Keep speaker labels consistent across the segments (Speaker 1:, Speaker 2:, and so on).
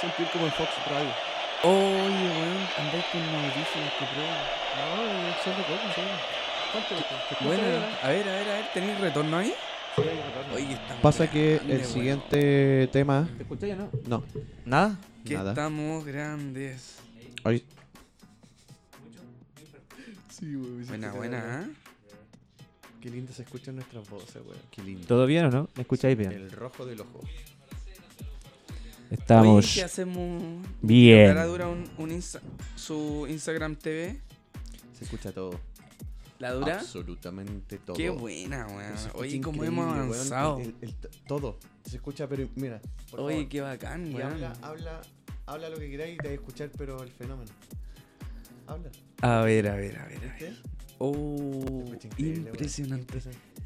Speaker 1: sentir como en Fox Radio.
Speaker 2: Oye, weón, andáis con unos audífonos que prueba.
Speaker 1: No, el sol de coco, sí. ¿Cuánto? ¿Te escuchas
Speaker 2: Bueno,
Speaker 1: bien, ah?
Speaker 2: a ver, a ver, a ver, ¿tenéis retorno ahí?
Speaker 1: Sí, hay retorno.
Speaker 2: Oye, estamos
Speaker 3: Pasa que
Speaker 2: grandes,
Speaker 3: el
Speaker 2: weón.
Speaker 3: siguiente tema.
Speaker 1: ¿Te escuchas ya no?
Speaker 3: No,
Speaker 4: ¿Nada?
Speaker 2: Que
Speaker 3: nada.
Speaker 2: estamos grandes.
Speaker 3: Hoy-
Speaker 1: Sí, güey.
Speaker 2: Buena, buena, ¿eh?
Speaker 1: Qué linda se escuchan nuestras voces, güey.
Speaker 3: Qué lindo.
Speaker 4: ¿Todo bien o no? ¿Me escucháis bien?
Speaker 3: El rojo del ojo.
Speaker 2: Oye, ¿qué hacemos?
Speaker 4: bien.
Speaker 2: Cara dura un, un Insta- su Instagram TV.
Speaker 3: Se escucha todo.
Speaker 2: ¿La dura?
Speaker 3: Absolutamente todo.
Speaker 2: Qué buena, weón.
Speaker 3: Se escucha
Speaker 2: Oye, cómo
Speaker 3: increíble,
Speaker 2: hemos
Speaker 3: weón.
Speaker 2: avanzado.
Speaker 3: El- el- el- todo. Se escucha, pero mira. por
Speaker 2: Oye,
Speaker 3: favor.
Speaker 2: qué bacán,
Speaker 3: Weón,
Speaker 2: weón.
Speaker 3: Habla, habla, habla lo que queráis y te voy a escuchar, pero el fenómeno. Habla.
Speaker 2: A ver, a ver, a ver. a ver.
Speaker 3: ¿Qué?
Speaker 2: Oh,
Speaker 3: Se escucha increíble, weón.
Speaker 2: impresionante.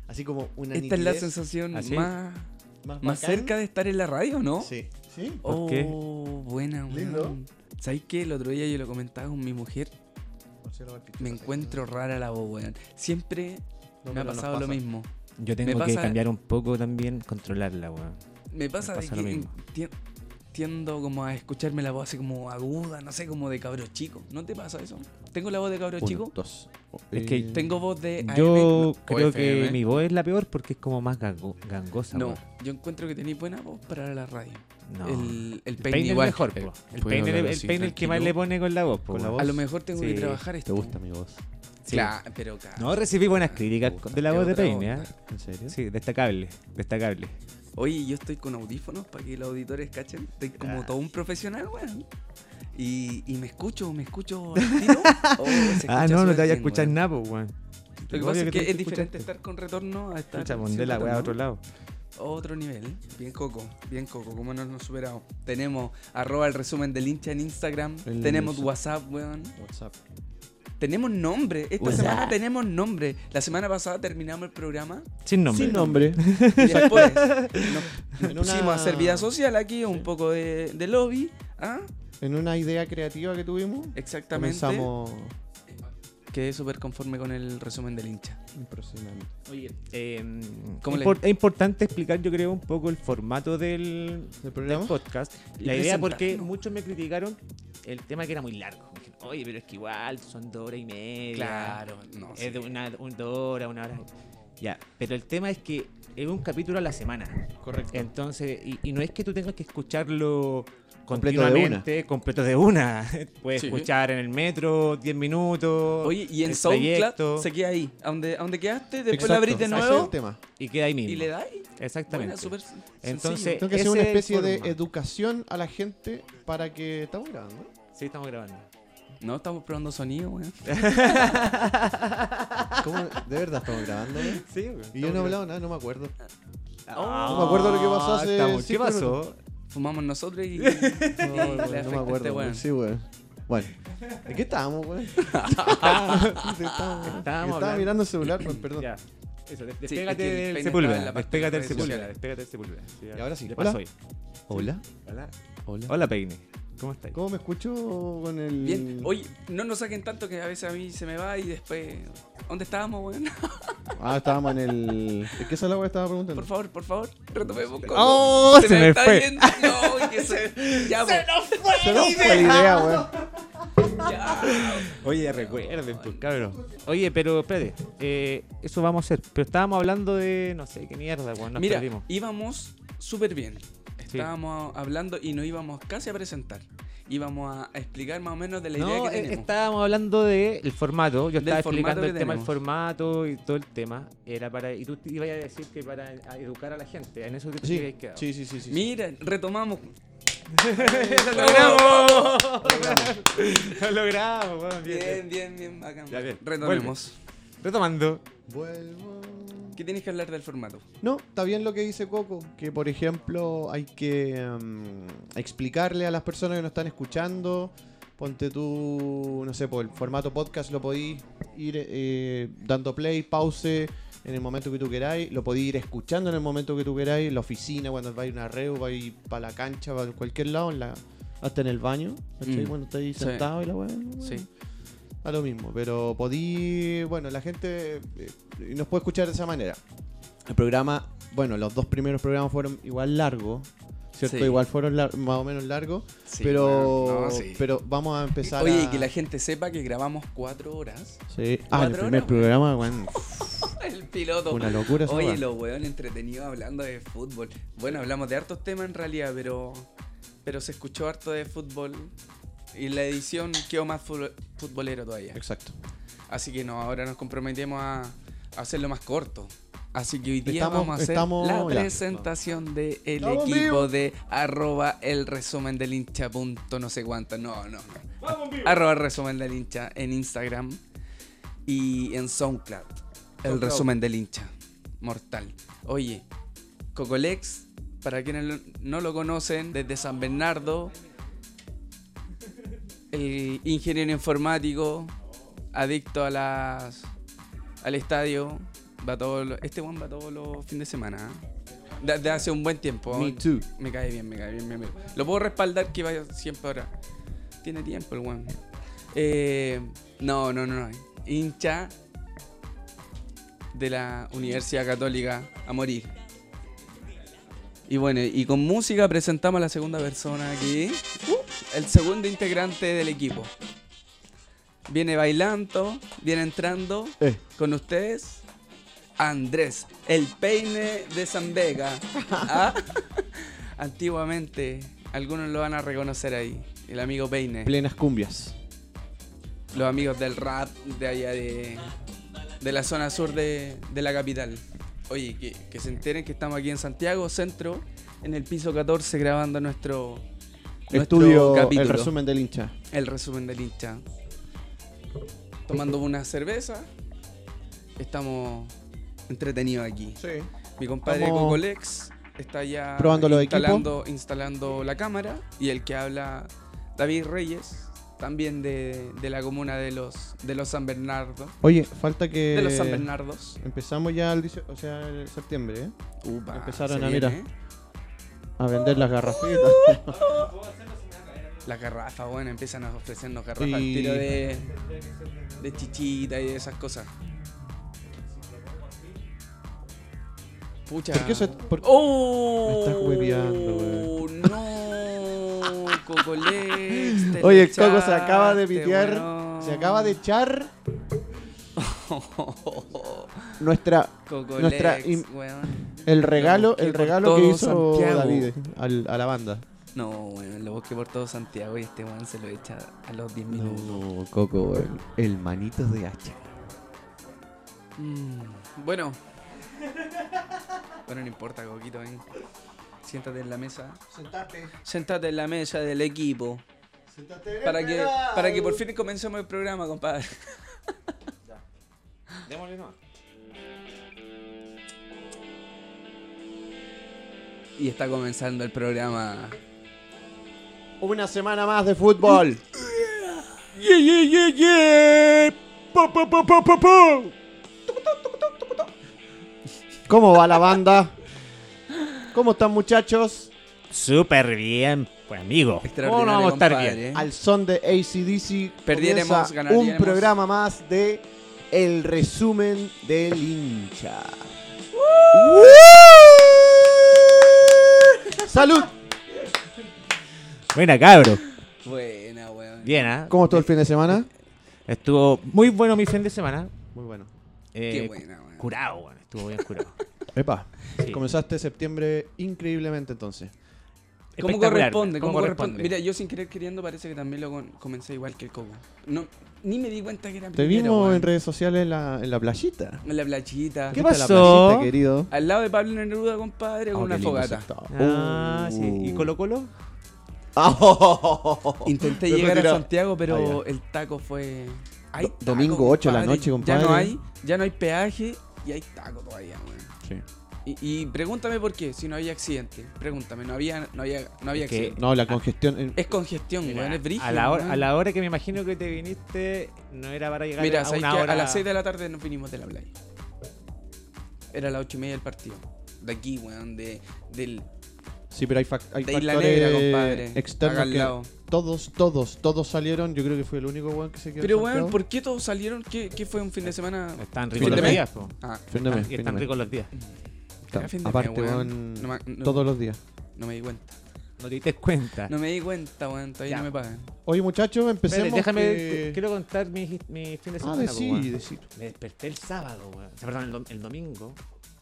Speaker 3: Así como una
Speaker 2: Esta es la
Speaker 3: nitidez
Speaker 2: sensación
Speaker 4: Así.
Speaker 2: más,
Speaker 3: ¿Ah, más,
Speaker 2: más
Speaker 3: bacán.
Speaker 2: cerca de estar en la radio, ¿no?
Speaker 3: Sí. ¿Sí?
Speaker 4: ¿Por
Speaker 2: oh,
Speaker 4: qué?
Speaker 2: buena,
Speaker 3: Lindo.
Speaker 2: weón. ¿Sabéis qué? El otro día yo lo comentaba con mi mujer.
Speaker 3: Marcelo Valpichota,
Speaker 2: Me
Speaker 3: sí.
Speaker 2: encuentro rara la voz, weón. Siempre
Speaker 3: No,
Speaker 2: me ha
Speaker 3: pero nos
Speaker 2: pasado lo
Speaker 3: pasa.
Speaker 2: mismo.
Speaker 4: Yo
Speaker 2: Me
Speaker 4: tengo que
Speaker 2: pasa-
Speaker 4: cambiar un poco también, controlarla, weón.
Speaker 2: Me pasa,
Speaker 4: pasa
Speaker 2: de
Speaker 4: lo
Speaker 2: que
Speaker 4: mismo.
Speaker 2: tien- tiendo como a escucharme la voz así como aguda, no sé, como de cabro chico. ¿No te pasa eso? ¿Tengo la voz de cabro
Speaker 3: Un,
Speaker 2: chico?
Speaker 3: dos.
Speaker 4: Es que
Speaker 3: Eh,
Speaker 2: Tengo voz de AM, no,
Speaker 4: Yo creo
Speaker 2: FM.
Speaker 4: que mi voz es la peor porque es como más gango- gangosa,
Speaker 2: ¿eh? No,
Speaker 4: weón.
Speaker 2: yo encuentro que tenéis buena voz para la radio.
Speaker 4: No.
Speaker 2: El, el
Speaker 4: El
Speaker 2: peine
Speaker 4: peine es
Speaker 2: igual.
Speaker 4: mejor,
Speaker 2: El-
Speaker 4: po. El
Speaker 2: puedo
Speaker 4: peine
Speaker 2: hablar
Speaker 4: el
Speaker 2: así,
Speaker 4: peine el que más
Speaker 2: tranquilo.
Speaker 4: le pone con la voz, po,
Speaker 3: Con la
Speaker 4: weón.
Speaker 2: A lo mejor tengo que
Speaker 4: Sí.
Speaker 2: trabajar esto.
Speaker 3: ¿Te gusta mi voz?
Speaker 4: Sí.
Speaker 2: Claro, pero ca-
Speaker 4: No, recibí buenas
Speaker 2: Ah,
Speaker 4: críticas
Speaker 3: me gusta.
Speaker 4: de la
Speaker 2: Es
Speaker 4: voz de
Speaker 2: otra
Speaker 4: peine,
Speaker 2: onda.
Speaker 4: ¿ah?
Speaker 3: ¿En serio?
Speaker 4: Sí, destacable, destacable.
Speaker 2: Oye, yo estoy con audífonos para que los auditores cachen. Estoy como
Speaker 3: Ah.
Speaker 2: todo un profesional, weón. Y, y me escucho, me escucho al tiro. Oh, se escucha
Speaker 4: Ah, no, no
Speaker 2: súper
Speaker 4: te vaya a
Speaker 2: bien,
Speaker 4: escuchar
Speaker 2: weón.
Speaker 4: nada, po, weón.
Speaker 2: Lo que
Speaker 4: Obvio
Speaker 2: pasa es
Speaker 4: tú
Speaker 2: que
Speaker 4: te
Speaker 2: es diferente
Speaker 4: escuchaste.
Speaker 2: estar con retorno a estar.
Speaker 4: Pucha,
Speaker 2: sin
Speaker 4: pondé la weá a otro
Speaker 2: retorno.
Speaker 4: lado.
Speaker 2: Otro nivel. Bien coco, bien coco. Como no nos hemos superado. Tenemos arroba el resumen del hincha en Instagram.
Speaker 3: El
Speaker 2: tenemos
Speaker 3: sa-
Speaker 2: WhatsApp, weón.
Speaker 3: WhatsApp.
Speaker 2: Tenemos nombre. Esta
Speaker 4: WhatsApp.
Speaker 2: semana tenemos nombre. La semana pasada terminamos el programa.
Speaker 4: Sin nombre.
Speaker 3: Sin nombre.
Speaker 2: Y después nos, nos
Speaker 3: En
Speaker 2: pusimos
Speaker 3: una-
Speaker 2: a hacer vida social aquí, un poco de, de lobby. ¿Ah?
Speaker 3: En una idea creativa que tuvimos,
Speaker 2: Exactamente.
Speaker 3: comenzamos
Speaker 2: Quedé súper conforme con el resumen del hincha.
Speaker 3: impresionante.
Speaker 4: Oye, eh,
Speaker 2: ¿Cómo
Speaker 4: impor- es importante explicar, yo creo, un poco el formato del,
Speaker 3: ¿El programa?
Speaker 4: del podcast.
Speaker 2: Y
Speaker 4: La idea,
Speaker 2: presentarlo.
Speaker 4: porque muchos me criticaron el tema que era muy largo. Me dijeron, oye, pero es que igual son dos horas y media.
Speaker 2: Claro, no. sí.
Speaker 4: Es de una, un- dos horas, una hora. Ya, pero el tema es que es un capítulo a la semana.
Speaker 3: Correcto.
Speaker 4: Entonces, y, y no es que tú tengas que escucharlo
Speaker 3: Completo de una.
Speaker 4: continuamente, completo de una. Puedes
Speaker 2: Sí.
Speaker 4: escuchar en el metro 10 minutos.
Speaker 2: Oye, y en
Speaker 4: el
Speaker 2: SoundCloud
Speaker 4: trayecto,
Speaker 2: se queda ahí. A donde, a donde quedaste, después
Speaker 3: Exacto,
Speaker 2: la abrís de
Speaker 3: ese es
Speaker 2: nuevo
Speaker 3: el tema.
Speaker 4: Y queda ahí mismo.
Speaker 2: y le das ahí. Buena,
Speaker 4: Exactamente.
Speaker 2: súper
Speaker 4: Entonces-
Speaker 2: sencillo.
Speaker 3: Tengo que hacer
Speaker 4: Ese
Speaker 3: una
Speaker 4: es el
Speaker 3: especie de
Speaker 4: formato.
Speaker 3: educación a la gente para que estamos grabando.
Speaker 4: Sí, estamos grabando.
Speaker 2: No, estamos probando sonido, weón.
Speaker 3: ¿Cómo? ¿De verdad estamos grabando? güey?
Speaker 4: Sí, Ah,
Speaker 3: Y yo no he hablado nada, no me acuerdo.
Speaker 2: Oh.
Speaker 3: No me acuerdo lo que pasó hace
Speaker 4: Estamos, ¿Qué
Speaker 3: cinco
Speaker 4: pasó?
Speaker 2: Fumamos nosotros y. y le
Speaker 3: No, güey,
Speaker 2: afecta
Speaker 3: no
Speaker 2: a este
Speaker 3: me acuerdo. güey.
Speaker 2: weón.
Speaker 3: Sí, güey. Bueno, ¿de qué estábamos, güey? Sí, estábamos, güey. Estaba
Speaker 4: hablando-
Speaker 3: mirando el celular, güey, perdón.
Speaker 4: Ya. Eso, des-
Speaker 2: Sí, es
Speaker 4: despégate
Speaker 2: que el
Speaker 4: del
Speaker 2: peine estaba en
Speaker 4: Sepúlveda.
Speaker 2: la parte
Speaker 4: Despégate
Speaker 2: de
Speaker 4: del
Speaker 2: redes
Speaker 4: Sepúlveda.
Speaker 2: sociales.
Speaker 4: Despégate del Sepúlveda.
Speaker 3: Y ahora sí.
Speaker 4: ¿Qué
Speaker 3: Hola.
Speaker 4: pasó hoy?
Speaker 3: Hola.
Speaker 4: Hola.
Speaker 3: Hola.
Speaker 4: Hola, Peine. ¿Cómo estáis?
Speaker 3: ¿Cómo me escucho con el.
Speaker 2: Bien. Oye, no nos saquen tanto que a veces a mí se me va y después. ¿Dónde estábamos, weón?
Speaker 3: Ah, estábamos en el. ¿De qué sala, güey, estaba preguntando?
Speaker 2: Por favor, por favor, retomemos con.
Speaker 4: Oh, se me
Speaker 2: está
Speaker 4: fue.
Speaker 2: yendo. No, que se. Ya, po.
Speaker 3: Se nos fue la idea, güey.
Speaker 4: Oye, recuerden, pues, cabrón. Oye, pero espérate. eh, eso vamos a hacer. Pero estábamos hablando de. No sé qué mierda, weón. Nos
Speaker 2: Mira,
Speaker 4: perdimos.
Speaker 2: íbamos súper bien.
Speaker 4: Sí.
Speaker 2: Estábamos hablando y nos íbamos casi a presentar. Íbamos a a explicar más o menos de la idea
Speaker 4: No,
Speaker 2: que
Speaker 4: eh,
Speaker 2: tenemos.
Speaker 4: estábamos hablando del formato. Yo
Speaker 2: Del
Speaker 4: estaba
Speaker 2: formato
Speaker 4: explicando
Speaker 2: que
Speaker 4: el tema
Speaker 2: tenemos.
Speaker 4: del formato y todo el tema. Era para, y tú te ibas a decir que para a- educar a la gente. En eso que te habías
Speaker 3: Sí,
Speaker 4: quedado.
Speaker 3: sí, sí, sí. sí.
Speaker 2: Mira, retomamos.
Speaker 4: ¡Lo logramos! ¡Lo logramos! weón, bien,
Speaker 2: Bien,
Speaker 4: bien.
Speaker 2: bien, bien, bacán.
Speaker 4: Ya, bien.
Speaker 2: Retomemos.
Speaker 4: Retomando.
Speaker 3: Vuelvo.
Speaker 2: ¿Qué tienes que hablar del formato?
Speaker 3: No, está bien lo que dice Coco, que por ejemplo hay que mm, explicarle a las personas que nos están escuchando, ponte tú, no sé, por el formato podcast lo podís ir eh, dando play, pause en el momento que tú queráis, lo podís ir escuchando en el momento que tú queráis, en la oficina, cuando vais a una reu, vais para la cancha, para cualquier lado, en la, hasta en el baño, ¿cachai?
Speaker 2: Mm.
Speaker 3: cuando estáis
Speaker 2: Sí.
Speaker 3: sentado y la weá,
Speaker 2: Sí.
Speaker 3: a lo mismo, pero podí, bueno, la gente eh, nos puede escuchar de esa manera. El programa, bueno, los dos primeros programas fueron igual largos, ¿cierto?
Speaker 2: Sí.
Speaker 3: Igual fueron lar- más o menos largos,
Speaker 2: Sí,
Speaker 3: pero,
Speaker 2: bueno, no, sí.
Speaker 3: pero vamos a empezar
Speaker 2: Oye,
Speaker 3: a...
Speaker 2: que la gente sepa que grabamos cuatro horas.
Speaker 3: Sí. Ah, el
Speaker 2: Cuatro
Speaker 3: primer
Speaker 2: horas,
Speaker 3: programa, weón.
Speaker 2: El piloto.
Speaker 3: Una locura esa
Speaker 2: Oye,
Speaker 3: weá.
Speaker 2: los weón entretenidos hablando de fútbol. Bueno, hablamos de hartos temas en realidad, pero, pero se escuchó harto de fútbol. Y la edición quedó más fut- futbolero todavía.
Speaker 3: Exacto.
Speaker 2: Así que no, ahora nos comprometemos a, a hacerlo más corto. Así que hoy día
Speaker 3: Estamos-
Speaker 2: vamos a hacer
Speaker 3: estamos-
Speaker 2: la
Speaker 3: ya.
Speaker 2: presentación del
Speaker 3: Estamos
Speaker 2: equipo
Speaker 3: vivos.
Speaker 2: de arroba el resumen del hincha punto no sé cuánto. No, no, no. Arroba el resumen del hincha en Instagram y en SoundCloud. El
Speaker 3: SoundCloud.
Speaker 2: resumen del hincha. Mortal. Oye, Cocolex, para quienes lo- no lo conocen, desde San Bernardo, el ingeniero informático, adicto a las al estadio, va todo lo- este Juan va todos los fines de semana. ¿eh? De, de hace un buen tiempo.
Speaker 3: Me too.
Speaker 2: Me cae bien, me cae bien, mi amigo. Lo puedo respaldar que vaya siempre ahora. Tiene tiempo el Juan. Eh, no, no, no, no. Hincha de la Universidad Católica a morir. Y bueno, y con música presentamos a la segunda persona aquí. Uh, el segundo integrante del equipo. Viene bailando, viene entrando
Speaker 3: Eh.
Speaker 2: con ustedes. Andrés, el peine de San Vega. Ah, Antiguamente, algunos lo van a reconocer ahí. El amigo peine.
Speaker 3: Plenas cumbias.
Speaker 2: Los amigos del rap de allá de, de la zona sur de, de la capital. Oye, que, que se enteren que estamos aquí en Santiago, centro, en el piso 14, grabando nuestro, nuestro
Speaker 3: Estudio,
Speaker 2: capítulo.
Speaker 3: el resumen del hincha.
Speaker 2: El resumen del hincha. Tomando una cerveza, estamos entretenidos aquí.
Speaker 3: Sí.
Speaker 2: Mi compadre
Speaker 3: Estamos-
Speaker 2: Cocolex está ya
Speaker 3: Probando los
Speaker 2: instalando, instalando la cámara y el que habla David Reyes, también de, de la comuna de los de los San Bernardo,
Speaker 3: Oye, falta que...
Speaker 2: de los San Bernardos.
Speaker 3: Empezamos ya el, dieci- o sea, el septiembre, ¿eh?
Speaker 2: Upa,
Speaker 3: empezaron
Speaker 2: se
Speaker 3: a mirar.
Speaker 2: viene, ¿eh?
Speaker 3: A vender las garrafitas.
Speaker 2: La garrafa, bueno, empiezan a ofrecernos garrafas al
Speaker 3: Y-
Speaker 2: tiro de, de chichita y de esas cosas. Pucha.
Speaker 3: ¿Por qué se- por-
Speaker 2: ¡Oh!
Speaker 3: Me estás hueveando, weón.
Speaker 2: ¡No! Cocolex. te
Speaker 3: Oye, el Coco se acaba de
Speaker 2: echaste,
Speaker 3: pitear.
Speaker 2: weón.
Speaker 3: Se acaba de echar nuestra...
Speaker 2: Cocolex,
Speaker 3: Nuestra im-
Speaker 2: weón.
Speaker 3: El regalo,
Speaker 2: busqué
Speaker 3: el
Speaker 2: por
Speaker 3: regalo que
Speaker 2: todo
Speaker 3: hizo
Speaker 2: Santiago.
Speaker 3: David al- a la banda.
Speaker 2: No, weón, lo busqué por todo Santiago y este weón se lo echa a los 10 minutos.
Speaker 3: No, Coco, el, el manito de hacha.
Speaker 2: Mm, bueno. Bueno, no importa, Coquito, ven. Siéntate en la mesa.
Speaker 3: Sentate,
Speaker 2: Siéntate en la mesa del equipo.
Speaker 3: sentate.
Speaker 2: Para que, para que por fin comencemos el programa, compadre.
Speaker 4: Démosle nomás.
Speaker 2: Y está comenzando el programa.
Speaker 3: Una semana más de fútbol.
Speaker 4: Yeah, yeah, yeah, yeah. Pa, pa, pa, pa, pa, pa.
Speaker 3: ¿Cómo va la banda? ¿Cómo están muchachos?
Speaker 4: Súper bien, pues amigo. ¿Cómo
Speaker 2: Extraordinario,
Speaker 4: no vamos a estar
Speaker 2: compadre,
Speaker 4: bien?
Speaker 2: ¿eh?
Speaker 3: Al son de ACDC
Speaker 2: Perdiéramos,
Speaker 3: comienza
Speaker 2: ganaríamos.
Speaker 3: un programa más de El resumen del hincha. ¡Salud!
Speaker 4: Buena, cabro.
Speaker 2: Buena, weón.
Speaker 4: Bien, ¿ah?
Speaker 3: ¿Cómo estuvo el fin de semana?
Speaker 4: Estuvo muy bueno mi fin de semana.
Speaker 3: Muy bueno.
Speaker 4: Eh,
Speaker 2: Qué buena, weón.
Speaker 4: Curado, bueno. Estuvo bien curado.
Speaker 3: Epa,
Speaker 4: Sí.
Speaker 3: comenzaste septiembre increíblemente entonces.
Speaker 2: ¿Cómo
Speaker 4: Espectacular,
Speaker 2: corresponde?
Speaker 4: ¿cómo
Speaker 2: ¿Cómo corresponde?
Speaker 4: corresponde?
Speaker 2: Mira, yo sin querer queriendo parece que también lo con- comencé igual que el Coco. No, ni me di cuenta que era
Speaker 3: Te
Speaker 2: primero,
Speaker 3: vimos
Speaker 2: weón.
Speaker 3: en redes sociales en la, en la playita.
Speaker 2: En la playita.
Speaker 4: ¿Qué
Speaker 3: Fuiste a la
Speaker 4: pasó?
Speaker 3: playita, querido.
Speaker 2: Al lado de Pablo Neruda, compadre, con
Speaker 3: Oh,
Speaker 2: una
Speaker 3: qué lindo
Speaker 2: fogata.
Speaker 3: se estaba.
Speaker 4: Ah, sí. ¿Y
Speaker 3: Uh.
Speaker 4: Colo Colo?
Speaker 3: Ah, oh, oh, oh, oh.
Speaker 2: Intenté
Speaker 3: Me
Speaker 2: llegar a
Speaker 3: retiraba.
Speaker 2: Santiago, pero
Speaker 3: Ah,
Speaker 2: el taco fue. Hay
Speaker 3: Do- domingo 8 de la noche,
Speaker 2: Ya no
Speaker 3: compadre.
Speaker 2: hay, ya no hay peaje y hay taco todavía, weón.
Speaker 3: Sí.
Speaker 2: Y, y pregúntame por qué, si no había accidente. Pregúntame, no había, no había, no había
Speaker 4: Es que-
Speaker 2: accidente.
Speaker 3: No, la congestión. en-
Speaker 2: Es congestión,
Speaker 4: Mira,
Speaker 2: weón, es brígido.
Speaker 4: a, la hora,
Speaker 2: weón.
Speaker 4: a la hora que me imagino que te viniste, no era para llegar
Speaker 2: Mira,
Speaker 4: a
Speaker 2: ¿sabes
Speaker 4: una
Speaker 2: qué?
Speaker 4: hora.
Speaker 2: a las 6 de la tarde nos vinimos de la playa. Era las 8 y media del partido. De aquí, weón, de, del,
Speaker 3: Sí, pero hay, fac- hay
Speaker 2: de Isla
Speaker 3: factores
Speaker 2: Negra, compadre.
Speaker 3: externos
Speaker 2: acá al
Speaker 3: que
Speaker 2: lado.
Speaker 3: todos, todos, todos salieron. Yo creo que fue el Eh, único weón que se quedó.
Speaker 2: Pero,
Speaker 3: en
Speaker 2: weón,
Speaker 3: Santiago.
Speaker 2: ¿por qué todos salieron? ¿Qué, qué fue un fin de semana?
Speaker 4: Están
Speaker 3: Fin
Speaker 4: ricos
Speaker 2: de
Speaker 4: los
Speaker 2: mes.
Speaker 4: días, po.
Speaker 2: Ah,
Speaker 3: Fin de mes,
Speaker 4: Y
Speaker 3: fin de
Speaker 4: están
Speaker 3: mes.
Speaker 4: ricos los días.
Speaker 2: era fin de mes,
Speaker 3: Aparte,
Speaker 2: weón.
Speaker 3: weón,
Speaker 2: No me- no-
Speaker 3: todos los días.
Speaker 2: no me di cuenta.
Speaker 4: No te diste
Speaker 3: Ah.
Speaker 4: cuenta.
Speaker 2: No me di cuenta, weón. Todavía
Speaker 4: Ya.
Speaker 2: no me pagan.
Speaker 3: Oye, muchachos,
Speaker 4: Espérate,
Speaker 3: empecemos.
Speaker 4: déjame,
Speaker 3: que-
Speaker 4: quiero contar mi, mi fin de
Speaker 3: Ah,
Speaker 4: semana. po,
Speaker 3: decí,
Speaker 4: weón.
Speaker 3: decí.
Speaker 4: Me desperté el sábado, weón. O sea, perdón, el, dom- el domingo,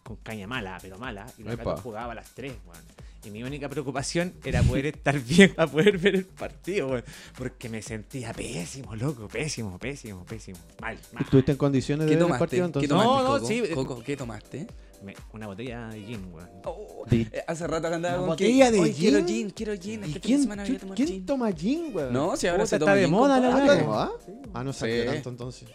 Speaker 4: con caña mala, pero mala. Y los
Speaker 3: Epa.
Speaker 4: gatos jugaba a las 3, weón. Y mi única preocupación era poder estar bien para poder ver el partido, weón. Porque me sentía pésimo, loco. Pésimo, pésimo, pésimo. Mal, mal.
Speaker 3: ¿Estuviste en condiciones de
Speaker 2: ¿Qué
Speaker 3: ver el
Speaker 2: tomaste?
Speaker 3: partido
Speaker 2: ¿Qué
Speaker 3: entonces?
Speaker 4: No,
Speaker 2: tomaste,
Speaker 4: no,
Speaker 2: Coco?
Speaker 4: sí, eh.
Speaker 2: Coco, ¿qué tomaste?
Speaker 4: Me- una botella de gin, weón.
Speaker 2: Oh,
Speaker 3: ¿De-
Speaker 2: eh, hace rato que andaba
Speaker 3: ¿Una
Speaker 2: con que,
Speaker 3: botella de
Speaker 2: "Oye, Quiero
Speaker 3: gin?
Speaker 2: gin, quiero gin.
Speaker 3: ¿Y
Speaker 2: Este fin de
Speaker 3: quién,
Speaker 2: semana voy a tomar
Speaker 3: quién
Speaker 2: gin.
Speaker 3: toma gin, weón?
Speaker 2: No, si ahora
Speaker 4: Puta,
Speaker 2: se
Speaker 4: está
Speaker 2: toma
Speaker 4: de
Speaker 2: gin,
Speaker 4: moda la
Speaker 2: compadre.
Speaker 3: Ah,
Speaker 4: weá.
Speaker 3: ¿no? ¿Ah? Ah, no salió
Speaker 2: Sí.
Speaker 3: tanto entonces.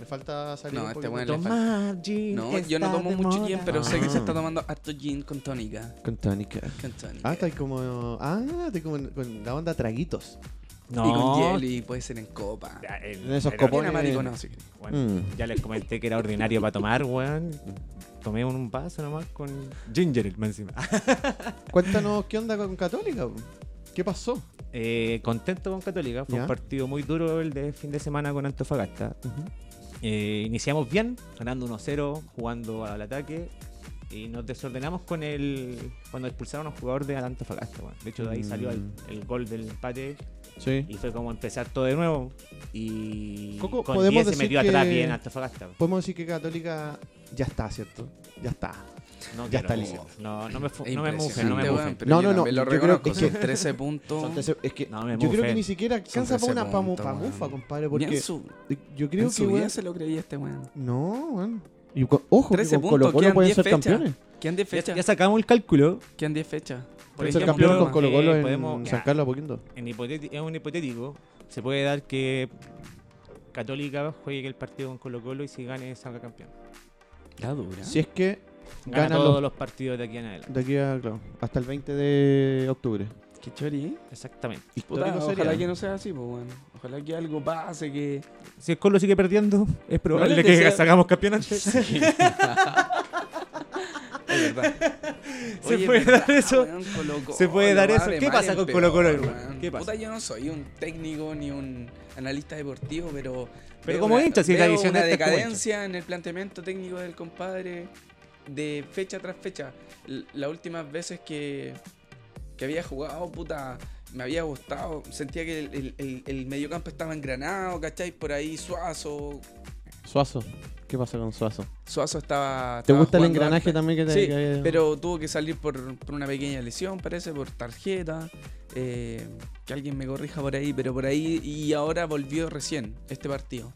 Speaker 3: Me falta salir
Speaker 2: No,
Speaker 3: un
Speaker 2: este
Speaker 3: poquito.
Speaker 2: weón
Speaker 3: Toma-
Speaker 4: Tomar gin.
Speaker 2: No, yo no
Speaker 4: está
Speaker 2: tomo
Speaker 4: de
Speaker 2: mucho
Speaker 4: moda.
Speaker 2: gin, pero sé que se
Speaker 3: Ah.
Speaker 2: está tomando harto gin con tónica.
Speaker 3: Con tónica.
Speaker 2: Con tónica.
Speaker 3: Ah, está ahí como... Ah, está ahí como en- con la onda traguitos.
Speaker 4: No,
Speaker 2: Y con jelly, puede ser en copa.
Speaker 4: ya, el-
Speaker 3: En esos
Speaker 4: el-
Speaker 3: copones.
Speaker 2: Bien amático, no, sí.
Speaker 4: Bueno,
Speaker 3: Mm.
Speaker 4: Ya les comenté que era ordinario para tomar, weón. Tomé un vaso nomás con ginger ale, más encima.
Speaker 3: Cuéntanos qué onda con Católica. po? ¿Qué pasó?
Speaker 4: Eh, contento con Católica. Fue
Speaker 3: Ya.
Speaker 4: un partido muy duro el de fin de semana con Antofagasta. Eh, iniciamos bien, ganando 1-0, jugando al ataque. Y nos desordenamos con el. cuando expulsaron a un jugador de Antofagasta. weón. De hecho, de ahí salió el,
Speaker 3: Mm.
Speaker 4: el gol del empate.
Speaker 3: Sí.
Speaker 4: Y fue como empezar todo de nuevo. Y.
Speaker 3: Coco,
Speaker 4: con
Speaker 3: podemos
Speaker 4: 10 se
Speaker 3: decir
Speaker 4: metió atrás
Speaker 3: que-
Speaker 4: bien Antofagasta.
Speaker 3: Podemos decir que Católica ya está, ¿cierto? Ya está.
Speaker 4: No,
Speaker 3: Ya está
Speaker 4: quiero-
Speaker 3: listo.
Speaker 4: No, no me, fu-
Speaker 2: Es
Speaker 4: no me mufen, no me
Speaker 2: impresionante,
Speaker 4: mufen.
Speaker 2: weón, pero
Speaker 3: No,
Speaker 2: yo
Speaker 3: no, no,
Speaker 2: también Lo
Speaker 3: yo creo
Speaker 2: reconozco,
Speaker 3: que-
Speaker 2: son 13 puntos.
Speaker 3: Entonces, es que
Speaker 4: No, me
Speaker 3: yo creo que
Speaker 4: mufé.
Speaker 3: ni siquiera alcanza para
Speaker 2: 13
Speaker 3: una pamu-
Speaker 2: puntos,
Speaker 3: pamufa,
Speaker 2: weón.
Speaker 3: compadre,
Speaker 2: Ni en
Speaker 3: porque
Speaker 2: su,
Speaker 3: yo creo
Speaker 2: en
Speaker 3: que
Speaker 2: su
Speaker 3: weón,
Speaker 2: vida se lo creía este weón.
Speaker 3: no, weón. Y co- ojo, que
Speaker 2: 13
Speaker 3: con
Speaker 2: puntos,
Speaker 3: Colo Colo
Speaker 2: quedan
Speaker 3: pueden
Speaker 2: 10
Speaker 3: ser
Speaker 2: fechas.
Speaker 3: campeones.
Speaker 2: Quedan 10
Speaker 4: Ya,
Speaker 2: fechas.
Speaker 4: ya sacamos el cálculo.
Speaker 2: Quedan 10 fechas. Por
Speaker 3: Pueden ser
Speaker 2: ejemplo,
Speaker 3: campeones con Colo Colo
Speaker 4: eh,
Speaker 3: en
Speaker 4: podemos-
Speaker 3: San
Speaker 4: ya.
Speaker 3: Carlos Apoquindo.
Speaker 4: En, hipoteti- en un hipotético, se puede dar que Católica juegue el partido con Colo Colo y si gane salga campeón.
Speaker 2: La dura.
Speaker 3: Si es que
Speaker 4: Gana,
Speaker 3: Gana
Speaker 4: todos
Speaker 3: los-
Speaker 4: los... partidos de aquí en adelante.
Speaker 3: de aquí a, claro, hasta el 20 de octubre.
Speaker 2: Qué chori, ¿eh?
Speaker 4: Exactamente.
Speaker 2: Puta,
Speaker 3: Histórico
Speaker 2: ojalá
Speaker 3: sería.
Speaker 2: que no sea así, pues, weón. Ojalá que algo pase, que...
Speaker 4: Si el Colo sigue perdiendo, es probable
Speaker 2: les
Speaker 4: que
Speaker 2: deseo-
Speaker 4: salgamos campeón antes.
Speaker 2: Es verdad.
Speaker 4: Se
Speaker 2: Oye,
Speaker 4: puede
Speaker 2: es verdad,
Speaker 4: dar eso.
Speaker 2: weón, Colo-Colo,
Speaker 4: Se puede dar eso.
Speaker 2: madre,
Speaker 4: ¿Qué
Speaker 2: madre,
Speaker 4: pasa con
Speaker 2: peor,
Speaker 4: Colo-Colo, hermano?
Speaker 2: weón.
Speaker 4: ¿Qué pasa?
Speaker 2: Puta, yo no soy un técnico ni un analista deportivo, pero.
Speaker 4: Pero
Speaker 2: veo
Speaker 4: como
Speaker 2: una-
Speaker 4: hincha, si la
Speaker 2: veo
Speaker 4: visión
Speaker 2: una
Speaker 4: esta es como
Speaker 2: decadencia en el planteamiento técnico del compadre de fecha tras fecha. L- Las últimas veces que, que había jugado, puta, me había gustado. Sentía que el, el, el- el mediocampo estaba engranado, ¿cachai? Por ahí Suazo.
Speaker 3: Suazo. ¿Qué pasa con Suazo?
Speaker 2: Suazo estaba.
Speaker 3: ¿Te
Speaker 2: estaba
Speaker 3: gusta el
Speaker 2: jugando
Speaker 3: engranaje
Speaker 2: harta.
Speaker 3: también que te
Speaker 2: Sí,
Speaker 3: que hay-
Speaker 2: Pero tuvo que salir por, por una pequeña lesión, parece, por tarjeta. eh, que alguien me corrija por ahí, pero por ahí. Y ahora volvió recién este partido.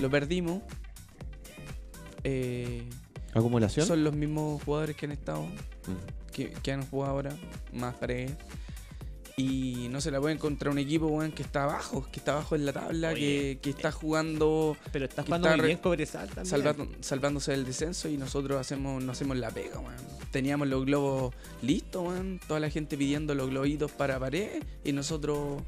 Speaker 2: Lo perdimos. Eh,
Speaker 3: acumulación?
Speaker 2: son los mismos jugadores que han estado,
Speaker 3: Mm.
Speaker 2: que, que han jugado ahora, más paredes. Y no se la pueden contra un equipo weón, que está abajo, que está abajo en la tabla,
Speaker 4: Oye,
Speaker 2: que, que está jugando
Speaker 4: Pero estás
Speaker 2: Que
Speaker 4: jugando
Speaker 2: está
Speaker 4: muy
Speaker 2: re-
Speaker 4: bien Cobresal también.
Speaker 2: salvando- salvándose del descenso y nosotros hacemos, no hacemos la pega, weón. Teníamos los globos listos, weón. Toda la gente pidiendo los globitos para pared y nosotros.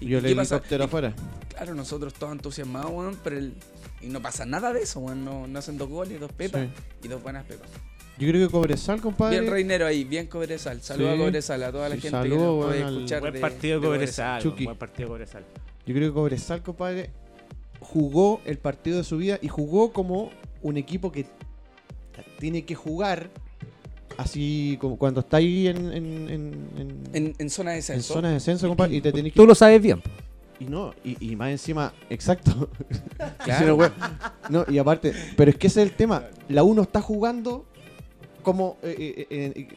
Speaker 2: ¿y
Speaker 3: Yo
Speaker 2: qué
Speaker 3: le
Speaker 2: pasa?
Speaker 3: helicóptero
Speaker 2: Y
Speaker 3: afuera.
Speaker 2: Claro, nosotros todos entusiasmados, weón, pero el- y no pasa nada de eso, weón. No, no hacen dos goles, dos pepas y dos buenas pepas.
Speaker 3: Yo creo que Cobresal, compadre.
Speaker 2: Bien Reinero ahí, bien Cobresal. Saludos
Speaker 3: Sí.
Speaker 2: a Cobresal, a toda la
Speaker 3: Sí,
Speaker 2: gente que
Speaker 3: saludo,
Speaker 2: nos puede
Speaker 3: weón, al-
Speaker 2: escuchar.
Speaker 4: Buen
Speaker 2: de-
Speaker 4: partido
Speaker 2: de
Speaker 4: Cobresal.
Speaker 3: Chucky.
Speaker 4: Buen partido Cobresal.
Speaker 3: Yo creo que Cobresal, compadre, jugó el partido de su vida y jugó como un equipo que tiene que jugar así como cuando está ahí en, en, en, en-
Speaker 2: En, en zona de
Speaker 3: en
Speaker 2: descenso.
Speaker 3: zona de descenso, compadre, y te tenés que...
Speaker 4: Tú lo sabes bien.
Speaker 3: Y no, y, y más encima, exacto.
Speaker 2: Claro.
Speaker 3: Sí, no, güey. No, y aparte, pero es que ese es el tema. La U no está jugando como. eh, eh, eh, eh,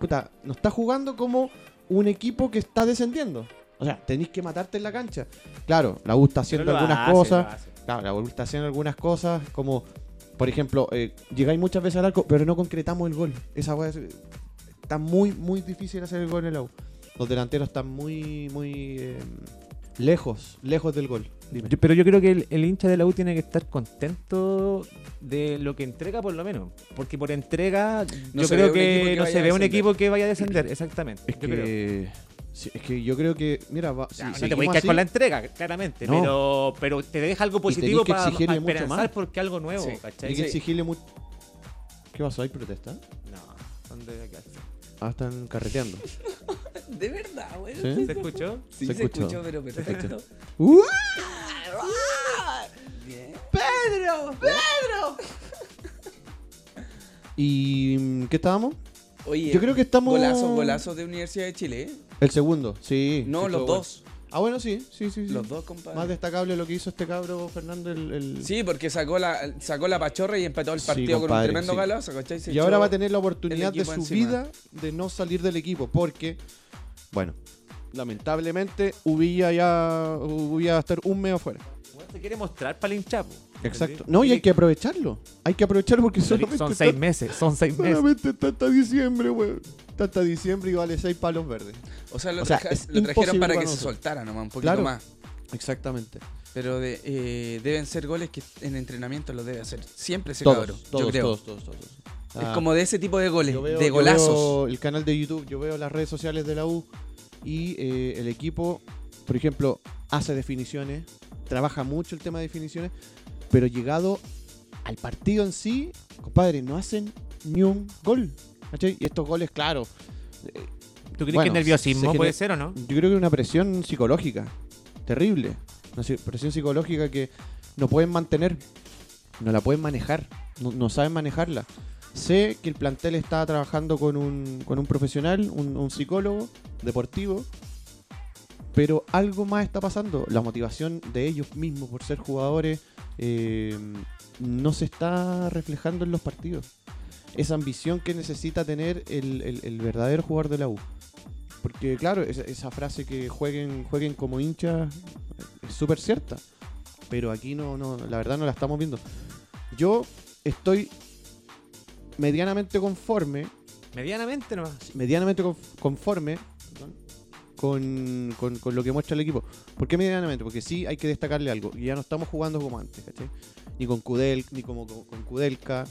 Speaker 3: puta, no está jugando como un equipo que está descendiendo. O sea, tenéis que matarte en la cancha. Claro, la U está haciendo algunas cosas. Claro, la U está haciendo algunas cosas como. Por ejemplo, eh, llegáis muchas veces al arco, pero no concretamos el gol. Esa weá es- está muy, muy difícil hacer el gol en la U. Los delanteros están muy, muy eh, lejos, lejos del gol. Dime.
Speaker 4: Yo- pero yo creo que el, el hincha de la U tiene que estar contento de lo que entrega, por lo menos. Porque por entrega,
Speaker 2: No
Speaker 4: yo
Speaker 2: se ve
Speaker 4: creo
Speaker 2: un equipo
Speaker 4: que,
Speaker 2: que
Speaker 4: no
Speaker 2: vaya
Speaker 4: se
Speaker 2: a
Speaker 4: ve un
Speaker 2: descender.
Speaker 4: equipo que vaya a descender, exactamente.
Speaker 3: Es
Speaker 4: yo creo.
Speaker 3: que, sí, es que yo creo que, mira, va, si
Speaker 4: Ya, no te
Speaker 3: seguimos
Speaker 4: puedes quedar
Speaker 3: así,
Speaker 4: con la entrega, claramente,
Speaker 3: No.
Speaker 4: pero, pero te deja algo
Speaker 3: tenés
Speaker 4: positivo
Speaker 3: que
Speaker 4: para,
Speaker 3: exigirle
Speaker 4: para
Speaker 3: mucho
Speaker 4: esperanzar
Speaker 3: más.
Speaker 4: porque algo nuevo,
Speaker 2: Sí.
Speaker 3: hay
Speaker 4: ¿cachai?
Speaker 3: que
Speaker 4: Sí.
Speaker 3: exigirle mucho. ¿Qué pasó? ¿Hay protesta?
Speaker 4: No, ¿dónde quedaste?
Speaker 3: Ah, están carreteando.
Speaker 2: De verdad, weón.
Speaker 3: ¿Sí?
Speaker 4: ¿Se escuchó?
Speaker 2: Sí,
Speaker 3: Se
Speaker 2: se,
Speaker 3: escuchó.
Speaker 2: escuchó. pero perfecto.
Speaker 3: ¡Uh!
Speaker 2: Bien.
Speaker 3: ¿Y mm, qué estábamos?
Speaker 2: Oye,
Speaker 3: Yo creo que estamos-
Speaker 2: Golazos, golazos de Universidad de Chile, ¿eh?
Speaker 3: El segundo, sí.
Speaker 2: No,
Speaker 3: sí, fue
Speaker 2: los
Speaker 3: bueno.
Speaker 2: dos.
Speaker 3: Ah, bueno, sí, sí, sí. sí.
Speaker 2: Los dos, compadre.
Speaker 3: Más destacable lo que hizo este cabro Fernando. El, el-
Speaker 2: Sí, porque sacó la, sacó la pachorra y empató el
Speaker 3: Sí,
Speaker 2: partido con un
Speaker 3: compadre,
Speaker 2: tremendo
Speaker 3: sí.
Speaker 2: galazo, ¿cachai? Se
Speaker 3: y ahora
Speaker 2: echó-
Speaker 3: va a tener la oportunidad de
Speaker 2: equipo
Speaker 3: su
Speaker 2: encima.
Speaker 3: vida de no salir del equipo, porque, bueno, lamentablemente Ubilla ya Ubilla va a estar un mes afuera.
Speaker 4: Bueno, se quiere mostrar para el hinchapo.
Speaker 3: Exacto. No, y hay que aprovecharlo. Hay que aprovecharlo porque solamente
Speaker 4: Son
Speaker 3: está-
Speaker 4: seis meses, son seis meses.
Speaker 3: Solamente está hasta diciembre, weón. Está hasta diciembre y vale seis palos verdes.
Speaker 2: O sea, lo,
Speaker 3: O sea,
Speaker 2: traja-
Speaker 3: es
Speaker 2: lo trajeron
Speaker 3: imposible
Speaker 2: para que
Speaker 3: para
Speaker 2: se
Speaker 3: nosotros.
Speaker 2: soltara nomás, un poquito
Speaker 3: Claro.
Speaker 2: más.
Speaker 3: Exactamente.
Speaker 2: Pero de- eh, deben ser goles que en entrenamiento los debe hacer. Siempre ese
Speaker 3: Todos,
Speaker 2: cabrón,
Speaker 3: todos,
Speaker 2: yo creo.
Speaker 3: todos, todos, todos.
Speaker 2: Es
Speaker 3: Ah,
Speaker 2: como de ese tipo de goles,
Speaker 3: yo veo-
Speaker 2: de
Speaker 3: yo
Speaker 2: golazos.
Speaker 3: veo el canal de YouTube, yo veo las redes sociales de la U y eh, el equipo, por ejemplo, hace definiciones, trabaja mucho el tema de definiciones, pero llegado al partido en sí, compadre, no hacen ni un gol. ¿cachai? Y estos goles, claro, eh,
Speaker 4: ¿Tú crees que
Speaker 3: Bueno,
Speaker 4: el nerviosismo
Speaker 3: se gener-
Speaker 4: puede ser o no?
Speaker 3: yo creo que una presión psicológica terrible. Una si- presión psicológica que no pueden mantener, no la pueden manejar, no, no saben manejarla. Sé que el plantel está trabajando con un, con un profesional, un, un psicólogo deportivo, pero algo más está pasando. La motivación de ellos mismos por ser jugadores eh, no se está reflejando en los partidos. Esa ambición que necesita tener el, el- el verdadero jugador de la U. Porque claro, esa, esa frase que jueguen, jueguen como hinchas eh, es súper cierta. Pero aquí no, no, la verdad no la estamos viendo. Yo estoy medianamente conforme,
Speaker 4: Medianamente nomás.
Speaker 3: medianamente conf- conforme perdón, con, con- con lo que muestra el equipo. ¿Por qué medianamente? Porque sí hay que destacarle algo. Y ya no estamos jugando como antes, ¿cachai? Ni con Kudel, ni como co- con Kudelka,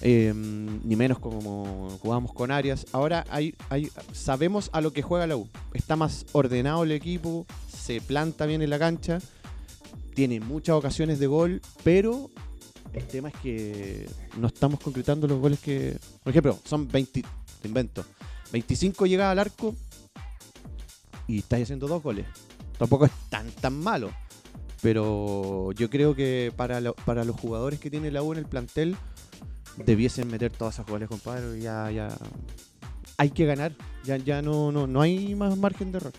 Speaker 3: eh, ni menos como jugamos con Arias. Ahora hay, hay, sabemos a lo que juega la U. Está más ordenado el equipo, se planta bien en la cancha, tiene muchas ocasiones de gol, pero el tema es que no estamos concretando los goles que. Por ejemplo, son 20, te invento, 25 llegadas al arco y estás haciendo dos goles. Tampoco es tan, tan malo. Pero yo creo que para, lo- para los jugadores que tiene la U en el plantel, debiesen meter todos esos goles, compadre. Ya, ya. Hay que ganar. Ya, ya no, no, no hay más margen de error.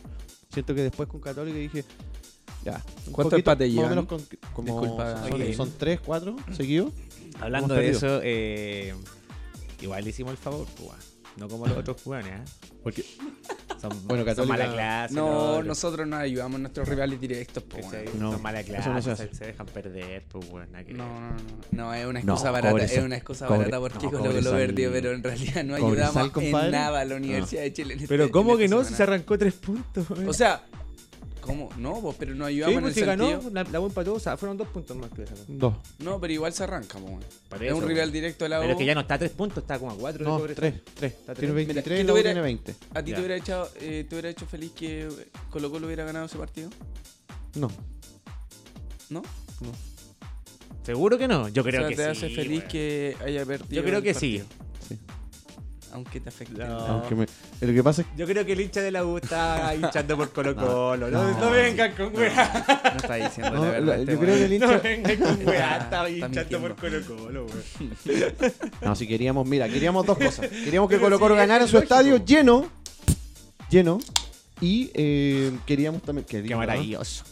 Speaker 3: Siento que después con Católica dije. Ya. un
Speaker 2: ¿Cuántos empates
Speaker 3: más o
Speaker 2: llevan?
Speaker 3: menos con- como
Speaker 2: Disculpa,
Speaker 3: son,
Speaker 4: Oye.
Speaker 3: son tres, cuatro seguidos.
Speaker 4: Hablando
Speaker 3: Hemos
Speaker 4: de
Speaker 3: perdido.
Speaker 4: eso, eh, igual le hicimos el favor, pues, weón. no como los otros jugadores, ¿eh?
Speaker 3: Porque
Speaker 4: Son,
Speaker 3: Bueno,
Speaker 4: son
Speaker 3: Católica-
Speaker 4: mala clase.
Speaker 2: No,
Speaker 4: los-
Speaker 2: nosotros no ayudamos a nuestros rivales directos, po,
Speaker 4: ¿cachai?
Speaker 2: weón.
Speaker 3: No,
Speaker 4: Son mala
Speaker 3: eso no se
Speaker 4: clase,
Speaker 3: hace.
Speaker 4: se, se dejan perder, pues, weón, nada que
Speaker 2: No,
Speaker 4: ver.
Speaker 2: no, no, no, es una
Speaker 3: No,
Speaker 2: excusa barata,
Speaker 3: Cobresal-
Speaker 2: es una excusa
Speaker 3: Cobre-
Speaker 2: barata porque
Speaker 4: no,
Speaker 2: Colo Colo
Speaker 3: Cobresal-
Speaker 2: perdió, pero en realidad no
Speaker 3: Cobresal,
Speaker 2: ayudamos en
Speaker 3: compadre.
Speaker 2: nada a la Universidad de Chile. en este-
Speaker 4: Pero ¿cómo
Speaker 2: en
Speaker 4: que
Speaker 2: esta
Speaker 4: no? Si se
Speaker 2: semana.
Speaker 4: arrancó tres puntos. weón.
Speaker 2: O sea, ¿cómo? No, vos, pero no
Speaker 4: Sí,
Speaker 2: ayudamos
Speaker 4: pues,
Speaker 2: en
Speaker 4: si
Speaker 2: el
Speaker 4: ganó,
Speaker 2: sentido.
Speaker 4: la, la U empató, o sea, fueron dos puntos más que esa.
Speaker 3: dos.
Speaker 2: No, pero igual se arranca, po, weón.
Speaker 4: Por
Speaker 2: Es
Speaker 4: eso,
Speaker 2: un rival directo de la U.
Speaker 4: Pero es que ya no está a tres puntos, está como a cuatro.
Speaker 3: No,
Speaker 4: de pobreza.
Speaker 3: tres, tres.
Speaker 4: Está
Speaker 3: Tiene
Speaker 4: tres.
Speaker 3: 23
Speaker 2: ¿quién
Speaker 3: y la U
Speaker 2: hubiera-
Speaker 3: tiene 20.
Speaker 2: ¿A ti
Speaker 4: Ya.
Speaker 2: te hubiera, echado, eh, te hubiera hecho feliz que Colo Colo hubiera ganado ese partido?
Speaker 3: No.
Speaker 2: ¿No?
Speaker 4: Seguro que no, yo creo
Speaker 2: o sea,
Speaker 4: que
Speaker 2: te
Speaker 4: sí.
Speaker 2: hace feliz
Speaker 4: weón.
Speaker 2: que haya perdido.
Speaker 4: Yo creo
Speaker 2: el
Speaker 4: que sí.
Speaker 3: Sí.
Speaker 2: partido, Aunque te afecte.
Speaker 4: No.
Speaker 3: Aunque me- Lo que pasa es que
Speaker 4: Yo creo que el hincha de la U está hinchando por Colo
Speaker 3: No,
Speaker 4: Colo. No,
Speaker 3: no,
Speaker 4: no vengan con weá.
Speaker 2: No está diciendo
Speaker 3: no,
Speaker 2: la
Speaker 3: lo-
Speaker 2: verdad. este
Speaker 3: yo creo que el hincha.
Speaker 4: No vengan con weá.
Speaker 2: Está-
Speaker 4: Está
Speaker 2: está
Speaker 4: hinchando
Speaker 2: mintiendo.
Speaker 4: por Colo Colo, weón.
Speaker 3: No, si queríamos, mira, queríamos dos cosas. Queríamos que
Speaker 4: Pero
Speaker 3: Colo Colo
Speaker 4: sí,
Speaker 3: ganara
Speaker 4: es
Speaker 3: su
Speaker 4: lógico.
Speaker 3: estadio lleno. Lleno. Y eh, queríamos también. queríamos,
Speaker 4: Qué
Speaker 3: ¿no?
Speaker 4: maravilloso.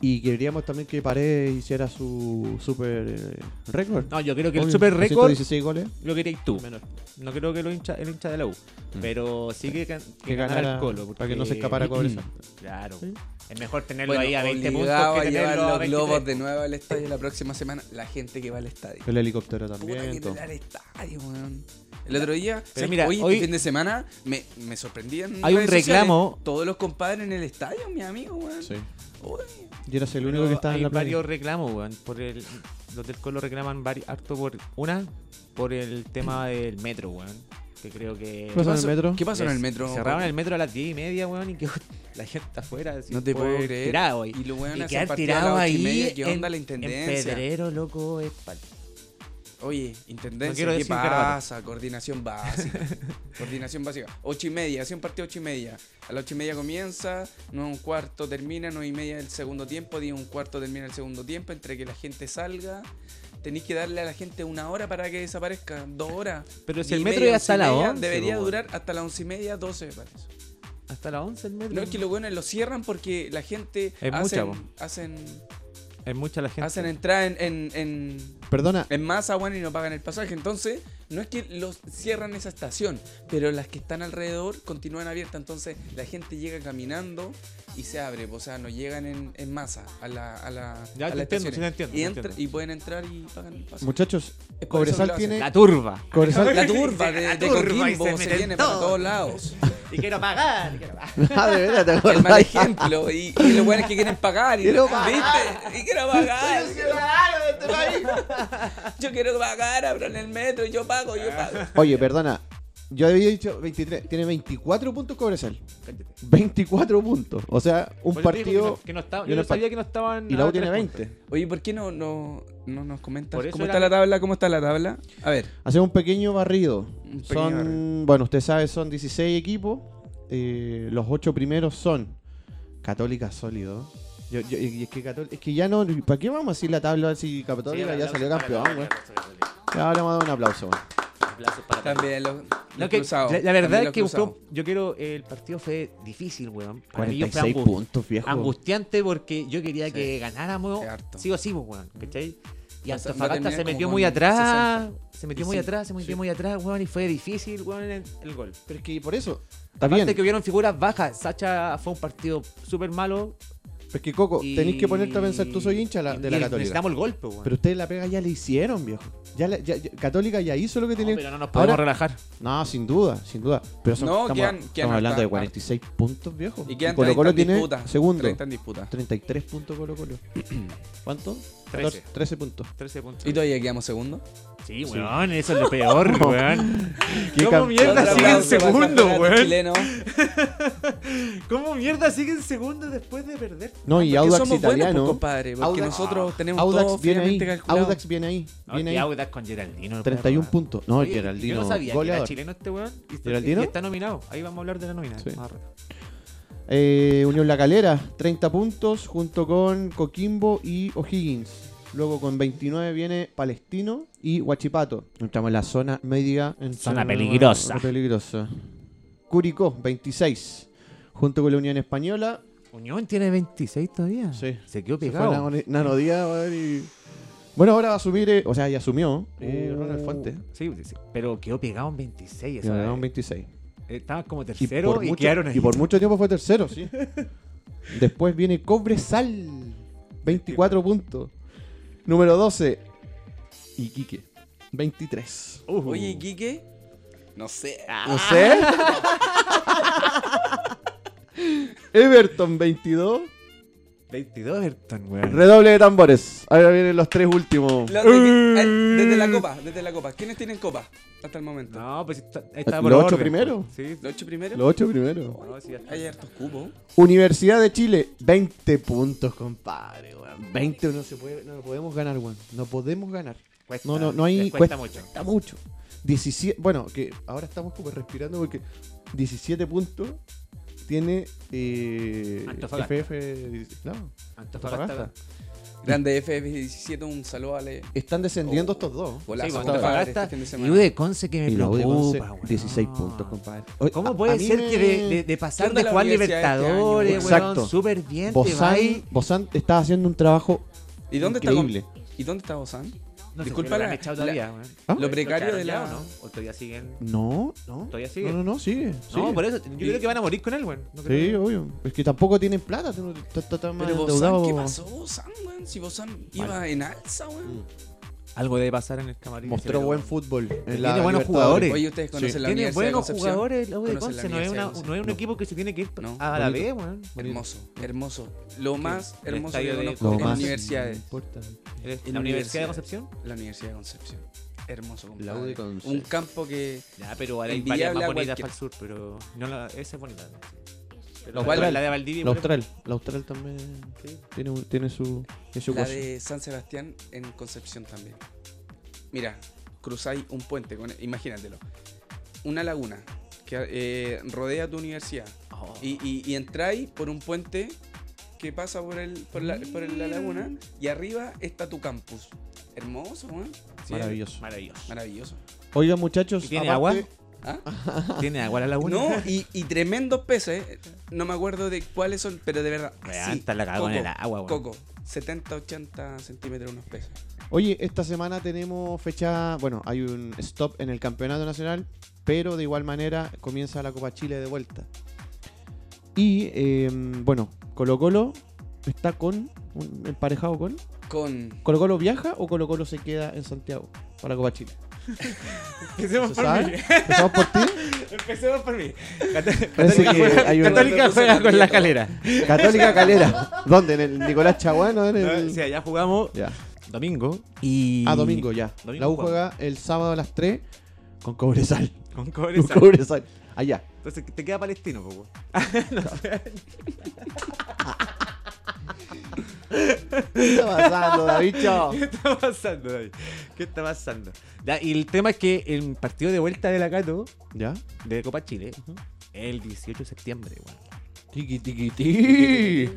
Speaker 3: Y queríamos también que Paredes hiciera su super eh, récord.
Speaker 4: No, yo creo que el
Speaker 3: Obvio,
Speaker 4: super récord
Speaker 3: 116 goles.
Speaker 4: lo queréis tú.
Speaker 3: Menor.
Speaker 4: No creo que lo hincha, el hincha de la U. Pero sí que, can- que
Speaker 3: Mm. Que
Speaker 4: ganara
Speaker 3: ganara
Speaker 4: el Colo.
Speaker 3: para que no se
Speaker 4: porque- Mm.
Speaker 3: escapara Cobresal.
Speaker 4: Claro.
Speaker 3: Sí.
Speaker 4: Es mejor tenerlo
Speaker 2: Bueno,
Speaker 4: ahí a 20 puntos
Speaker 2: obligado
Speaker 4: que
Speaker 2: a llevar
Speaker 4: tenerlo a
Speaker 2: los
Speaker 4: 23.
Speaker 2: globos de nuevo al estadio la próxima semana. La gente que va al estadio.
Speaker 3: El helicóptero
Speaker 2: Puta que
Speaker 3: también. todo.
Speaker 2: te da al estadio, weón. El otro día, ¿sabes?
Speaker 4: mira,
Speaker 2: hoy,
Speaker 4: hoy-
Speaker 2: este fin de semana, me, me sorprendían.
Speaker 4: Hay un reclamo.
Speaker 2: Todos los compadres en el estadio, mi amigo, weón.
Speaker 3: Sí.
Speaker 2: Uy,
Speaker 3: Y eras el
Speaker 4: Pero
Speaker 3: único que estaba
Speaker 4: hay
Speaker 3: en la playa.
Speaker 4: varios reclamos, weón. Por el, los del Colo reclaman vari- harto por. Una, por el tema del metro, weón. Que creo que.
Speaker 3: ¿Qué pasó en el
Speaker 2: pasó-
Speaker 3: metro?
Speaker 2: ¿Qué pasó en el metro?
Speaker 4: Cerraron el metro a las 10 y media, weón, y quedó la gente afuera. sin
Speaker 2: No te puedo
Speaker 4: poder
Speaker 2: creer.
Speaker 4: tirar, weón.
Speaker 2: Y lo weón hace
Speaker 4: Y
Speaker 2: el
Speaker 4: quedar
Speaker 2: partido a las
Speaker 4: tirado
Speaker 2: ocho
Speaker 4: ahí.
Speaker 2: y media. ¿Qué
Speaker 4: en-
Speaker 2: onda la
Speaker 4: En
Speaker 2: intendencia?
Speaker 4: Pedrero, loco, es pal.
Speaker 2: Oye,
Speaker 4: No
Speaker 2: intendencia,
Speaker 4: quiero
Speaker 2: ¿qué
Speaker 4: decir garabato.
Speaker 2: pasa? Coordinación básica. Coordinación básica. Ocho y media, hace un partido ocho y media. A las ocho y media comienza, nueve un cuarto termina, nueve y media el segundo tiempo, diez un cuarto termina el segundo tiempo, entre que la gente salga. Tenéis que darle a la gente una hora para que desaparezca, dos horas.
Speaker 4: Pero si
Speaker 2: Diez
Speaker 4: el
Speaker 2: y
Speaker 4: metro
Speaker 2: media,
Speaker 4: llega
Speaker 2: once y
Speaker 4: hasta la
Speaker 2: media,
Speaker 4: 11,
Speaker 2: Debería
Speaker 4: po,
Speaker 2: durar hasta las once y media, doce, me parece.
Speaker 4: Hasta las 11 el metro.
Speaker 2: No, es que los buenos lo cierran porque la gente
Speaker 4: Es mucha,
Speaker 2: hacen,
Speaker 4: po.
Speaker 2: hacen,
Speaker 4: Es mucha la gente.
Speaker 2: hacen entrar en, en, en,
Speaker 3: Perdona,
Speaker 2: en masa, bueno, y no pagan el pasaje. Entonces, no es que los cierran esa estación, pero las que están alrededor continúan abiertas. Entonces, la gente llega caminando y se abre. O sea, no llegan en, en masa a la, a la,
Speaker 4: Ya,
Speaker 2: a
Speaker 4: te
Speaker 2: las
Speaker 4: entiendo,
Speaker 2: estaciones.
Speaker 4: sí, te entiendo,
Speaker 2: y,
Speaker 4: te
Speaker 2: entra-
Speaker 4: entiendo.
Speaker 2: y pueden entrar y pagan el pasaje.
Speaker 3: muchachos,
Speaker 2: Es por Eh, eso
Speaker 3: Cobresal
Speaker 2: que lo hacen.
Speaker 3: tiene.
Speaker 4: La turba.
Speaker 3: Cobresal,
Speaker 2: La turba de,
Speaker 4: La
Speaker 2: de
Speaker 4: turba, y
Speaker 2: Coquimbo
Speaker 4: se
Speaker 2: se,
Speaker 4: meten
Speaker 2: viene para
Speaker 4: todos.
Speaker 2: todos lados.
Speaker 4: Y quiero pagar. y quiero pagar.
Speaker 3: Ah, de verdad, te
Speaker 2: El mal
Speaker 3: acordás.
Speaker 2: ejemplo. Y, y los buenos que quieren pagar. Y,
Speaker 3: Quiero
Speaker 2: ¿viste? Y quiero pagar. Yo quiero pagar, abran el metro, yo pago, yo pago.
Speaker 3: Oye, perdona. Yo había dicho 23. Tiene 24 puntos Cobresal. 24 puntos. O sea, un
Speaker 4: Por eso te
Speaker 3: partido.
Speaker 4: digo Que no, que no estaba,
Speaker 3: y
Speaker 4: yo no
Speaker 3: una par-
Speaker 4: sabía que no estaban.
Speaker 3: Y
Speaker 4: a
Speaker 3: la U
Speaker 4: tres
Speaker 3: tiene
Speaker 4: puntos.
Speaker 3: 20.
Speaker 2: Oye, ¿por qué no, no, no nos comentas
Speaker 4: Por eso
Speaker 2: cómo
Speaker 4: era
Speaker 2: está la
Speaker 4: mi-
Speaker 2: tabla? ¿Cómo está la tabla? A ver,
Speaker 3: Hacemos un pequeño barrido.
Speaker 2: Un pequeño
Speaker 3: son, bueno, usted sabe, son 16 equipos. Eh, los 8 primeros son Católica sólido. Yo- yo- y es, que Catol- es que ya no. ¿Para qué vamos a decir la tabla si Católica ya salió campeón, güey? Ya le vamos a dar un aplauso, güey.
Speaker 2: también los,
Speaker 4: No,
Speaker 2: los
Speaker 4: que
Speaker 2: cruzados,
Speaker 4: la, la verdad
Speaker 2: también
Speaker 4: es
Speaker 2: los
Speaker 4: que
Speaker 2: cruzados.
Speaker 4: fue- yo quiero. El partido fue difícil, weón. Para mí fue
Speaker 3: 46
Speaker 4: angu-
Speaker 3: puntos, viejo.
Speaker 4: angustiante porque yo quería que ganáramos.
Speaker 2: Qué harto.
Speaker 4: Sí o sí, pues, weón. ¿Cachai? Y
Speaker 2: Va a- va a
Speaker 4: Antofagasta
Speaker 2: terminar
Speaker 4: se metió
Speaker 2: como
Speaker 4: muy
Speaker 2: con
Speaker 4: atrás. Se
Speaker 2: Y
Speaker 4: metió muy
Speaker 2: sí,
Speaker 4: atrás, se metió
Speaker 2: sí.
Speaker 4: muy atrás, weón. Y fue difícil, weón, el, el gol.
Speaker 3: Pero es que por eso. Está
Speaker 4: Aparte
Speaker 3: bien.
Speaker 4: que hubieron figuras bajas. Sacha fue un partido súper malo.
Speaker 3: Pero es que Coco,
Speaker 4: y-
Speaker 3: tenéis que ponerte a pensar, tú soy hincha la-
Speaker 4: y-
Speaker 3: de
Speaker 4: y
Speaker 3: la Católica.
Speaker 4: Necesitamos el golpe, weón.
Speaker 3: Pero ustedes la pega ya le hicieron, viejo. Ya la- ya- ya- Católica ya hizo lo que tenía.
Speaker 4: no, pero no nos podemos
Speaker 3: Ahora-
Speaker 4: relajar.
Speaker 3: No, sin duda, sin duda. Pero son-
Speaker 2: No,
Speaker 3: estamos,
Speaker 2: quedan-
Speaker 3: estamos
Speaker 2: quedan
Speaker 3: hablando
Speaker 2: harta-
Speaker 3: de 46 puntos, viejo.
Speaker 2: Y quedan
Speaker 3: Colo
Speaker 2: 30
Speaker 3: Colo
Speaker 2: en
Speaker 3: tiene
Speaker 2: disputa.
Speaker 3: segundo.
Speaker 2: 30 en disputa.
Speaker 3: 33 puntos Colo Colo. ¿Cuánto?
Speaker 4: 13.
Speaker 3: 14, 13 puntos.
Speaker 4: 13 puntos.
Speaker 2: ¿Y todavía quedamos segundo?
Speaker 4: Sí, weón, eso es lo peor, weón.
Speaker 3: Qué
Speaker 4: ¿Cómo
Speaker 3: cam-
Speaker 4: mierda
Speaker 2: Otro
Speaker 4: siguen
Speaker 2: aplauso para el
Speaker 4: segundo,
Speaker 2: campeonato
Speaker 4: weón?
Speaker 2: chileno.
Speaker 4: ¿Cómo mierda siguen segundo después de perder?
Speaker 3: No, y
Speaker 2: Porque
Speaker 3: Audax
Speaker 2: somos buenos,
Speaker 3: italiano.
Speaker 2: pues, compadre, porque
Speaker 3: Audax-
Speaker 2: nosotros tenemos todo
Speaker 3: Audax viene ahí.
Speaker 2: finamente calculado.
Speaker 3: Audax viene ahí. Viene ahí.
Speaker 4: y Audax con Geraldino.
Speaker 3: 31 puntos. No,
Speaker 4: Oye,
Speaker 3: Geraldino.
Speaker 4: Yo no sabía que era
Speaker 3: goleador.
Speaker 4: chileno este weón. Y está,
Speaker 3: ¿Geraldino?
Speaker 4: y está nominado. Ahí vamos a hablar de la nominada.
Speaker 3: Sí.
Speaker 4: más rato.
Speaker 3: Eh, Unión La Calera, 30 puntos, junto con Coquimbo y O'Higgins. Luego con 29 viene Palestino y Huachipato. Entramos en la zona media. en
Speaker 4: Zona peligrosa.
Speaker 3: peligrosa. Curicó, 26. Junto con la Unión Española.
Speaker 4: Unión tiene 26 todavía.
Speaker 3: Sí.
Speaker 4: Se quedó
Speaker 3: Se fue
Speaker 4: pegado.
Speaker 3: Nano- Nano Díaz, weón, y- Bueno, ahora va a asumir, eh, o sea, ya asumió eh,
Speaker 4: Uh,
Speaker 3: Ronald Fuentes.
Speaker 4: Sí, sí, sí, pero quedó pegado en 26.
Speaker 3: Y
Speaker 4: esa
Speaker 3: ahora
Speaker 4: vez.
Speaker 3: un 26.
Speaker 4: Estaban eh, como
Speaker 3: Y
Speaker 4: tercero
Speaker 3: por
Speaker 4: y,
Speaker 3: mucho-
Speaker 4: quedaron ahí.
Speaker 3: y por mucho tiempo fue tercero, sí. Después viene Cobresal, 24 puntos. Número 12, Iquique, 23.
Speaker 4: Uh.
Speaker 2: Oye, Quique, no sé. ah,
Speaker 3: No sé.
Speaker 4: Ah.
Speaker 3: Everton, 22.
Speaker 4: 22 Everton, weón.
Speaker 3: Redoble de tambores. Ahora vienen los tres últimos.
Speaker 2: Los de- eh, desde la copa, desde la copa. ¿Quiénes tienen copa hasta el momento?
Speaker 4: No, pues está,
Speaker 3: ¿Los
Speaker 4: estaba por
Speaker 3: ocho
Speaker 4: orden.
Speaker 3: primero?
Speaker 4: Sí.
Speaker 2: ¿Los ocho primeros?
Speaker 3: Los ocho primero.
Speaker 4: No, sí, ya está.
Speaker 2: Hay hartos cubos.
Speaker 3: Universidad de Chile, 20 puntos, compadre. weón. 20 no se puede, no podemos ganar, weón. No podemos ganar.
Speaker 4: Cuesta,
Speaker 3: No, no, no hay.
Speaker 4: les Cuesta,
Speaker 3: cuesta-
Speaker 4: mucho.
Speaker 3: Está mucho. 17. Bueno, que ahora estamos como respirando porque 17 puntos tiene. Eh,
Speaker 4: Antofagasta.
Speaker 3: FF. No.
Speaker 4: Antofagasta.
Speaker 3: Antofagasta.
Speaker 2: Grande FF17, un saludo a Ale.
Speaker 3: Están descendiendo
Speaker 2: Oh.
Speaker 3: estos dos.
Speaker 4: Sí,
Speaker 2: Golazo,
Speaker 4: pues,
Speaker 2: compadre,
Speaker 4: Antofagasta
Speaker 2: este fin de
Speaker 4: y
Speaker 2: semana.
Speaker 4: U de Conce que me
Speaker 3: Y la U de Conce,
Speaker 4: preocupa, weón.
Speaker 3: 16 puntos, compadre.
Speaker 4: ¿Cómo
Speaker 3: A-
Speaker 4: puede
Speaker 3: a mí
Speaker 4: ser
Speaker 3: me-
Speaker 4: que de, de- de pasar
Speaker 2: ¿Qué onda
Speaker 4: de
Speaker 2: la
Speaker 4: jugar
Speaker 2: universidad este
Speaker 4: Libertadores,
Speaker 2: año,
Speaker 3: weón?
Speaker 4: weón,
Speaker 3: Exacto.
Speaker 4: súper bien, te va
Speaker 3: Bozán,
Speaker 4: ahí?
Speaker 3: Bozán está haciendo un trabajo
Speaker 2: ¿Y dónde
Speaker 3: increíble.
Speaker 2: está Gon- ¿Y dónde está Bozán?
Speaker 4: No sé,
Speaker 2: Disculpa
Speaker 4: pero
Speaker 2: la-
Speaker 4: han echado
Speaker 2: la-
Speaker 4: todavía, weón.
Speaker 3: ¿Ah?
Speaker 2: Lo precario
Speaker 4: echaron
Speaker 2: de
Speaker 4: ya,
Speaker 2: la. Mm.
Speaker 4: ¿o no? ¿O todavía siguen?
Speaker 3: No, no.
Speaker 4: Todavía sigue.
Speaker 3: No, no, no, sigue.
Speaker 4: No,
Speaker 3: sigue.
Speaker 4: por eso, yo creo que van a morir con él, weón. No creo
Speaker 3: Sí,
Speaker 4: que-
Speaker 3: obvio. Es que tampoco tienen plata. tú no- Está, está- está más
Speaker 2: Pero
Speaker 3: endeudado.
Speaker 2: Bozán, ¿qué pasó Bozán, weón? Si Bozán iba en alza, weón.
Speaker 4: Algo debe pasar en el camarín.
Speaker 3: Mostró
Speaker 4: ese,
Speaker 3: buen
Speaker 4: weón.
Speaker 3: fútbol. en
Speaker 4: Tiene
Speaker 3: la
Speaker 4: buenos
Speaker 3: Libertadores.
Speaker 4: jugadores.
Speaker 2: Oye, ustedes conocen la
Speaker 4: Tiene
Speaker 2: Universidad
Speaker 4: buenos
Speaker 2: de Concepción.
Speaker 4: jugadores la U de
Speaker 2: Conocen la
Speaker 4: Conce, no es,
Speaker 2: Universidad
Speaker 4: una,
Speaker 2: de Conce.
Speaker 4: no es un equipo que se tiene que ir
Speaker 2: No.
Speaker 4: a la
Speaker 3: Bonito.
Speaker 4: B, weón.
Speaker 2: Hermoso, hermoso. Lo más hermoso
Speaker 4: estadio
Speaker 2: que
Speaker 4: de-
Speaker 2: conozco en
Speaker 3: Lo más-
Speaker 2: universidades.
Speaker 4: ¿En la Universidad de Concepción?
Speaker 2: La Universidad de Concepción. Hermoso, compadre.
Speaker 3: La U de Conce.
Speaker 2: Un campo que.
Speaker 4: Ya, pero ahora hay
Speaker 2: Envidiable
Speaker 4: varias más
Speaker 2: a
Speaker 4: bonitas
Speaker 2: cualquier-
Speaker 4: para el sur, pero no la, esa es bonita. ¿no? Pero
Speaker 3: La
Speaker 4: la-
Speaker 3: Austral.
Speaker 4: la de Valdivia.
Speaker 3: La
Speaker 4: por ejemplo.
Speaker 3: Austral. La Austral también tiene, un- tiene su, tiene su
Speaker 2: La
Speaker 3: cosa.
Speaker 2: de San Sebastián en Concepción también. Mira, cruzáis un puente, con, imagínatelo. Una laguna que eh, rodea tu universidad.
Speaker 4: Oh.
Speaker 2: Y, y- y entráis por un puente que pasa por, el, por, la, por el- la laguna
Speaker 4: Mm.
Speaker 2: y arriba está tu campus. Hermoso, weón. Sí,
Speaker 3: Maravilloso.
Speaker 4: Maravilloso.
Speaker 2: Maravilloso.
Speaker 3: Oigan, muchachos.
Speaker 4: ¿Y tiene
Speaker 3: aparte-
Speaker 4: agua?
Speaker 2: ¿Ah?
Speaker 4: Tiene agua la laguna.
Speaker 2: No, y, y tremendos peces. eh. No me acuerdo de cuáles son, pero de verdad.
Speaker 4: Weón,
Speaker 2: así,
Speaker 4: Ah, está la cagada con
Speaker 2: coco,
Speaker 4: el agua, weón.
Speaker 2: Coco, 70, 80 centímetros unos peces.
Speaker 3: Oye, esta semana tenemos fecha, bueno, hay un stop en el campeonato nacional, pero de igual manera comienza la Copa Chile de vuelta. Y eh, bueno, Colo Colo está con, un- emparejado con...
Speaker 2: Con.
Speaker 3: ¿Colo Colo viaja o Colo Colo se queda en Santiago para Copa Chile?
Speaker 4: Empecemos
Speaker 3: ¿Se sabe? ¿Empezamos por ti?
Speaker 4: Empecemos por mí.
Speaker 3: Parece que hay un-
Speaker 4: Católica juega con la calera.
Speaker 3: Católica Calera. ¿Dónde? ¿En el Nicolás Chaguano? ¿En
Speaker 4: No,
Speaker 3: el...
Speaker 4: o sea, ya jugamos
Speaker 3: Ya.
Speaker 4: domingo y.
Speaker 3: Ah, domingo ya.
Speaker 4: Domingo
Speaker 3: la U
Speaker 4: jugamos.
Speaker 3: juega el sábado a las 3 con Cobresal.
Speaker 4: Con
Speaker 3: Con
Speaker 4: Cobresal.
Speaker 3: Cobresal. Ah, Allá.
Speaker 4: Entonces te queda palestino, poco.
Speaker 3: ¿Qué está pasando, David? Chao.
Speaker 4: ¿Qué está pasando, David? ¿Qué está pasando? Ya, y el tema es que el partido de vuelta de la Cato,
Speaker 3: ¿Ya?
Speaker 4: de Copa Chile, es el 18 de septiembre, weón.
Speaker 3: Tiki, tiki, tiki.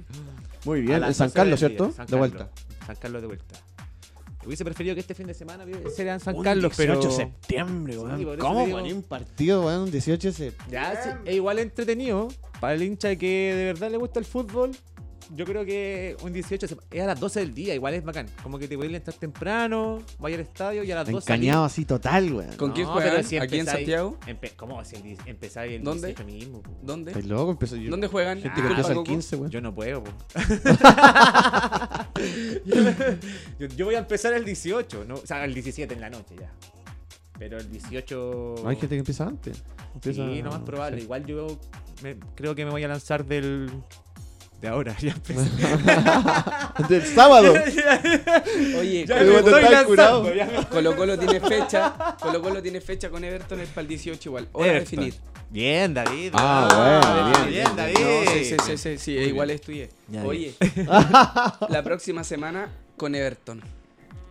Speaker 3: Muy
Speaker 4: A
Speaker 3: bien.
Speaker 4: las
Speaker 3: En San
Speaker 4: 12 del
Speaker 3: Carlos,
Speaker 4: día,
Speaker 3: ¿cierto?
Speaker 4: San
Speaker 3: De
Speaker 4: Carlos.
Speaker 3: vuelta.
Speaker 4: San Carlos de vuelta. Hubiese preferido que este fin de semana fuera en San
Speaker 3: Un
Speaker 4: Carlos, pero.
Speaker 3: 18 de septiembre, weón.
Speaker 4: por eso
Speaker 3: ¿Cómo,
Speaker 4: te digo-
Speaker 3: weón? Un partido, weón, 18 de septiembre.
Speaker 4: Ya, sí, es igual entretenido. Para el hincha que de verdad le gusta el fútbol, yo creo que un 18 se- es a las 12 del día, igual es bacán. Como que te podéis entrar temprano, vaya al estadio y a las 12.
Speaker 3: Encañado así total, weón.
Speaker 2: ¿Con
Speaker 4: No,
Speaker 2: quién
Speaker 4: pero
Speaker 2: juegan?
Speaker 4: si
Speaker 2: ¿Aquí en
Speaker 4: empezáis-
Speaker 2: Santiago?
Speaker 4: Empe- ¿Cómo? Si el di- empezáis el
Speaker 2: ¿Dónde?
Speaker 4: 18 mismo. po.
Speaker 2: ¿Dónde?
Speaker 3: ¿Estás loco? Empezó yo.
Speaker 2: ¿Dónde juegan?
Speaker 3: Gente que
Speaker 2: Ah,
Speaker 3: empieza el
Speaker 2: Coco.
Speaker 3: 15, weón.
Speaker 4: Yo no puedo. po. yo, yo voy a empezar el 18, ¿no? o sea, el 17 en la noche ya. Pero el 18.
Speaker 3: No hay gente que empieza antes. Empieza...
Speaker 4: Sí, no más probable.
Speaker 3: sí.
Speaker 4: Igual yo me- creo que me voy a lanzar del. De ahora, ya empecé.
Speaker 3: Del sábado.
Speaker 2: Oye,
Speaker 4: Ya
Speaker 3: Pero
Speaker 2: Colo-
Speaker 4: me
Speaker 3: cuando
Speaker 4: estoy
Speaker 3: estaba
Speaker 4: lanzando,
Speaker 3: curado.
Speaker 4: ya me-
Speaker 2: Colo Colo tiene fecha. Colo Colo tiene fecha con Everton, es para el 18 igual. Hora de
Speaker 4: Everton.
Speaker 2: definir.
Speaker 4: Bien, David.
Speaker 3: Ah,
Speaker 4: bravo.
Speaker 3: bueno, bien,
Speaker 4: bien, David.
Speaker 2: No, sí, sí, sí, sí, sí, igual estudié.
Speaker 4: Ya,
Speaker 2: Oye, la próxima semana con Everton.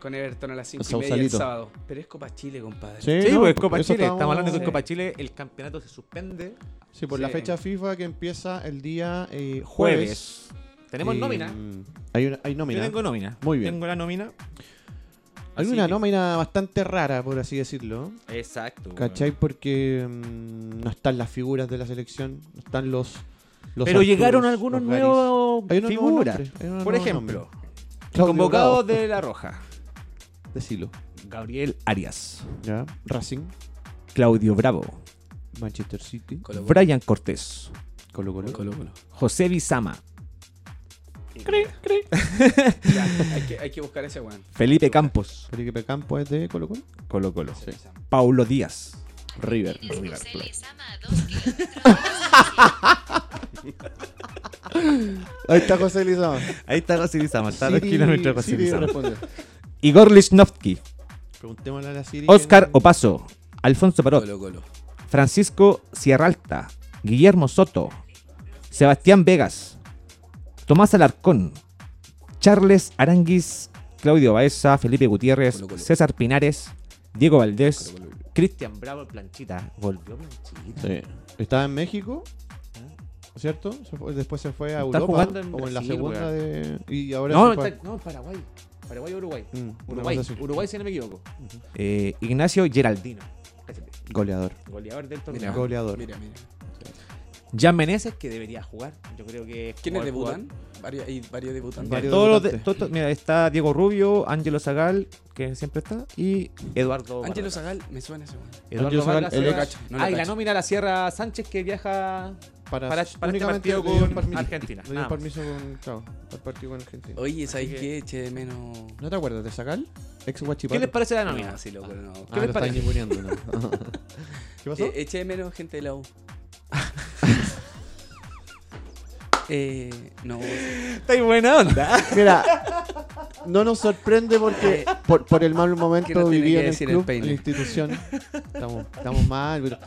Speaker 2: Con Everton a las 5 y media el
Speaker 3: Sausalito.
Speaker 2: sábado. Pero es Copa Chile, compadre.
Speaker 3: Sí,
Speaker 4: Sí,
Speaker 3: no,
Speaker 4: pues
Speaker 3: por
Speaker 4: Copa
Speaker 3: eso
Speaker 4: Chile. Estamos hablando de
Speaker 2: Sí.
Speaker 4: Copa Chile. El campeonato se suspende.
Speaker 3: Sí, por
Speaker 2: Sí.
Speaker 3: la fecha FIFA que empieza el día eh, jueves.
Speaker 4: Jueves. Tenemos
Speaker 3: Eh,
Speaker 4: nómina.
Speaker 3: Hay, una- hay
Speaker 4: Yo
Speaker 3: nómina.
Speaker 4: tengo nómina.
Speaker 3: Muy bien.
Speaker 4: Tengo la nómina.
Speaker 3: Hay
Speaker 4: así
Speaker 3: una
Speaker 4: que-
Speaker 3: nómina bastante rara, por así decirlo.
Speaker 4: Exacto.
Speaker 3: ¿Cachai? Porque mm, no están las figuras de la selección, no están los. los
Speaker 4: Pero
Speaker 3: Arturos,
Speaker 4: llegaron algunos
Speaker 3: los Garis.
Speaker 4: nuevos
Speaker 3: Hay unos nuevos
Speaker 4: figuras.
Speaker 3: nombres, hay unos
Speaker 4: Por
Speaker 3: nuevos
Speaker 4: ejemplo,
Speaker 3: nombres. Claudio
Speaker 4: convocado
Speaker 3: Bravo.
Speaker 4: de La Roja.
Speaker 3: Decilo.
Speaker 4: Gabriel Arias.
Speaker 3: Ya. Racing,
Speaker 4: Claudio Bravo.
Speaker 3: Manchester City,
Speaker 2: Colo Colo.
Speaker 4: Brian Cortés.
Speaker 3: Colo Colo.
Speaker 2: Colo Colo.
Speaker 4: José Bizama.
Speaker 2: Ya, hay, que, hay que buscar ese weón.
Speaker 4: Felipe Campos.
Speaker 3: Felipe Campo es de Colo Colo.
Speaker 4: Colo Colo.
Speaker 3: Sí.
Speaker 4: Paulo Díaz.
Speaker 3: River.
Speaker 5: River Plate.
Speaker 3: Ahí está José Lizama.
Speaker 4: Ahí está José Bizama. Está
Speaker 3: Siri-
Speaker 4: dos kilómetros de José
Speaker 3: Siri
Speaker 4: Bizama.
Speaker 3: responde.
Speaker 4: Igor Lichnowsky.
Speaker 3: Preguntémosle a la Siri.
Speaker 4: Oscar
Speaker 3: quién-
Speaker 4: Opaso. Alfonso Parot.
Speaker 2: Colo Colo.
Speaker 4: Francisco Sierralta. Guillermo Soto. Sebastián Vegas. Tomás Alarcón. Charles Aranguis. Claudio Baeza. Felipe Gutiérrez.
Speaker 2: Colo, colo.
Speaker 4: César Pinares. Diego Valdés.
Speaker 2: Colo Colo.
Speaker 4: Cristian Bravo Planchita. Volvió Planchita.
Speaker 3: Sí. Estaba en México, ¿cierto? Se fue- después se fue a
Speaker 4: Está
Speaker 3: Europa.
Speaker 4: jugando en
Speaker 3: como en la
Speaker 4: Brasil,
Speaker 3: segunda de. Y ahora
Speaker 4: No,
Speaker 3: se fue.
Speaker 4: está- no, Paraguay. Paraguay, Uruguay.
Speaker 3: Mm, una
Speaker 4: Uruguay,
Speaker 3: cosa así.
Speaker 4: Uruguay, si no me equivoco. Eh, Ignacio Geraldino,
Speaker 3: Goleador.
Speaker 4: goleador del
Speaker 2: Mira.
Speaker 4: torneo.
Speaker 3: Goleador.
Speaker 2: Mira, mira.
Speaker 4: Jan Meneses, que debería jugar. Yo creo que. es
Speaker 2: ¿Quiénes
Speaker 4: como el
Speaker 2: debutan? Varios, hay varios debutantes.
Speaker 3: Varios.
Speaker 4: Todos los de-
Speaker 3: debutantes.
Speaker 4: to- to- mira, está Diego Rubio, Ángelo Zagal, que siempre está, y Eduardo.
Speaker 2: Ángelo
Speaker 4: Vargas.
Speaker 2: Zagal, me suena ese weón.
Speaker 4: Eduardo
Speaker 3: Ángelo Zagal,
Speaker 4: Vargas
Speaker 3: él
Speaker 2: lo
Speaker 4: era-
Speaker 2: cacho, no lo
Speaker 4: ah, y la
Speaker 2: cacho.
Speaker 4: nómina la Sierra Sánchez que viaja para, para este
Speaker 3: únicamente
Speaker 4: partido
Speaker 3: le dieron
Speaker 4: con
Speaker 3: permiso.
Speaker 4: Argentina.
Speaker 3: Le
Speaker 4: nada
Speaker 3: dio
Speaker 4: más.
Speaker 3: permiso con. Claro, para el partido con Argentina.
Speaker 2: ah. Oye,
Speaker 4: Así
Speaker 2: ¿sabes
Speaker 4: que-
Speaker 2: qué? Eche de menos.
Speaker 3: ¿No te acuerdas de Sacal? Ex
Speaker 4: ¿Qué
Speaker 3: Guachipato.
Speaker 4: les parece la nómina?
Speaker 2: No, sí, loco, no.
Speaker 3: Ah,
Speaker 4: ¿Qué les
Speaker 3: lo
Speaker 4: parece?
Speaker 3: están imponiendo, ¿no? ¿Qué pasó?
Speaker 2: Eh, eché de menos gente de la U. eh, no.
Speaker 4: Está ahí buena onda.
Speaker 3: Mira, no nos sorprende porque por, por el mal
Speaker 2: Eh, Que no
Speaker 3: momento
Speaker 2: tiene
Speaker 3: vivía
Speaker 2: que
Speaker 3: en el
Speaker 2: decir el
Speaker 3: club, en
Speaker 2: peine.
Speaker 3: la institución. Estamos, estamos mal, pero...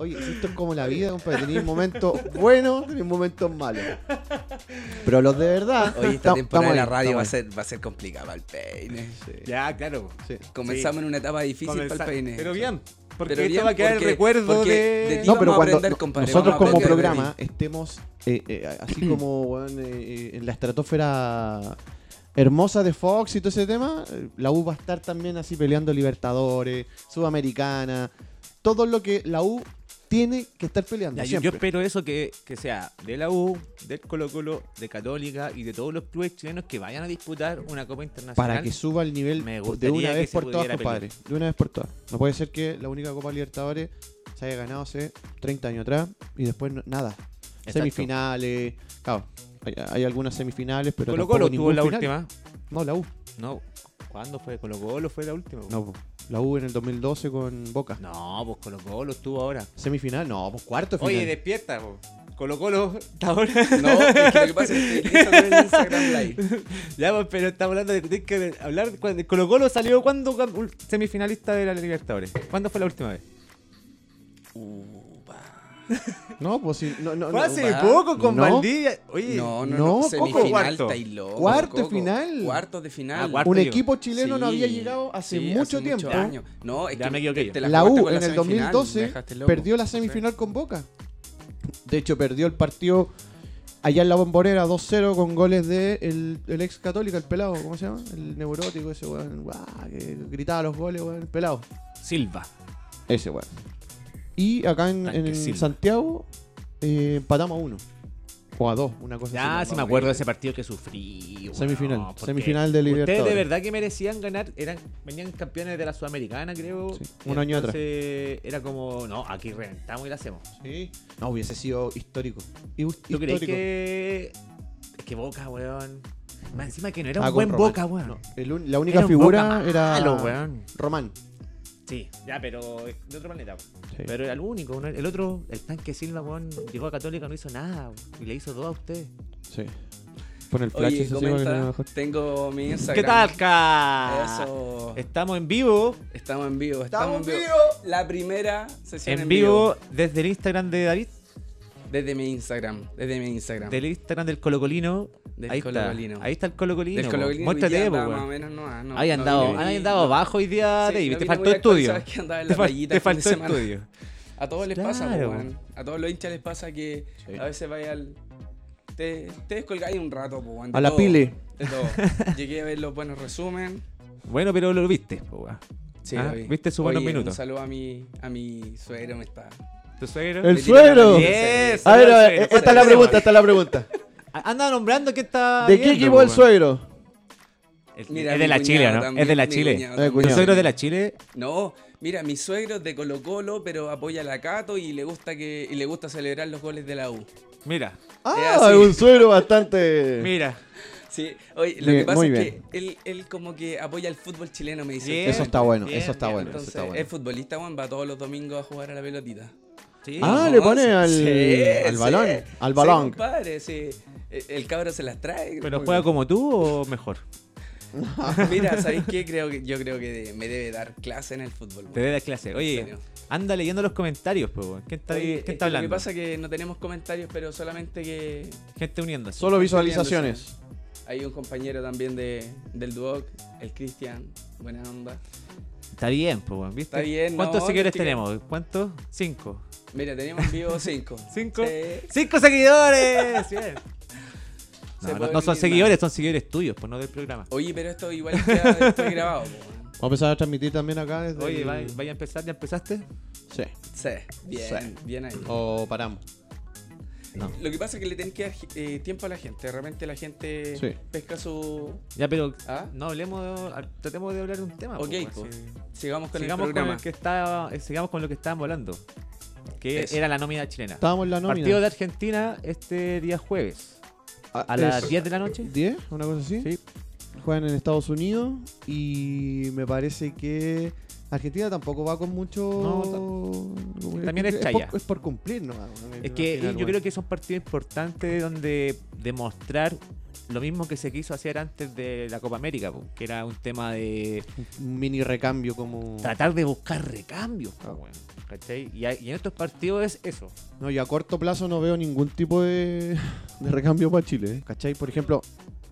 Speaker 3: Oye, si esto es como la vida, compadre. Tenéis momentos buenos, tenéis momentos malos. Pero los de verdad...
Speaker 2: Oye, esta
Speaker 3: tam-
Speaker 2: temporada de la
Speaker 3: estamos ahí,
Speaker 2: radio va a,
Speaker 3: estamos
Speaker 2: ser, va a ser complicada para el peine.
Speaker 4: ya, claro.
Speaker 3: ahí, sí.
Speaker 2: Comenzamos en una etapa difícil
Speaker 4: Comenzar-
Speaker 2: para el peine.
Speaker 4: Pero bien, porque
Speaker 2: Pero
Speaker 4: esto
Speaker 2: bien,
Speaker 4: va a quedar el
Speaker 2: porque-
Speaker 4: recuerdo
Speaker 2: porque
Speaker 4: de...
Speaker 2: de ti-
Speaker 3: No,
Speaker 2: vamos
Speaker 3: pero
Speaker 2: a
Speaker 3: cuando
Speaker 2: aprender, compadre,
Speaker 3: nosotros
Speaker 2: vamos a
Speaker 3: como
Speaker 2: aprender de
Speaker 3: programa estemos eh, eh, así como weón, eh, eh, en la estratosfera hermosa de Fox y todo ese tema, eh, la U va a estar también así peleando Libertadores, Sudamericana, todo lo que la U tiene que estar peleando.
Speaker 4: Ya, yo, yo
Speaker 3: siempre.
Speaker 4: espero eso que, que sea de la U, del Colo Colo, de Católica y de todos los clubes chilenos que vayan a disputar una Copa Internacional.
Speaker 3: para que suba el nivel
Speaker 4: Me
Speaker 3: de
Speaker 4: gustaría
Speaker 3: una
Speaker 4: que
Speaker 3: vez
Speaker 4: se
Speaker 3: por todas,
Speaker 4: pudiera
Speaker 3: compadre. De una vez por todas. No puede ser que la única Copa Libertadores se haya ganado hace 30 años atrás y después no- nada.
Speaker 4: Exacto.
Speaker 3: Semifinales. Claro, hay, hay algunas semifinales, pero
Speaker 4: Colo
Speaker 3: tampoco
Speaker 4: Colo tuvo
Speaker 3: ningún
Speaker 4: la
Speaker 3: final.
Speaker 4: última.
Speaker 3: No, la U.
Speaker 4: No, ¿cuándo fue? Colo Colo fue la última. po.
Speaker 3: No, po. la U en el 2012 con Boca.
Speaker 4: No, pues Colo Colo estuvo ahora.
Speaker 3: Semifinal, no, pues cuarto final.
Speaker 2: Oye, despierta, po. Colo Colo está ahora.
Speaker 4: No.
Speaker 2: No, es que lo que pasa es que está en Instagram Live.
Speaker 4: ya, pues, pero estamos hablando de, tenés que hablar. cuando- Colo Colo salió cuando semifinalista de la Libertadores. ¿Cuándo fue la última vez?
Speaker 3: No, pues sí, no, no,
Speaker 4: Fue
Speaker 3: no,
Speaker 4: hace
Speaker 3: va.
Speaker 4: poco con
Speaker 3: No.
Speaker 4: Valdivia. Oye,
Speaker 2: No,
Speaker 3: No,
Speaker 2: no, no.
Speaker 3: Coco,
Speaker 2: Semifinal,
Speaker 4: cuarto.
Speaker 2: estáis locos,
Speaker 3: Cuarto
Speaker 2: Coco.
Speaker 3: final.
Speaker 2: Cuartos de final.
Speaker 4: Ah, cuarto.
Speaker 3: Un
Speaker 4: Partido.
Speaker 3: equipo chileno no
Speaker 2: Sí,
Speaker 3: había llegado hace
Speaker 2: sí,
Speaker 3: mucho tiempo.
Speaker 2: muchos años. No, es
Speaker 4: Ya
Speaker 2: que
Speaker 4: me equivoqué yo.
Speaker 2: te
Speaker 3: La
Speaker 2: jugaste
Speaker 3: U
Speaker 2: con
Speaker 3: en el
Speaker 2: semifinal, me
Speaker 3: 2012
Speaker 2: dejaste loco.
Speaker 3: perdió la semifinal con Boca. De hecho, perdió el partido allá en la Bombonera 2-0 con goles de el, el ex católica, el pelado, ¿cómo se llama? El neurótico, ese weón, guau, que gritaba los goles, weón, el pelado.
Speaker 4: Silva.
Speaker 3: Ese weón. Y acá en,
Speaker 4: Tanque
Speaker 3: en
Speaker 4: Silva.
Speaker 3: Santiago eh, empatamos a uno. O a dos, una cosa
Speaker 4: Ya,
Speaker 3: así.
Speaker 4: sí me acuerdo de ese partido que sufrí. weón,
Speaker 3: Semifinal,
Speaker 4: porque
Speaker 3: semifinal de
Speaker 4: Ustedes
Speaker 3: Libertadores.
Speaker 4: de verdad que merecían ganar. Eran, venían campeones de la Sudamericana, creo.
Speaker 3: Sí, un año atrás.
Speaker 4: Entonces, Era como, no, aquí reventamos y la hacemos.
Speaker 3: Sí. No, hubiese sido histórico. Hi-
Speaker 4: ¿Tú crees
Speaker 3: histórico.
Speaker 4: que.? Es que Boca, weón. Más encima que no era
Speaker 3: Ah,
Speaker 4: un
Speaker 3: con
Speaker 4: buen
Speaker 3: Román.
Speaker 4: Boca, weón.
Speaker 3: No, el un- la única
Speaker 4: Era un
Speaker 3: figura
Speaker 4: Boca
Speaker 3: era
Speaker 4: malo,
Speaker 2: Ah.
Speaker 4: weón.
Speaker 3: Román.
Speaker 4: Sí, ya, pero de otro planeta. weón.
Speaker 3: Sí.
Speaker 4: Pero era el único. ¿no? El otro, el tanque Silva, weón, llegó a Católica, no hizo nada. weón, y le hizo dos a ustedes.
Speaker 3: Sí. Pon el flash
Speaker 2: Oye,
Speaker 3: ese sí, porque no es
Speaker 2: comenta,
Speaker 3: mejor.
Speaker 2: tengo mi Instagram.
Speaker 4: ¿Qué tal, Ca?
Speaker 3: Ah.
Speaker 2: Eso.
Speaker 4: Estamos en vivo.
Speaker 2: Estamos en vivo. Estamos, en vivo. La primera sesión en,
Speaker 4: En vivo desde el Instagram de David,
Speaker 2: Desde mi Instagram. Desde mi Instagram.
Speaker 4: del Instagram del Colocolino.
Speaker 2: Del
Speaker 4: ahí
Speaker 2: Colocolino.
Speaker 4: está. Ahí está el Colocolino.
Speaker 2: Del
Speaker 4: po.
Speaker 2: Colocolino, hoy
Speaker 4: Muéstrate,
Speaker 2: día
Speaker 4: po,
Speaker 2: andaba más o
Speaker 4: weón.
Speaker 2: menos, no, no,
Speaker 4: Ahí
Speaker 2: no
Speaker 4: andado,
Speaker 2: vino
Speaker 4: ahí
Speaker 2: muy-
Speaker 4: andado abajo hoy día,
Speaker 2: Sí,
Speaker 4: David.
Speaker 2: no
Speaker 4: te
Speaker 2: vino
Speaker 4: faltó
Speaker 2: muy actual,
Speaker 4: estudio.
Speaker 2: sabes que andaba en
Speaker 4: Te
Speaker 2: la
Speaker 4: fal-
Speaker 2: rayita
Speaker 4: te
Speaker 2: el fin de
Speaker 4: faltó
Speaker 2: semana.
Speaker 4: estudio.
Speaker 2: A todos les pasa,
Speaker 4: Claro.
Speaker 2: po, weón. A todos los hinchas les pasa que a veces vaya al. Te, te descolgáis un rato, po, weón, de
Speaker 3: A la
Speaker 2: todo,
Speaker 3: pile.
Speaker 2: de todo. Llegué a ver los buenos resumen.
Speaker 4: Bueno, pero lo viste, po, weón.
Speaker 2: Sí,
Speaker 4: Ah,
Speaker 2: lo vi.
Speaker 4: viste sus buenos
Speaker 2: Oye, Un
Speaker 4: minutos.
Speaker 2: saludo a mi, a mi suegro, me está.
Speaker 4: ¿Tu suegro?
Speaker 3: El
Speaker 2: Le tiraron la
Speaker 3: suegro.
Speaker 2: mierda,
Speaker 4: Yes.
Speaker 2: sí.
Speaker 3: A ver, a ver, esta
Speaker 4: Suegro,
Speaker 3: es
Speaker 4: suegro.
Speaker 3: la pregunta, esta es la pregunta.
Speaker 4: A- Ah, Anda nombrando que está.
Speaker 3: ¿De qué
Speaker 4: viendo,
Speaker 3: equipo el
Speaker 4: po, weón.
Speaker 3: suegro?
Speaker 4: Es-
Speaker 2: Mira,
Speaker 4: es
Speaker 2: mi
Speaker 4: de la
Speaker 2: cuñado
Speaker 4: Chile, ¿no?
Speaker 2: también,
Speaker 4: es de la
Speaker 2: mi
Speaker 4: Chile.
Speaker 2: cuñado
Speaker 3: Eh,
Speaker 2: también.
Speaker 4: ¿Tu
Speaker 3: cuñado.
Speaker 4: suegro es de la Chile?
Speaker 2: No, mira, mi suegro es de Colo Colo, pero apoya a la Cato y le gusta que y le gusta celebrar los goles de la U.
Speaker 4: Mira,
Speaker 3: Ah,
Speaker 2: así.
Speaker 3: un suegro bastante.
Speaker 4: mira.
Speaker 2: Sí, oye, lo
Speaker 3: Bien,
Speaker 2: que pasa
Speaker 3: muy
Speaker 2: es
Speaker 3: bien.
Speaker 2: que él, él como que apoya el fútbol chileno, me dice.
Speaker 4: Bien,
Speaker 3: Eso está bueno,
Speaker 4: bien,
Speaker 3: eso está
Speaker 4: bien,
Speaker 3: bueno, eso
Speaker 2: Entonces,
Speaker 3: está
Speaker 2: es
Speaker 3: bueno.
Speaker 2: futbolista, Juan, va todos los domingos a jugar a la pelotita.
Speaker 4: Sí.
Speaker 3: Ah,
Speaker 2: Como
Speaker 3: le pone
Speaker 2: once.
Speaker 3: al-
Speaker 2: Sí,
Speaker 3: al
Speaker 2: sí.
Speaker 3: balón, al
Speaker 2: Sí,
Speaker 3: balón.
Speaker 2: compadre, sí. El, el cabro se las trae.
Speaker 4: ¿Pero
Speaker 2: Muy
Speaker 4: juega
Speaker 2: bien.
Speaker 4: como tú o mejor?
Speaker 2: Mira, ¿sabéis qué? Creo que, yo creo que de- me debe dar clase en el fútbol.
Speaker 4: Te dé la clase.
Speaker 2: En
Speaker 4: Oye,
Speaker 2: serio.
Speaker 4: anda leyendo los comentarios, po. weón. ¿Quién está,
Speaker 2: Oye, es
Speaker 4: ¿quién
Speaker 2: que
Speaker 4: está
Speaker 2: Lo que
Speaker 4: hablando?
Speaker 2: pasa es que no tenemos comentarios, pero solamente que
Speaker 4: Gente uniendo.
Speaker 3: Solo visualizaciones.
Speaker 2: hay un compañero también de, del Duoc, el Cristian. Buena onda.
Speaker 4: Está bien, po, weón, ¿viste?
Speaker 2: Está bien,
Speaker 4: ¿Cuántos
Speaker 2: no,
Speaker 4: seguidores
Speaker 2: investiga.
Speaker 4: tenemos? ¿Cuántos? Cinco.
Speaker 2: Mira, tenemos en vivo cinco.
Speaker 4: ¿Cinco?
Speaker 2: Sí.
Speaker 4: ¡Cinco seguidores! Bien.
Speaker 2: Se
Speaker 4: No, no-
Speaker 2: puede
Speaker 4: no son
Speaker 2: vivir
Speaker 4: seguidores, son seguidores tuyos, pues no del programa.
Speaker 2: Oye, pero esto igual queda después grabado. po, weón.
Speaker 3: Vamos a empezar a transmitir también acá desde.
Speaker 4: Oye,
Speaker 3: el-
Speaker 4: va- vaya, a empezar, ¿ya empezaste?
Speaker 3: Sí.
Speaker 2: Sí, bien,
Speaker 3: Sí.
Speaker 2: bien ahí.
Speaker 3: O paramos.
Speaker 4: No.
Speaker 2: Lo que pasa es que le tienen que dar eh, tiempo a la gente. De repente la gente
Speaker 3: Sí.
Speaker 2: pesca su.
Speaker 4: Ya, pero
Speaker 2: ¿Ah?
Speaker 4: no hablemos, de- tratemos de hablar de un tema. po,
Speaker 2: Ok,
Speaker 4: weón,
Speaker 2: po.
Speaker 4: sí.
Speaker 2: Sigamos con
Speaker 4: Sigamos
Speaker 2: el
Speaker 4: con,
Speaker 2: programa.
Speaker 4: el que está, eh, sigamos con lo que estábamos hablando, que
Speaker 2: Eso.
Speaker 4: era la nómina chilena.
Speaker 3: Estábamos en la nómina.
Speaker 4: Partido de Argentina este día jueves,
Speaker 3: Ah,
Speaker 4: a
Speaker 3: es
Speaker 4: las 10 de la noche.
Speaker 3: 10, una cosa así.
Speaker 4: Sí.
Speaker 3: Juegan en Estados Unidos y me parece que Argentina tampoco va con mucho.
Speaker 4: ta- también es
Speaker 3: por-
Speaker 4: chaya.
Speaker 3: Es por cumplir, ¿no? Me- me
Speaker 4: Es que
Speaker 3: imagino,
Speaker 4: yo
Speaker 3: bueno.
Speaker 4: creo que son partidos importantes donde demostrar lo mismo que se quiso hacer antes de la Copa América, po, que era un tema de
Speaker 3: Un mini recambio como.
Speaker 4: tratar de buscar recambios. po,
Speaker 3: Ah.
Speaker 4: weón, ¿cachai? Y, hay- y en estos partidos es eso.
Speaker 3: No, y a corto plazo no veo ningún tipo de, de recambio para Chile. ¿eh? ¿Cachai? Por ejemplo,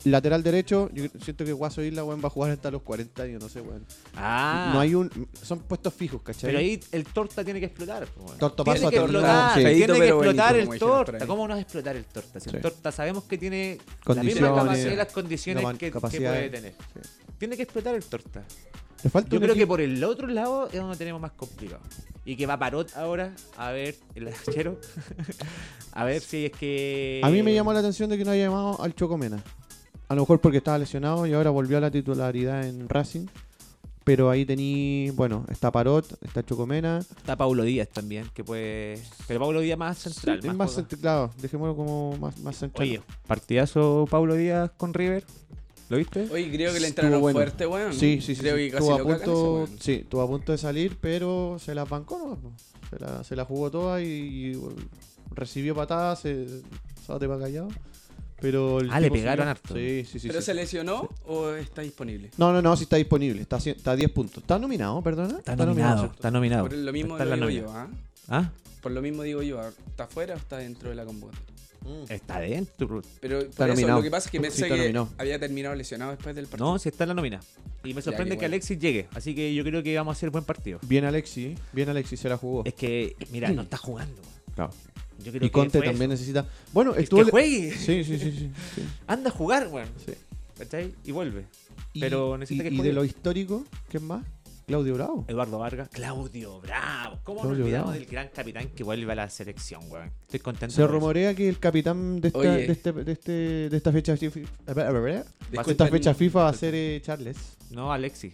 Speaker 3: lateral derecho, yo siento que Guaso Isla weón, va a jugar hasta los 40 años, no sé, weón.
Speaker 4: Ah,
Speaker 3: No hay un. Son puestos fijos, ¿cachai?
Speaker 4: pero ahí el torta tiene que explotar. po, weón.
Speaker 3: Torto
Speaker 4: Tiene
Speaker 3: paso a
Speaker 4: que
Speaker 3: torto.
Speaker 4: explotar,
Speaker 3: Sí.
Speaker 2: Feíto,
Speaker 4: tiene que
Speaker 2: pero
Speaker 4: explotar
Speaker 2: bonito, como
Speaker 4: el
Speaker 2: dijeron por
Speaker 4: torta.
Speaker 2: ahí.
Speaker 4: ¿Cómo no va a explotar el torta? Si
Speaker 3: Sí.
Speaker 4: el torta sabemos que tiene la misma
Speaker 3: Condiciones,
Speaker 4: capacidad y las condiciones
Speaker 3: la man-
Speaker 4: que, que
Speaker 3: capacidades.
Speaker 4: puede tener. Tiene que explotar el torta.
Speaker 3: Te falta
Speaker 4: Yo
Speaker 3: un
Speaker 4: creo que
Speaker 3: equipo.
Speaker 4: por el otro lado es donde tenemos más complicado. Y que va Parot ahora a ver el achero. a ver si es que.
Speaker 3: A mí
Speaker 2: Eh,
Speaker 3: me llamó la atención de que no haya llamado al Chocomena. A lo mejor porque estaba lesionado y ahora volvió a la titularidad en Racing. Pero ahí tení, bueno, está Parot, está Chocomena.
Speaker 4: Está Paulo Díaz también, que puede. Pero Paulo Díaz más central.
Speaker 3: Es
Speaker 4: más
Speaker 3: más
Speaker 4: jugador.
Speaker 3: central, claro, dejémoslo como más, más central.
Speaker 4: Oye, partidazo Paulo Díaz con River. ¿Lo viste?
Speaker 2: Oye, creo que
Speaker 3: Estuvo
Speaker 2: le entraron
Speaker 3: bueno.
Speaker 2: fuerte, weón.
Speaker 3: sí, sí, sí.
Speaker 2: mm, Creo
Speaker 3: sí.
Speaker 2: que casi
Speaker 3: Estuvo
Speaker 2: lo
Speaker 3: a punto,
Speaker 2: cagan ese,
Speaker 3: sí, estuvo a punto de salir, pero se las bancó, nomás, po. se la, se la jugó toda y, y, bueno, recibió patadas, se, sábate para callado. Pero el
Speaker 4: Ah, le
Speaker 3: tipo
Speaker 4: pegaron
Speaker 3: siguió.
Speaker 4: harto.
Speaker 3: Sí, sí, sí.
Speaker 2: ¿Pero
Speaker 3: sí.
Speaker 2: se lesionó o está disponible?
Speaker 3: No, no, no, sí está disponible. Está, cien- está a 10 puntos. ¿Está nominado, perdona?
Speaker 4: Está nominado,
Speaker 3: ¿cierto?
Speaker 4: está nominado.
Speaker 2: Por lo mismo
Speaker 4: Está en
Speaker 2: lo
Speaker 4: la
Speaker 2: digo
Speaker 4: nómina.
Speaker 2: yo, ¿ah?
Speaker 4: ¿Ah?
Speaker 2: Por lo mismo digo yo, ¿está afuera o está dentro de la convocatoria?
Speaker 4: Está dentro. bro.
Speaker 2: Pero Mm. por eso,
Speaker 3: nominado.
Speaker 2: lo que pasa es que
Speaker 3: Sí,
Speaker 2: pensé
Speaker 3: está
Speaker 2: que
Speaker 3: nominado.
Speaker 2: había terminado lesionado después del partido.
Speaker 4: No, si está en la nómina. Y me sorprende
Speaker 2: qué
Speaker 4: que
Speaker 2: bueno.
Speaker 4: Alexis llegue. Así que yo creo que vamos a hacer buen partido.
Speaker 3: Bien Alexi, ¿eh? bien Alexi se la jugó.
Speaker 4: Es que, mira,
Speaker 2: Mm.
Speaker 4: no está jugando. weón.
Speaker 3: Claro.
Speaker 4: Yo creo
Speaker 3: Y
Speaker 4: que
Speaker 3: Conte
Speaker 4: fue
Speaker 3: también
Speaker 4: eso.
Speaker 3: necesita. Bueno,
Speaker 4: Es
Speaker 3: estuvo.
Speaker 4: que
Speaker 3: le-
Speaker 4: juegue.
Speaker 3: Sí, sí, sí, sí. sí.
Speaker 4: Anda a jugar, weón.
Speaker 3: sí.
Speaker 4: ¿Cachai? Y vuelve.
Speaker 3: Y-
Speaker 4: Pero necesita
Speaker 3: y-
Speaker 4: que
Speaker 3: Y
Speaker 4: juegue.
Speaker 3: de lo histórico, ¿qué más? Claudio Bravo.
Speaker 4: Eduardo Vargas. Claudio Bravo. ¿Cómo nos
Speaker 3: Claudio
Speaker 4: olvidamos
Speaker 3: Bravo.
Speaker 4: del gran capitán que vuelve a la selección, weón? Estoy contento.
Speaker 3: Se
Speaker 4: por eso.
Speaker 3: rumorea que el capitán de esta,
Speaker 2: Oye.
Speaker 3: de este, de este, de esta fecha FIFA, de esta
Speaker 2: Disculpen.
Speaker 3: fecha FIFA va a ser eh, Charles.
Speaker 4: No, Alexis.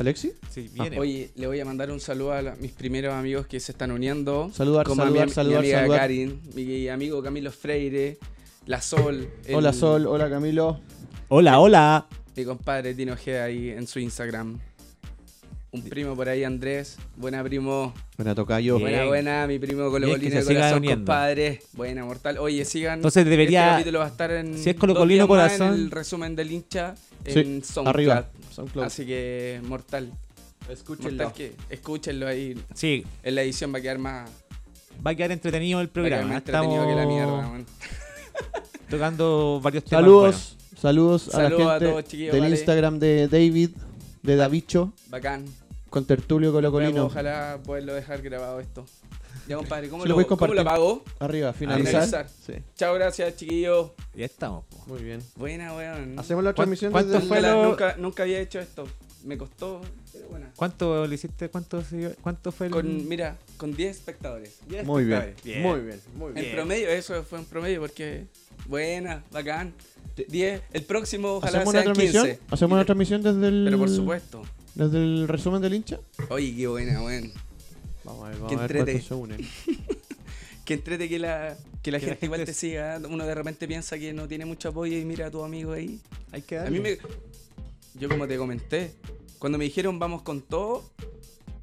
Speaker 3: Alexi,
Speaker 4: Sí, viene.
Speaker 2: Ah, Oye, le voy a mandar un saludo a la- mis primeros amigos que se están uniendo.
Speaker 3: Saludar,
Speaker 2: como a
Speaker 3: saludar,
Speaker 2: mi, am-
Speaker 3: saludar,
Speaker 2: mi amiga
Speaker 3: saludar.
Speaker 2: Karin, mi amigo Camilo Freire, La Sol. el-
Speaker 3: hola Sol, hola Camilo.
Speaker 4: Hola, hola.
Speaker 2: Mi compadre Tino G ahí en su Instagram. Un primo por ahí, Andrés. Buena, primo.
Speaker 3: Buena tocayo.
Speaker 4: Bien.
Speaker 2: Buena, buena. Mi primo Colo
Speaker 4: Bien, que
Speaker 2: Colino de
Speaker 4: se siga
Speaker 2: corazón,
Speaker 4: uniendo.
Speaker 2: compadre. Buena, mortal. Oye, sigan.
Speaker 4: Entonces debería-
Speaker 2: Este capítulo va a estar en.
Speaker 4: si es
Speaker 2: dos
Speaker 4: Colo Colino
Speaker 2: días más en
Speaker 4: corazón-
Speaker 2: el resumen del hincha
Speaker 3: Sí,
Speaker 2: en SoundCloud.
Speaker 3: arriba. SoundCloud.
Speaker 2: Así que, mortal. Mortal que escúchenlo ahí.
Speaker 4: Sí,
Speaker 2: En la edición va a quedar más.
Speaker 4: va a quedar entretenido el
Speaker 2: va a quedar
Speaker 4: programa.
Speaker 2: más entretenido que la mierda,
Speaker 4: Estamos
Speaker 2: weón.
Speaker 4: tocando varios temas.
Speaker 3: Saludos, saludos a
Speaker 2: Saludos a
Speaker 3: la gente
Speaker 2: todos, chiquillos,
Speaker 3: del
Speaker 2: vale.
Speaker 3: Instagram de David, de Davicho,
Speaker 2: Bacán.
Speaker 3: con Tertulio
Speaker 2: Esperamos,
Speaker 3: Colocolino.
Speaker 2: Ojalá poderlo dejar grabado esto. Ya, compadre, ¿cómo,
Speaker 3: Se lo
Speaker 2: lo,
Speaker 3: puedes
Speaker 2: ¿cómo lo
Speaker 3: compartir.
Speaker 2: apagó?
Speaker 3: Arriba, finalizar.
Speaker 2: Finalizar.
Speaker 3: Sí.
Speaker 2: Chao, gracias, chiquillos.
Speaker 4: bueno. Ya estamos. po.
Speaker 3: Muy bien.
Speaker 2: Buena, weón.
Speaker 3: Hacemos la transmisión
Speaker 4: cuánto
Speaker 3: desde
Speaker 2: nunca,
Speaker 4: fue
Speaker 2: la-
Speaker 4: lo-
Speaker 2: nunca, nunca había hecho esto. Me costó, pero bueno.
Speaker 4: ¿Cuánto le hiciste? ¿Cuánto, se- cuánto fue el.?
Speaker 2: Con, mira, con 10 espectadores.
Speaker 3: el- Muy bien. Muy bien, muy bien.
Speaker 2: En promedio, eso fue en promedio, porque. Buena, bacán. 10. El próximo, ojalá
Speaker 3: ¿Hacemos una
Speaker 2: sean
Speaker 3: transmisión?
Speaker 2: 15.
Speaker 3: ¿Hacemos una transmisión desde el,
Speaker 2: Pero por supuesto.
Speaker 3: desde el resumen del hincha?
Speaker 2: Oye, qué buena, weón.
Speaker 3: Vamos a ver, vamos
Speaker 2: Que
Speaker 3: a ver
Speaker 2: entrete.
Speaker 3: cuántos se unen.
Speaker 2: Que entrete que la, que la
Speaker 4: Que la
Speaker 2: gente igual
Speaker 4: gente
Speaker 2: te
Speaker 4: es-
Speaker 2: siga. Uno de repente piensa que no tiene mucho apoyo y mira a tu amigo ahí.
Speaker 4: Hay que
Speaker 2: A mí me. Yo, como te comenté, cuando me dijeron vamos con todo,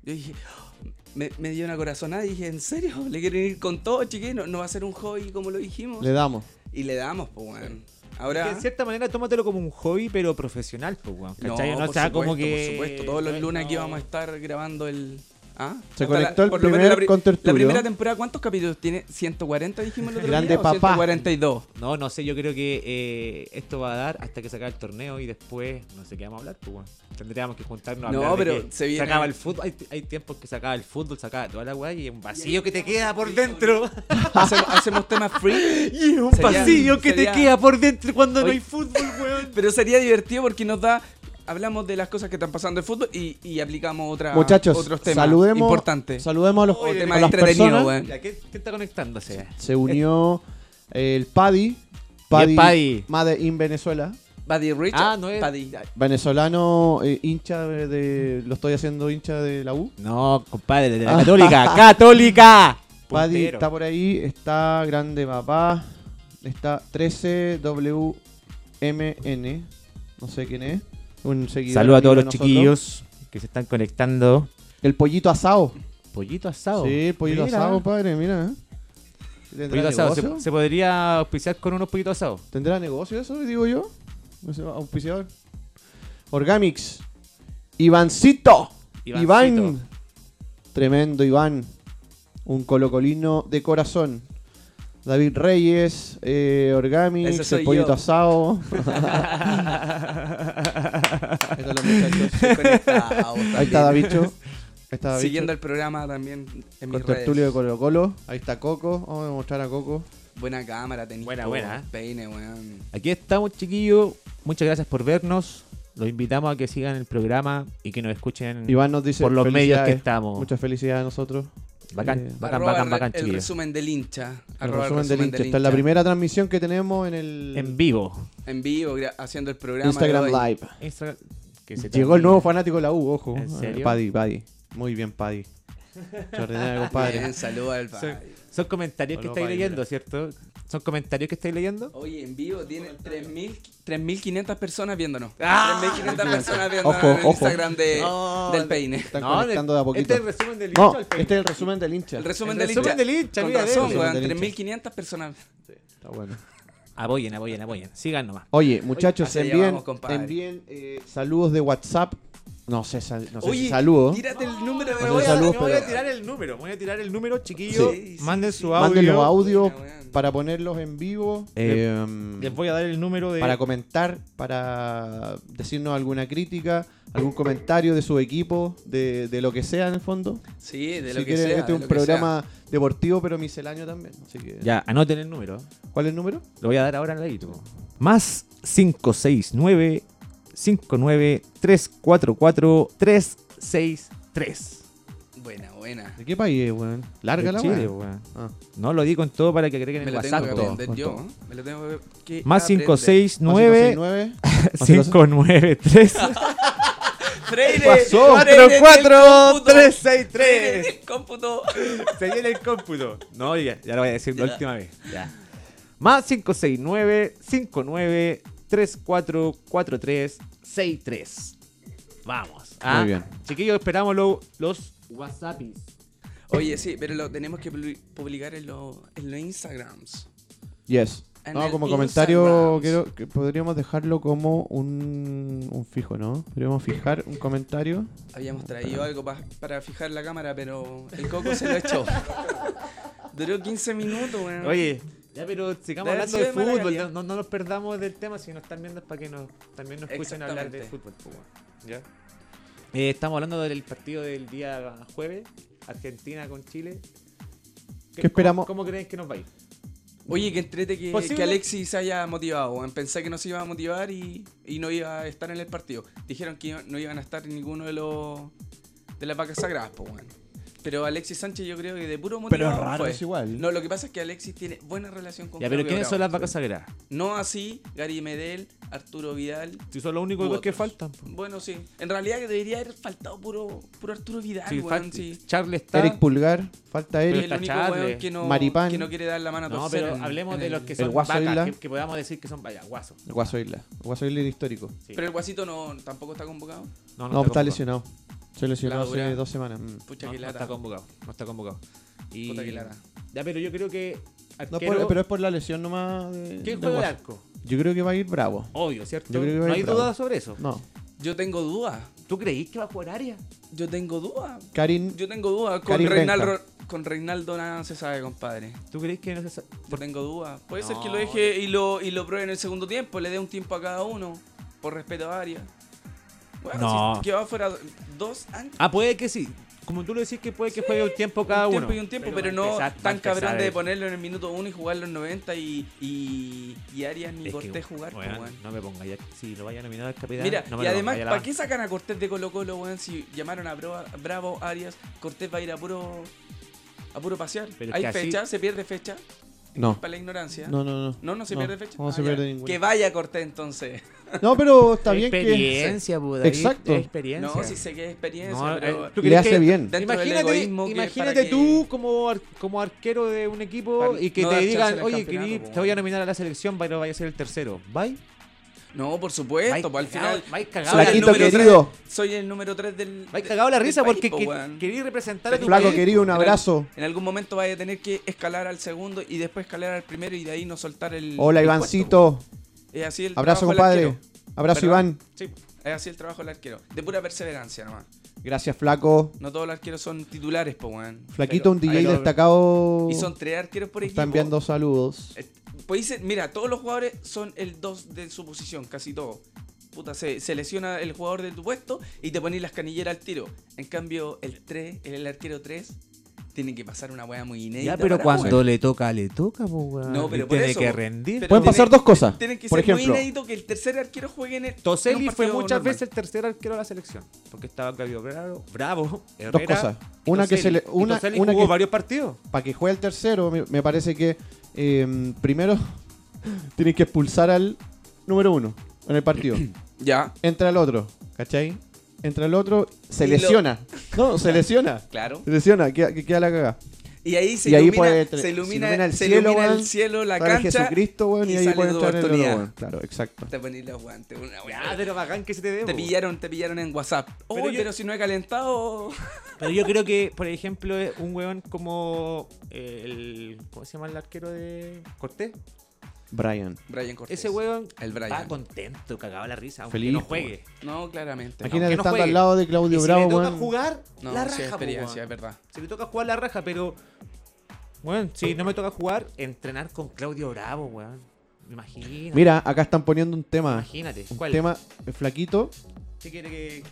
Speaker 2: yo dije. "Oh", Me, me dio una corazonada y dije, ¿en serio? ¿Le quieren ir con todo, chiquillos? No, no va a ser un hobby como lo dijimos.
Speaker 3: Le damos.
Speaker 2: Y le damos, pues, weón.
Speaker 4: Que
Speaker 2: Ahora.
Speaker 4: en cierta manera tómatelo como un hobby, pero profesional, pues, weón.
Speaker 2: No,
Speaker 4: ¿Cachai?
Speaker 2: por
Speaker 4: sea
Speaker 2: supuesto,
Speaker 4: como que.
Speaker 2: por supuesto. Todos los
Speaker 4: No,
Speaker 2: lunes aquí
Speaker 4: no.
Speaker 2: vamos a estar grabando el. ¿Ah?
Speaker 3: Se
Speaker 2: Hasta
Speaker 3: conectó el
Speaker 2: por lo menos
Speaker 3: primer
Speaker 2: pri-
Speaker 3: contertulio.
Speaker 2: La primera temporada, ¿cuántos capítulos tiene? ¿140 dijimos el otro
Speaker 3: Grande
Speaker 2: día? ¿O
Speaker 3: papá.
Speaker 2: 142.
Speaker 4: No, no sé, yo creo que eh, esto va a dar hasta que se acabe el torneo y después no sé qué vamos a hablar, pues bueno. Tendríamos que juntarnos a
Speaker 2: No,
Speaker 4: hablar de
Speaker 2: pero
Speaker 4: que
Speaker 2: se viene-
Speaker 4: acaba el fútbol, hay, hay tiempos que se acaba el fútbol, se acaba toda la weá y es un vacío que te queda por dentro.
Speaker 2: Hacemos, hacemos temas free.
Speaker 4: y es un
Speaker 2: Sería-
Speaker 4: vacío que
Speaker 2: sería-
Speaker 4: te queda por dentro cuando no
Speaker 2: Oye.
Speaker 4: hay fútbol, weón.
Speaker 2: Pero sería divertido porque nos da. Hablamos de las cosas que están pasando en el fútbol y, y aplicamos otra,
Speaker 3: Muchachos,
Speaker 2: otros temas
Speaker 3: saludemos,
Speaker 2: importantes.
Speaker 3: saludemos a, los,
Speaker 2: Oye,
Speaker 3: a
Speaker 2: tema
Speaker 3: las
Speaker 2: entretenido,
Speaker 3: personas.
Speaker 2: weón.
Speaker 4: Ya, ¿qué, qué está conectándose?
Speaker 3: Se unió el Paddy. Paddy,
Speaker 4: Paddy.
Speaker 3: Made in Venezuela.
Speaker 2: Buddy Richard.
Speaker 4: Ah, no es-
Speaker 2: Buddy.
Speaker 3: Venezolano eh, hincha de, de- Lo estoy haciendo hincha de la U.
Speaker 4: No, compadre, de la
Speaker 3: Ah.
Speaker 4: católica, católica.
Speaker 3: Paddy
Speaker 4: Puntero.
Speaker 3: está por ahí. Está Grande Papá. Está 13WMN. No sé quién es. Un seguidor.
Speaker 4: Saludos a
Speaker 3: amigo
Speaker 4: todos
Speaker 3: de
Speaker 4: los
Speaker 3: nosotros.
Speaker 4: chiquillos que se están conectando.
Speaker 3: El pollito asado.
Speaker 4: Pollito asado.
Speaker 3: Sí, el pollito
Speaker 4: Oh, Mira.
Speaker 3: asado, padre. Mira. ¿Tendrá
Speaker 4: Pollito asado,
Speaker 3: negocio?
Speaker 4: se, se podría auspiciar con unos pollitos asados.
Speaker 3: ¿Tendrá negocio eso, digo yo? No sé, Auspiciador. Orgamix. Ivancito.
Speaker 4: Ivancito.
Speaker 3: Iván. Tremendo Iván. Un colocolino de corazón. David Reyes, eh,
Speaker 2: Ese
Speaker 3: Orgamix,
Speaker 2: soy
Speaker 3: el pollito
Speaker 2: yo.
Speaker 3: asado.
Speaker 2: Estos los muchachos se conectados
Speaker 3: Ahí
Speaker 2: también.
Speaker 3: está Davicho. Ahí está Davicho.
Speaker 2: Siguiendo el programa también en mis
Speaker 3: Con
Speaker 2: redes.
Speaker 3: tertulio de Colo Colo. Ahí está Coco. Vamos a mostrar a Coco.
Speaker 2: Buena cámara tenés.
Speaker 4: Buena,
Speaker 2: po,
Speaker 4: buena, ¿eh?
Speaker 2: Peine, weón.
Speaker 4: Aquí estamos, chiquillos. Muchas gracias por vernos. Los invitamos a que sigan el programa y que nos escuchen
Speaker 3: Iván nos dice
Speaker 4: Mm. por los medios que
Speaker 3: felicidades.
Speaker 4: estamos.
Speaker 3: Muchas felicidades a nosotros. eh,
Speaker 4: Bacán, bacán,
Speaker 2: Arroba
Speaker 4: bacán,
Speaker 2: el-
Speaker 4: bacán,
Speaker 2: el
Speaker 4: chiquillos.
Speaker 2: resumen del hincha.
Speaker 3: El
Speaker 2: Arroba el
Speaker 3: resumen del hincha. Esta es la primera transmisión que tenemos en el
Speaker 4: En vivo.
Speaker 2: En vivo, gra- haciendo el programa.
Speaker 3: Instagram
Speaker 2: de hoy.
Speaker 3: Live.
Speaker 4: Instagram- que se
Speaker 3: Llegó el
Speaker 4: termine.
Speaker 3: nuevo fanático de la U, ojo.
Speaker 4: ¿En
Speaker 3: Eh,
Speaker 4: serio?
Speaker 3: Paddy, Paddy. Muy bien, Paddy. Extraordinario,
Speaker 2: Bien,
Speaker 3: compadre.
Speaker 2: saludo al
Speaker 4: Sí.
Speaker 2: Pai.
Speaker 4: Son comentarios que
Speaker 3: Hola,
Speaker 4: estáis
Speaker 3: Pai,
Speaker 4: leyendo, ¿cierto? Son comentarios que estáis leyendo.
Speaker 2: Oye, en vivo tiene 3.000 3.500 personas viéndonos.
Speaker 4: ¡Ah!
Speaker 2: 3.500 personas viéndonos
Speaker 3: Ojo,
Speaker 2: en el
Speaker 3: ojo.
Speaker 2: Instagram de,
Speaker 4: No,
Speaker 2: del peine.
Speaker 3: Están
Speaker 4: No,
Speaker 3: conectando de a poquito.
Speaker 4: Este es el resumen del
Speaker 3: No,
Speaker 4: hincha al
Speaker 3: este
Speaker 4: peine.
Speaker 3: es el resumen del hincha.
Speaker 2: El resumen,
Speaker 4: El
Speaker 2: del
Speaker 4: resumen del
Speaker 2: hincha.
Speaker 4: hincha,
Speaker 2: Con
Speaker 4: mira,
Speaker 2: razón,
Speaker 4: del-
Speaker 2: weón.
Speaker 3: del hincha.
Speaker 2: 3.500 personas.
Speaker 3: Está bueno.
Speaker 4: Apoyen, apoyen, apoyen. Sigan nomás.
Speaker 3: Oye, muchachos,
Speaker 2: Así
Speaker 3: envíen,
Speaker 2: llevamos, compadre.
Speaker 3: envíen, eh, saludos de WhatsApp. No sé, sal- no sé si
Speaker 2: Oye,
Speaker 3: saludo.
Speaker 2: tírate el número
Speaker 3: Bueno,
Speaker 2: de hoy.
Speaker 3: saludos,
Speaker 4: me voy
Speaker 3: pero-
Speaker 4: a tirar el número. me Voy a tirar el número, chiquillo.
Speaker 2: Sí, sí,
Speaker 4: Manden
Speaker 2: sí.
Speaker 4: su audio.
Speaker 3: Manden los audios
Speaker 2: Buena, weón.
Speaker 3: para ponerlos en vivo. em,
Speaker 4: Les voy a dar el número de.
Speaker 3: para comentar, para decirnos alguna crítica, algún comentario de su equipo, de, de lo que sea en el fondo.
Speaker 2: Sí, de
Speaker 3: si
Speaker 2: lo que
Speaker 3: quieren,
Speaker 2: sea.
Speaker 3: este
Speaker 2: de
Speaker 3: es un
Speaker 2: lo que
Speaker 3: programa deportivo, pero misceláneo también. Así que,
Speaker 4: Ya, anoten el número.
Speaker 3: ¿Cuál es el número?
Speaker 4: Lo voy a dar ahora al ladito. Más 569 59 344 363.
Speaker 2: sea. Buena, buena.
Speaker 3: ¿De qué país es, weón? Larga la
Speaker 4: Chile,
Speaker 3: weón.
Speaker 4: weón.
Speaker 3: Ah.
Speaker 4: No lo di con todo para que agreguen
Speaker 2: Me
Speaker 4: el
Speaker 2: lo tengo
Speaker 4: WhatsApp.
Speaker 2: que
Speaker 3: todo,
Speaker 2: aprender
Speaker 3: con
Speaker 2: yo.
Speaker 3: todo.
Speaker 2: ¿eh? Me lo tengo que
Speaker 4: Más
Speaker 2: aprender.
Speaker 4: 569
Speaker 3: 9
Speaker 4: 593
Speaker 2: Freire,
Speaker 4: pasó?
Speaker 2: Freire del
Speaker 4: 44363.
Speaker 2: cómputo.
Speaker 4: Se viene el cómputo. No, ya, ya lo voy a decir la última vez. Ya. Más 569 59 344363. Vamos. Ah,
Speaker 3: bien.
Speaker 4: Chiquillos, esperamos lo- los WhatsAppis.
Speaker 2: Oye, sí, pero lo tenemos que publi- publicar en, los en los Instagrams.
Speaker 3: Yes.
Speaker 2: En
Speaker 3: No,
Speaker 2: el
Speaker 3: como
Speaker 2: Instagram.
Speaker 3: comentario, quiero, que podríamos dejarlo como un, un fijo, ¿no? Podríamos fijar un comentario.
Speaker 2: Habíamos traído algo pa- para fijar la cámara, pero el coco se lo echó. Duró 15 minutos, weón.
Speaker 4: Oye. Ya, pero sigamos
Speaker 2: Debe
Speaker 4: hablando
Speaker 2: ser
Speaker 4: de
Speaker 2: de mala
Speaker 4: fútbol.
Speaker 2: calidad.
Speaker 4: No, no nos perdamos del tema. Si nos están viendo es para que nos, también nos escuchen hablar de fútbol.
Speaker 2: Exactamente.
Speaker 4: Eh, estamos hablando del partido del día jueves. Argentina con Chile.
Speaker 3: ¿Qué esperamos?
Speaker 4: ¿Cómo, cómo creen que nos va a ir?
Speaker 2: Oye, que entrete que,
Speaker 4: Posible-
Speaker 2: que Alexis se haya motivado, weón. Pensé que no se iba a motivar y, y no iba a estar en el partido. Dijeron que iba- no iban a estar en ninguno de los. de las vacas sagradas, po, weón. Pero Alexis Sánchez, yo creo que de puro motivado fue.
Speaker 3: igual.
Speaker 2: No, lo que pasa es que Alexis tiene buena relación con
Speaker 4: Ya, pero
Speaker 2: Claudio
Speaker 4: ¿quiénes son
Speaker 2: Bravo.
Speaker 4: las vacas sagradas?
Speaker 2: No así, Gary Medel, Arturo Vidal.
Speaker 4: Si son los únicos
Speaker 2: u
Speaker 4: dos que
Speaker 2: otros.
Speaker 4: faltan. po.
Speaker 2: Bueno, sí. En realidad que debería haber faltado puro, puro Arturo Vidal,
Speaker 4: Si
Speaker 2: weón,
Speaker 4: fal-
Speaker 2: sí.
Speaker 4: Charles está.
Speaker 3: Eric Pulgar, falta
Speaker 2: Y el
Speaker 4: pero
Speaker 3: Eric.
Speaker 4: está
Speaker 2: único
Speaker 4: Charles,
Speaker 2: weón que no,
Speaker 3: Maripán.
Speaker 2: que no quiere dar la mano a
Speaker 4: no,
Speaker 2: torcer
Speaker 4: pero
Speaker 2: en-
Speaker 4: hablemos
Speaker 2: en
Speaker 4: de
Speaker 2: el-
Speaker 4: los que
Speaker 3: el
Speaker 4: son
Speaker 3: Guaso Isla.
Speaker 4: vacas, que, que podamos decir que son vaya, guasos.
Speaker 3: El Guaso Isla. El Guaso Isla era histórico.
Speaker 2: Pero el guasito no, tampoco está convocado.
Speaker 3: No, está lesionado. Se lesionó
Speaker 2: La
Speaker 3: hace
Speaker 2: dura.
Speaker 3: dos semanas. Mm.
Speaker 2: Pucha,
Speaker 4: No,
Speaker 2: que
Speaker 4: no
Speaker 2: lata.
Speaker 4: está convocado. No está convocado. Y...
Speaker 2: Puta que lata.
Speaker 4: Ya, pero yo creo que.
Speaker 3: No,
Speaker 4: Arquero...
Speaker 3: por- pero es por la lesión nomás. De,
Speaker 4: ¿Quién
Speaker 3: de
Speaker 4: juega el
Speaker 3: Guaso.
Speaker 4: arco?
Speaker 3: Yo creo que va a ir bravo.
Speaker 4: Obvio, ¿cierto?
Speaker 3: Yo creo que va a
Speaker 4: no
Speaker 3: ir
Speaker 4: hay
Speaker 3: Bravo.
Speaker 4: duda sobre eso.
Speaker 3: No.
Speaker 2: Yo tengo dudas.
Speaker 4: ¿Tú creís que va a jugar área?
Speaker 2: Yo tengo dudas.
Speaker 3: Karin,
Speaker 2: Yo tengo dudas. Con
Speaker 3: Karim
Speaker 2: Reinaldo, con Reinaldo nada se sabe, compadre.
Speaker 4: ¿Tú creís que no se sa-
Speaker 2: Yo tengo dudas. Puede ser que lo
Speaker 4: No.
Speaker 2: deje y lo, y lo pruebe en el segundo tiempo, le dé un tiempo a cada uno, por respeto a Arias. Bueno,
Speaker 4: No.
Speaker 2: si quedaba fuera dos años.
Speaker 4: Ah, puede que sí. Como tú lo decís, que puede que juegue un tiempo cada
Speaker 2: un
Speaker 4: uno.
Speaker 2: tiempo y un tiempo, pero,
Speaker 4: va a
Speaker 2: no
Speaker 4: empezar- va a
Speaker 2: tan
Speaker 4: empezar
Speaker 2: cabrón de
Speaker 4: el-
Speaker 2: ponerlo en el minuto uno y jugarlo en 90 y, y, y Arias ni
Speaker 4: Es que,
Speaker 2: Cortés jugar. pues,
Speaker 4: weón,
Speaker 2: weón.
Speaker 4: No me ponga ya. Si lo vaya a nominar al capitán.
Speaker 2: Mira,
Speaker 4: no me
Speaker 2: y
Speaker 4: lo
Speaker 2: además,
Speaker 4: ponga ya la
Speaker 2: ¿para
Speaker 4: banca.
Speaker 2: qué sacan a Cortés de Colo Colo, weón? Si llamaron a Bro- Bravo, Arias, Cortés va a ir a puro, a puro pasear.
Speaker 4: Pero es
Speaker 2: ¿Hay
Speaker 4: que así-
Speaker 2: fecha? ¿Se pierde fecha?
Speaker 3: No.
Speaker 2: Para la ignorancia.
Speaker 3: No, no, no.
Speaker 2: No, no se
Speaker 3: No,
Speaker 2: pierde fecha. Ah,
Speaker 3: no se
Speaker 2: ya.
Speaker 3: pierde ninguna.
Speaker 2: Que vaya Cortés entonces.
Speaker 3: No, pero está bien que.
Speaker 4: experiencia, Buda.
Speaker 3: Exacto.
Speaker 4: Experiencia.
Speaker 2: No, si sé que es experiencia,
Speaker 4: No,
Speaker 2: pero
Speaker 4: eh, ¿tú
Speaker 3: Le
Speaker 4: crees
Speaker 3: hace
Speaker 4: que-
Speaker 3: bien.
Speaker 2: dentro
Speaker 4: imagínate
Speaker 2: del egoísmo que
Speaker 4: imagínate
Speaker 2: para que-
Speaker 4: tú como, ar- como arquero de un equipo
Speaker 2: Para
Speaker 4: y que
Speaker 2: no
Speaker 4: te
Speaker 2: dar chance
Speaker 4: digan,
Speaker 2: al
Speaker 4: oye,
Speaker 2: campeonato,
Speaker 4: querí-
Speaker 2: po,
Speaker 4: te voy a
Speaker 2: weón".
Speaker 4: nominar a la selección, pero vaya a ser el tercero. Bye.
Speaker 2: No, por supuesto, pues al final.
Speaker 4: Vais cagado,
Speaker 2: soy el
Speaker 4: la-
Speaker 3: Flaquito
Speaker 2: número tres-
Speaker 3: querido.
Speaker 2: soy el número 3 del.
Speaker 4: vais
Speaker 2: de-
Speaker 4: cagado la
Speaker 2: del
Speaker 4: risa
Speaker 2: país,
Speaker 4: porque
Speaker 2: po,
Speaker 4: que-
Speaker 2: weón.
Speaker 4: querí representar a tu
Speaker 3: Flaco
Speaker 4: país.
Speaker 3: querido, un
Speaker 2: Era-
Speaker 3: abrazo.
Speaker 2: En algún momento vaya a tener que escalar al segundo y después escalar al primero y de ahí no soltar el.
Speaker 3: Hola,
Speaker 2: el puesto,
Speaker 3: Ivancito.
Speaker 2: po. Es así el
Speaker 3: Abrazo,
Speaker 2: trabajo
Speaker 3: compadre.
Speaker 2: del arquero.
Speaker 3: Abrazo,
Speaker 2: Perdón.
Speaker 3: Iván.
Speaker 2: Sí, es así el trabajo del arquero. De pura perseverancia nomás.
Speaker 3: Gracias, Flaco.
Speaker 2: No todos los arqueros son titulares, po, weón.
Speaker 3: Flaquito, un
Speaker 4: Pero-
Speaker 3: DJ
Speaker 4: pero-
Speaker 3: destacado.
Speaker 2: Y son tres arqueros por equipo.
Speaker 3: Está enviando saludos.
Speaker 2: Eh, Pues dice, mira, todos los jugadores son el 2 de su posición, casi todos. Puta, se, se lesiona el jugador de tu puesto y te pones las canilleras al tiro. En cambio, el 3, el, arquero 3, tiene que pasar una weá muy inédita.
Speaker 4: Ya, pero
Speaker 2: para
Speaker 4: cuando
Speaker 2: poder-
Speaker 4: le toca, le toca, pues, weón.
Speaker 2: No,
Speaker 4: Y
Speaker 2: pero por
Speaker 4: tiene
Speaker 2: eso,
Speaker 4: que
Speaker 2: po.
Speaker 4: rendir.
Speaker 2: Pero
Speaker 3: Pueden
Speaker 2: tiene-
Speaker 3: pasar dos cosas.
Speaker 2: Tiene que
Speaker 3: Por
Speaker 2: ser
Speaker 3: ejemplo,
Speaker 2: muy inédito que el tercer arquero juegue en el. en un
Speaker 4: Toseli fue
Speaker 2: partido
Speaker 4: muchas
Speaker 2: normal.
Speaker 4: veces el tercer arquero de la selección. Porque estaba Gabriel Bravo, Bravo Herrera,
Speaker 3: dos cosas.
Speaker 4: y
Speaker 3: Una que se
Speaker 4: Toseli.
Speaker 3: le,
Speaker 4: Y
Speaker 3: una,
Speaker 4: Toseli
Speaker 3: una
Speaker 4: jugó
Speaker 3: que
Speaker 4: varios partidos.
Speaker 3: para que juegue el tercero, me, me parece que eh, primero tienes que expulsar al número uno en el partido.
Speaker 2: Ya,
Speaker 3: Entra el otro, ¿cachai? Entra el otro, se
Speaker 2: Y lo-
Speaker 3: lesiona. No, se lesiona.
Speaker 2: claro.
Speaker 3: Se lesiona, queda, que queda la cagada.
Speaker 2: Y ahí se
Speaker 3: Y ahí
Speaker 2: ilumina,
Speaker 3: puede tre-
Speaker 2: se ilumina,
Speaker 3: se ilumina
Speaker 2: el,
Speaker 3: el
Speaker 2: cielo,
Speaker 3: cielo,
Speaker 2: el
Speaker 3: weón,
Speaker 2: cielo, la
Speaker 3: Sale
Speaker 2: cancha.
Speaker 3: Jesucristo, weón, y,
Speaker 2: y
Speaker 3: ahí
Speaker 2: sale
Speaker 3: puede
Speaker 2: tu
Speaker 3: entrar el otro,
Speaker 2: oportunidad.
Speaker 3: weón. Claro, exacto.
Speaker 2: Te ponís los guantes. una weá.
Speaker 4: Ya, pero bacán que se te dé,
Speaker 2: te
Speaker 4: po.
Speaker 2: pillaron, te pillaron en WhatsApp. Oh,
Speaker 4: Pero
Speaker 2: pero,
Speaker 4: yo-
Speaker 2: si no he calentado.
Speaker 4: Pero yo creo que, por ejemplo, es un weón como eh, el. ¿Cómo se llama el arquero de Cortés?
Speaker 3: Brian.
Speaker 2: Brian Cortés.
Speaker 4: Ese weón
Speaker 2: El Brian.
Speaker 4: va contento, cagado la risa, aunque
Speaker 3: Feliz,
Speaker 4: no
Speaker 3: po.
Speaker 4: juegue.
Speaker 2: No, claramente.
Speaker 3: Imagínate
Speaker 4: no
Speaker 3: estando
Speaker 4: juegue.
Speaker 3: al lado de
Speaker 4: Y
Speaker 3: Claudio
Speaker 4: si
Speaker 3: Bravo,
Speaker 4: le toca
Speaker 3: weón.
Speaker 4: jugar,
Speaker 2: No,
Speaker 4: la
Speaker 2: sí,
Speaker 4: raja, po,
Speaker 2: experiencia, es
Speaker 4: weón.
Speaker 2: verdad.
Speaker 4: Si le toca jugar la raja, pero. Bueno, si no me toca jugar, entrenar con Claudio Bravo, weón. Imagínate.
Speaker 3: Mira, acá están poniendo un tema.
Speaker 4: Imagínate.
Speaker 3: Un
Speaker 4: ¿Cuál?
Speaker 3: tema eh, flaquito.
Speaker 4: ¿Qué quiere que.?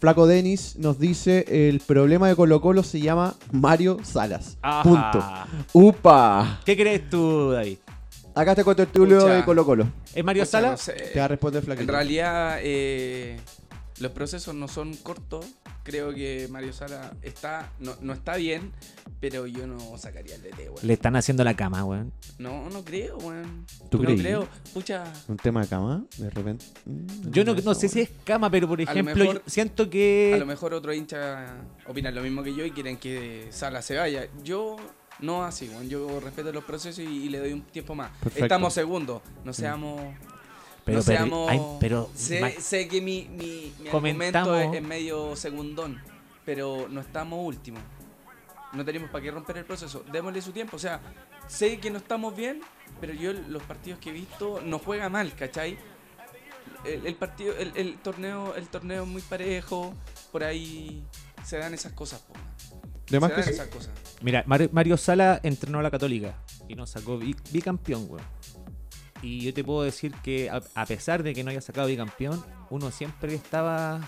Speaker 3: Flaco Denis nos dice el problema de Colo Colo se llama Mario Salas.
Speaker 4: Ajá.
Speaker 3: Punto. ¡Upa!
Speaker 4: ¿Qué crees tú, David?
Speaker 3: Acá está el contertulio
Speaker 2: Pucha.
Speaker 3: de Colo Colo.
Speaker 4: ¿Es Mario
Speaker 2: O sea,
Speaker 4: Sala?
Speaker 2: no sé.
Speaker 3: Te va a responder
Speaker 2: En
Speaker 3: flaquito.
Speaker 2: realidad, eh, los procesos no son cortos. Creo que Mario Sala está, no, no está bien, pero yo no sacaría el DT, weón.
Speaker 4: Le están haciendo la cama, weón.
Speaker 2: No, no creo, weón.
Speaker 3: ¿Tú
Speaker 2: no
Speaker 3: creí?
Speaker 2: creo. Pucha.
Speaker 3: Un tema de cama, de repente. Mm,
Speaker 4: Yo no, no sé si es cama, pero por
Speaker 2: lo
Speaker 4: ejemplo,
Speaker 2: mejor-
Speaker 4: yo siento
Speaker 2: A lo
Speaker 4: que.
Speaker 2: mejor otro hincha opina lo mismo que yo y quieren que Sala se vaya. Yo no así, weón. Yo respeto los procesos y, y le doy un tiempo más.
Speaker 3: Perfecto.
Speaker 2: Estamos segundos. No seamos.
Speaker 4: Pero,
Speaker 2: no
Speaker 4: pero-
Speaker 2: seamos.
Speaker 4: ay, pero- ma-
Speaker 2: sé, sé que mi, mi, mi argumento
Speaker 4: Comentamos.
Speaker 2: es, es medio segundón, pero no estamos últimos. No tenemos para qué romper el proceso. Démosle su tiempo. O sea, sé que no estamos bien, pero yo los partidos que he visto no juega mal, ¿cachai? El, el partido, el, el torneo, el torneo es muy parejo, por ahí se dan esas cosas, po.
Speaker 3: De más
Speaker 2: se
Speaker 3: que
Speaker 2: dan
Speaker 3: sí.
Speaker 2: esas cosas.
Speaker 4: Mira, Mario, Mario Sala entrenó a la Católica y nos sacó bi- bicampeón, weón. Y yo te puedo decir que a, a pesar de que no haya sacado bicampeón, uno siempre estaba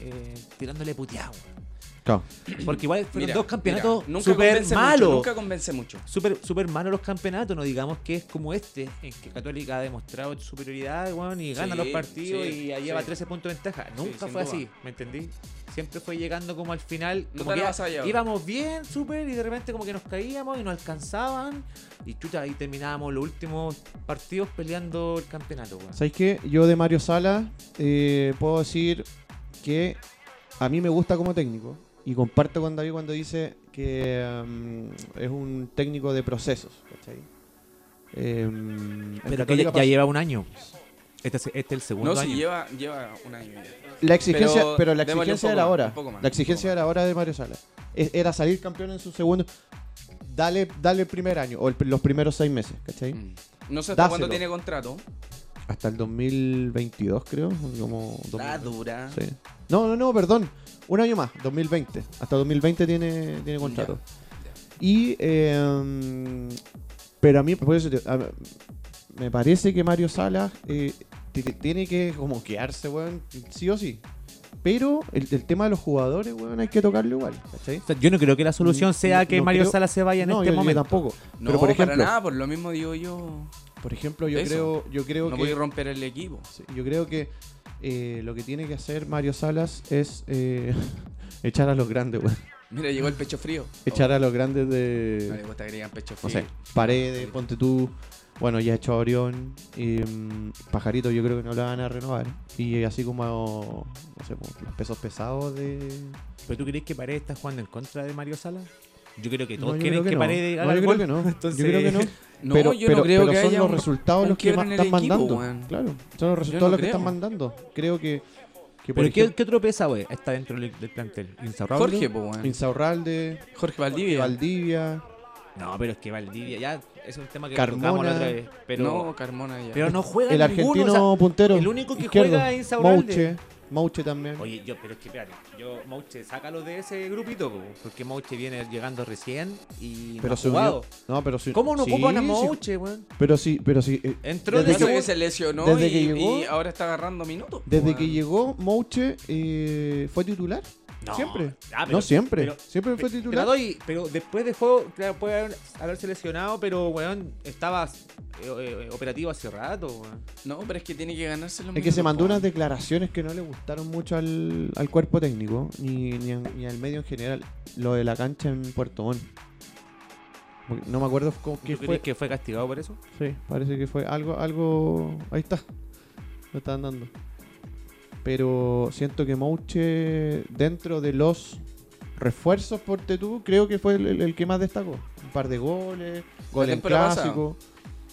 Speaker 4: eh, tirándole puteado.
Speaker 3: Claro.
Speaker 4: Porque igual fueron
Speaker 2: Mira,
Speaker 4: dos campeonatos
Speaker 2: mira, nunca
Speaker 4: super
Speaker 2: convence mucho,
Speaker 4: malos.
Speaker 2: nunca convence mucho.
Speaker 4: Súper super malos los campeonatos, no digamos que es como este, en que Católica ha demostrado superioridad, weón, y gana
Speaker 2: Sí,
Speaker 4: los partidos
Speaker 2: sí,
Speaker 4: y ya lleva
Speaker 2: sí.
Speaker 4: 13 puntos de ventaja. Nunca
Speaker 2: sin
Speaker 4: fue
Speaker 2: duda.
Speaker 4: así, ¿me entendí? Siempre fue llegando como al final,
Speaker 2: No
Speaker 4: como
Speaker 2: te la
Speaker 4: que ya
Speaker 2: vas a llevar.
Speaker 4: íbamos bien, súper, y de repente como que nos caíamos y nos alcanzaban, y chuta, ahí terminábamos los últimos partidos peleando el campeonato, weón.
Speaker 3: ¿Sabes qué? Yo de Mario Sala eh, puedo decir que a mí me gusta como técnico y comparto con David cuando dice que mm, es un técnico de procesos. ¿cachai? Em, en
Speaker 4: Pero que
Speaker 3: Católica
Speaker 4: ya, ya
Speaker 3: pasó-
Speaker 4: lleva un año. Este es, este es el segundo
Speaker 2: No, si
Speaker 4: año.
Speaker 2: lleva, lleva un año. y medio.
Speaker 3: La exigencia,
Speaker 2: Pero
Speaker 3: pero, la
Speaker 2: démosle un
Speaker 3: exigencia
Speaker 2: poco
Speaker 3: de la
Speaker 2: más,
Speaker 3: hora.
Speaker 2: un poco más,
Speaker 3: la
Speaker 2: un
Speaker 3: exigencia
Speaker 2: poco
Speaker 3: de la hora de Mario Sala. es- era salir campeón en su segundo. Dale, dale el primer año, o el- los primeros seis meses, ¿cachai?
Speaker 2: Mm. No sé hasta cuándo
Speaker 3: Dáselo.
Speaker 2: tiene contrato.
Speaker 3: Hasta el 2022, creo. Como
Speaker 4: Ah,
Speaker 2: La
Speaker 3: 2022.
Speaker 2: dura.
Speaker 3: Sí. No, no, no, perdón. Un año más, 2020. Hasta 2020 tiene, tiene contrato. Y. eh, pero a mí, por eso te- a- me parece que Mario Salas eh, ti- ti- tiene que como quedarse, weón, sí o sí. Pero el, el tema de los jugadores, weón, hay que tocarlo igual, ¿cachai?
Speaker 4: O sea, yo no creo que la solución sea
Speaker 3: No-
Speaker 4: que
Speaker 3: no
Speaker 4: Mario
Speaker 3: creo-
Speaker 4: Sala se vaya en
Speaker 3: no,
Speaker 4: este
Speaker 3: yo- yo
Speaker 4: momento.
Speaker 3: tampoco.
Speaker 2: No,
Speaker 3: pero por ejemplo,
Speaker 2: para nada, por lo mismo digo yo.
Speaker 3: por ejemplo, yo
Speaker 2: Eso.
Speaker 3: creo, yo creo
Speaker 2: No
Speaker 3: que.
Speaker 2: voy a romper el equipo.
Speaker 3: Sí, yo creo que eh, lo que tiene que hacer Mario Salas es eh, echar a los grandes, weón.
Speaker 2: Mira, llegó el pecho frío.
Speaker 3: Echar a los grandes
Speaker 2: Oh, No le
Speaker 3: de.
Speaker 2: gusta que le digan pecho frío.
Speaker 3: No sé, Paredes,
Speaker 2: Sí.
Speaker 3: Ponte tú. Bueno, ya echó a Orión. Y mm, Pajarito, yo creo que no la van a renovar. Y así como. No sé, como los pesos pesados de.
Speaker 4: ¿Pero tú crees que Paredes está jugando en contra de Mario Sala? Yo creo que
Speaker 3: No,
Speaker 4: todos
Speaker 3: yo
Speaker 4: quieren
Speaker 3: creo
Speaker 4: que,
Speaker 3: no.
Speaker 4: Paredes haga
Speaker 3: No, yo creo
Speaker 4: el gol.
Speaker 3: que no.
Speaker 4: Entonces-
Speaker 3: Yo creo que no.
Speaker 2: No,
Speaker 3: pero,
Speaker 2: yo
Speaker 3: pero-
Speaker 2: no creo
Speaker 3: pero
Speaker 2: que
Speaker 3: son
Speaker 2: haya
Speaker 3: los
Speaker 2: un-
Speaker 3: resultados
Speaker 2: un
Speaker 3: los que
Speaker 2: quiebre
Speaker 3: ma-
Speaker 2: en el
Speaker 3: están
Speaker 2: equipo,
Speaker 3: mandando.
Speaker 2: weón.
Speaker 3: Claro, son los resultados los que
Speaker 2: creo.
Speaker 3: están mandando. Creo que. que por
Speaker 4: ¿Pero qué,
Speaker 3: ejemplo,
Speaker 4: qué otro pesa, güey? Está dentro del, del plantel. ¿Insaurralde?
Speaker 2: Jorge, po, weón.
Speaker 3: Insaurralde,
Speaker 2: Jorge Valdivia.
Speaker 3: Valdivia.
Speaker 4: No, pero es que Valdivia ya es un tema que
Speaker 3: Carmona.
Speaker 4: tocamos la otra vez. Pero
Speaker 2: No, Carmona ya.
Speaker 4: pero no juega
Speaker 3: El
Speaker 4: ninguno,
Speaker 3: argentino
Speaker 4: o
Speaker 3: puntero.
Speaker 4: el único que
Speaker 3: izquierdo,
Speaker 4: juega es Insaurralde.
Speaker 3: Mouche. Mouche también.
Speaker 4: sea, Oye, yo, pero es que espérate, yo, Mouche, sácalo de ese grupito, po, porque Mouche viene llegando recién y no ha
Speaker 3: se
Speaker 4: jugado.
Speaker 3: unió- No, pero se-
Speaker 4: ¿Cómo no
Speaker 3: sí,
Speaker 4: ocupan a
Speaker 3: sí,
Speaker 4: Mouche, weón?
Speaker 3: pero sí, pero sí. eh,
Speaker 4: Entró
Speaker 3: desde
Speaker 4: de
Speaker 2: Pasa
Speaker 3: que-
Speaker 2: que se lesionó
Speaker 3: desde
Speaker 2: y,
Speaker 3: que llegó-
Speaker 2: y ahora está agarrando minutos. po,
Speaker 3: Desde
Speaker 2: weón.
Speaker 3: que llegó Mouche eh, fue titular.
Speaker 4: No,
Speaker 3: Siempre.
Speaker 4: ah, pero-
Speaker 3: no siempre.
Speaker 4: pero-
Speaker 3: siempre fue
Speaker 4: Pe-
Speaker 3: titular.
Speaker 4: Pero, doy- pero después de juego, claro, puede haber, haberse lesionado, pero weón, estaba eh, eh, operativo hace rato, weón.
Speaker 2: No, pero es que tiene que ganarse los
Speaker 3: Es que se
Speaker 2: minutos,
Speaker 3: mandó
Speaker 2: po.
Speaker 3: unas declaraciones que no le gustaron mucho al, al cuerpo técnico, ni, ni, a- ni al medio en general. Lo de la cancha en Puerto Montt. Porque No me acuerdo cómo- qué
Speaker 4: ¿Tú
Speaker 3: fue.
Speaker 4: crees que fue castigado por eso?
Speaker 3: Sí, parece que fue algo, algo. Ahí está. Lo están dando. Pero siento que Mouche, dentro de los refuerzos por Tetú, creo que fue el, el- el que más destacó. Un par de goles, gol en
Speaker 2: temporada pasada.
Speaker 3: clásico.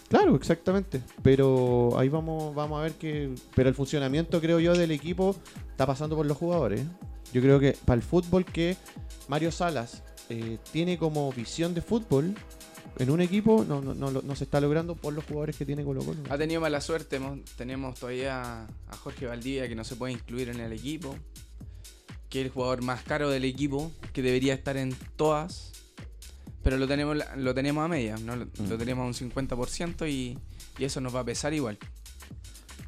Speaker 3: Claro, exactamente. Pero ahí vamos, vamos a ver que. Pero el funcionamiento, creo yo, del equipo está pasando por los jugadores. ¿eh? Yo creo que para el fútbol que Mario Salas eh, tiene como visión de fútbol en un equipo no, no, no, lo- no se está logrando por los jugadores que tiene Colo Colo.
Speaker 2: Ha tenido mala suerte. hemos- tenemos todavía a Jorge Valdivia que no se puede incluir en el equipo. Que es el jugador más caro del equipo. Que debería estar en todas. Pero lo tenemos, la- lo tenemos a media. ¿no? Lo,
Speaker 4: Mm.
Speaker 2: lo tenemos a un 50% y, y eso nos va a pesar igual.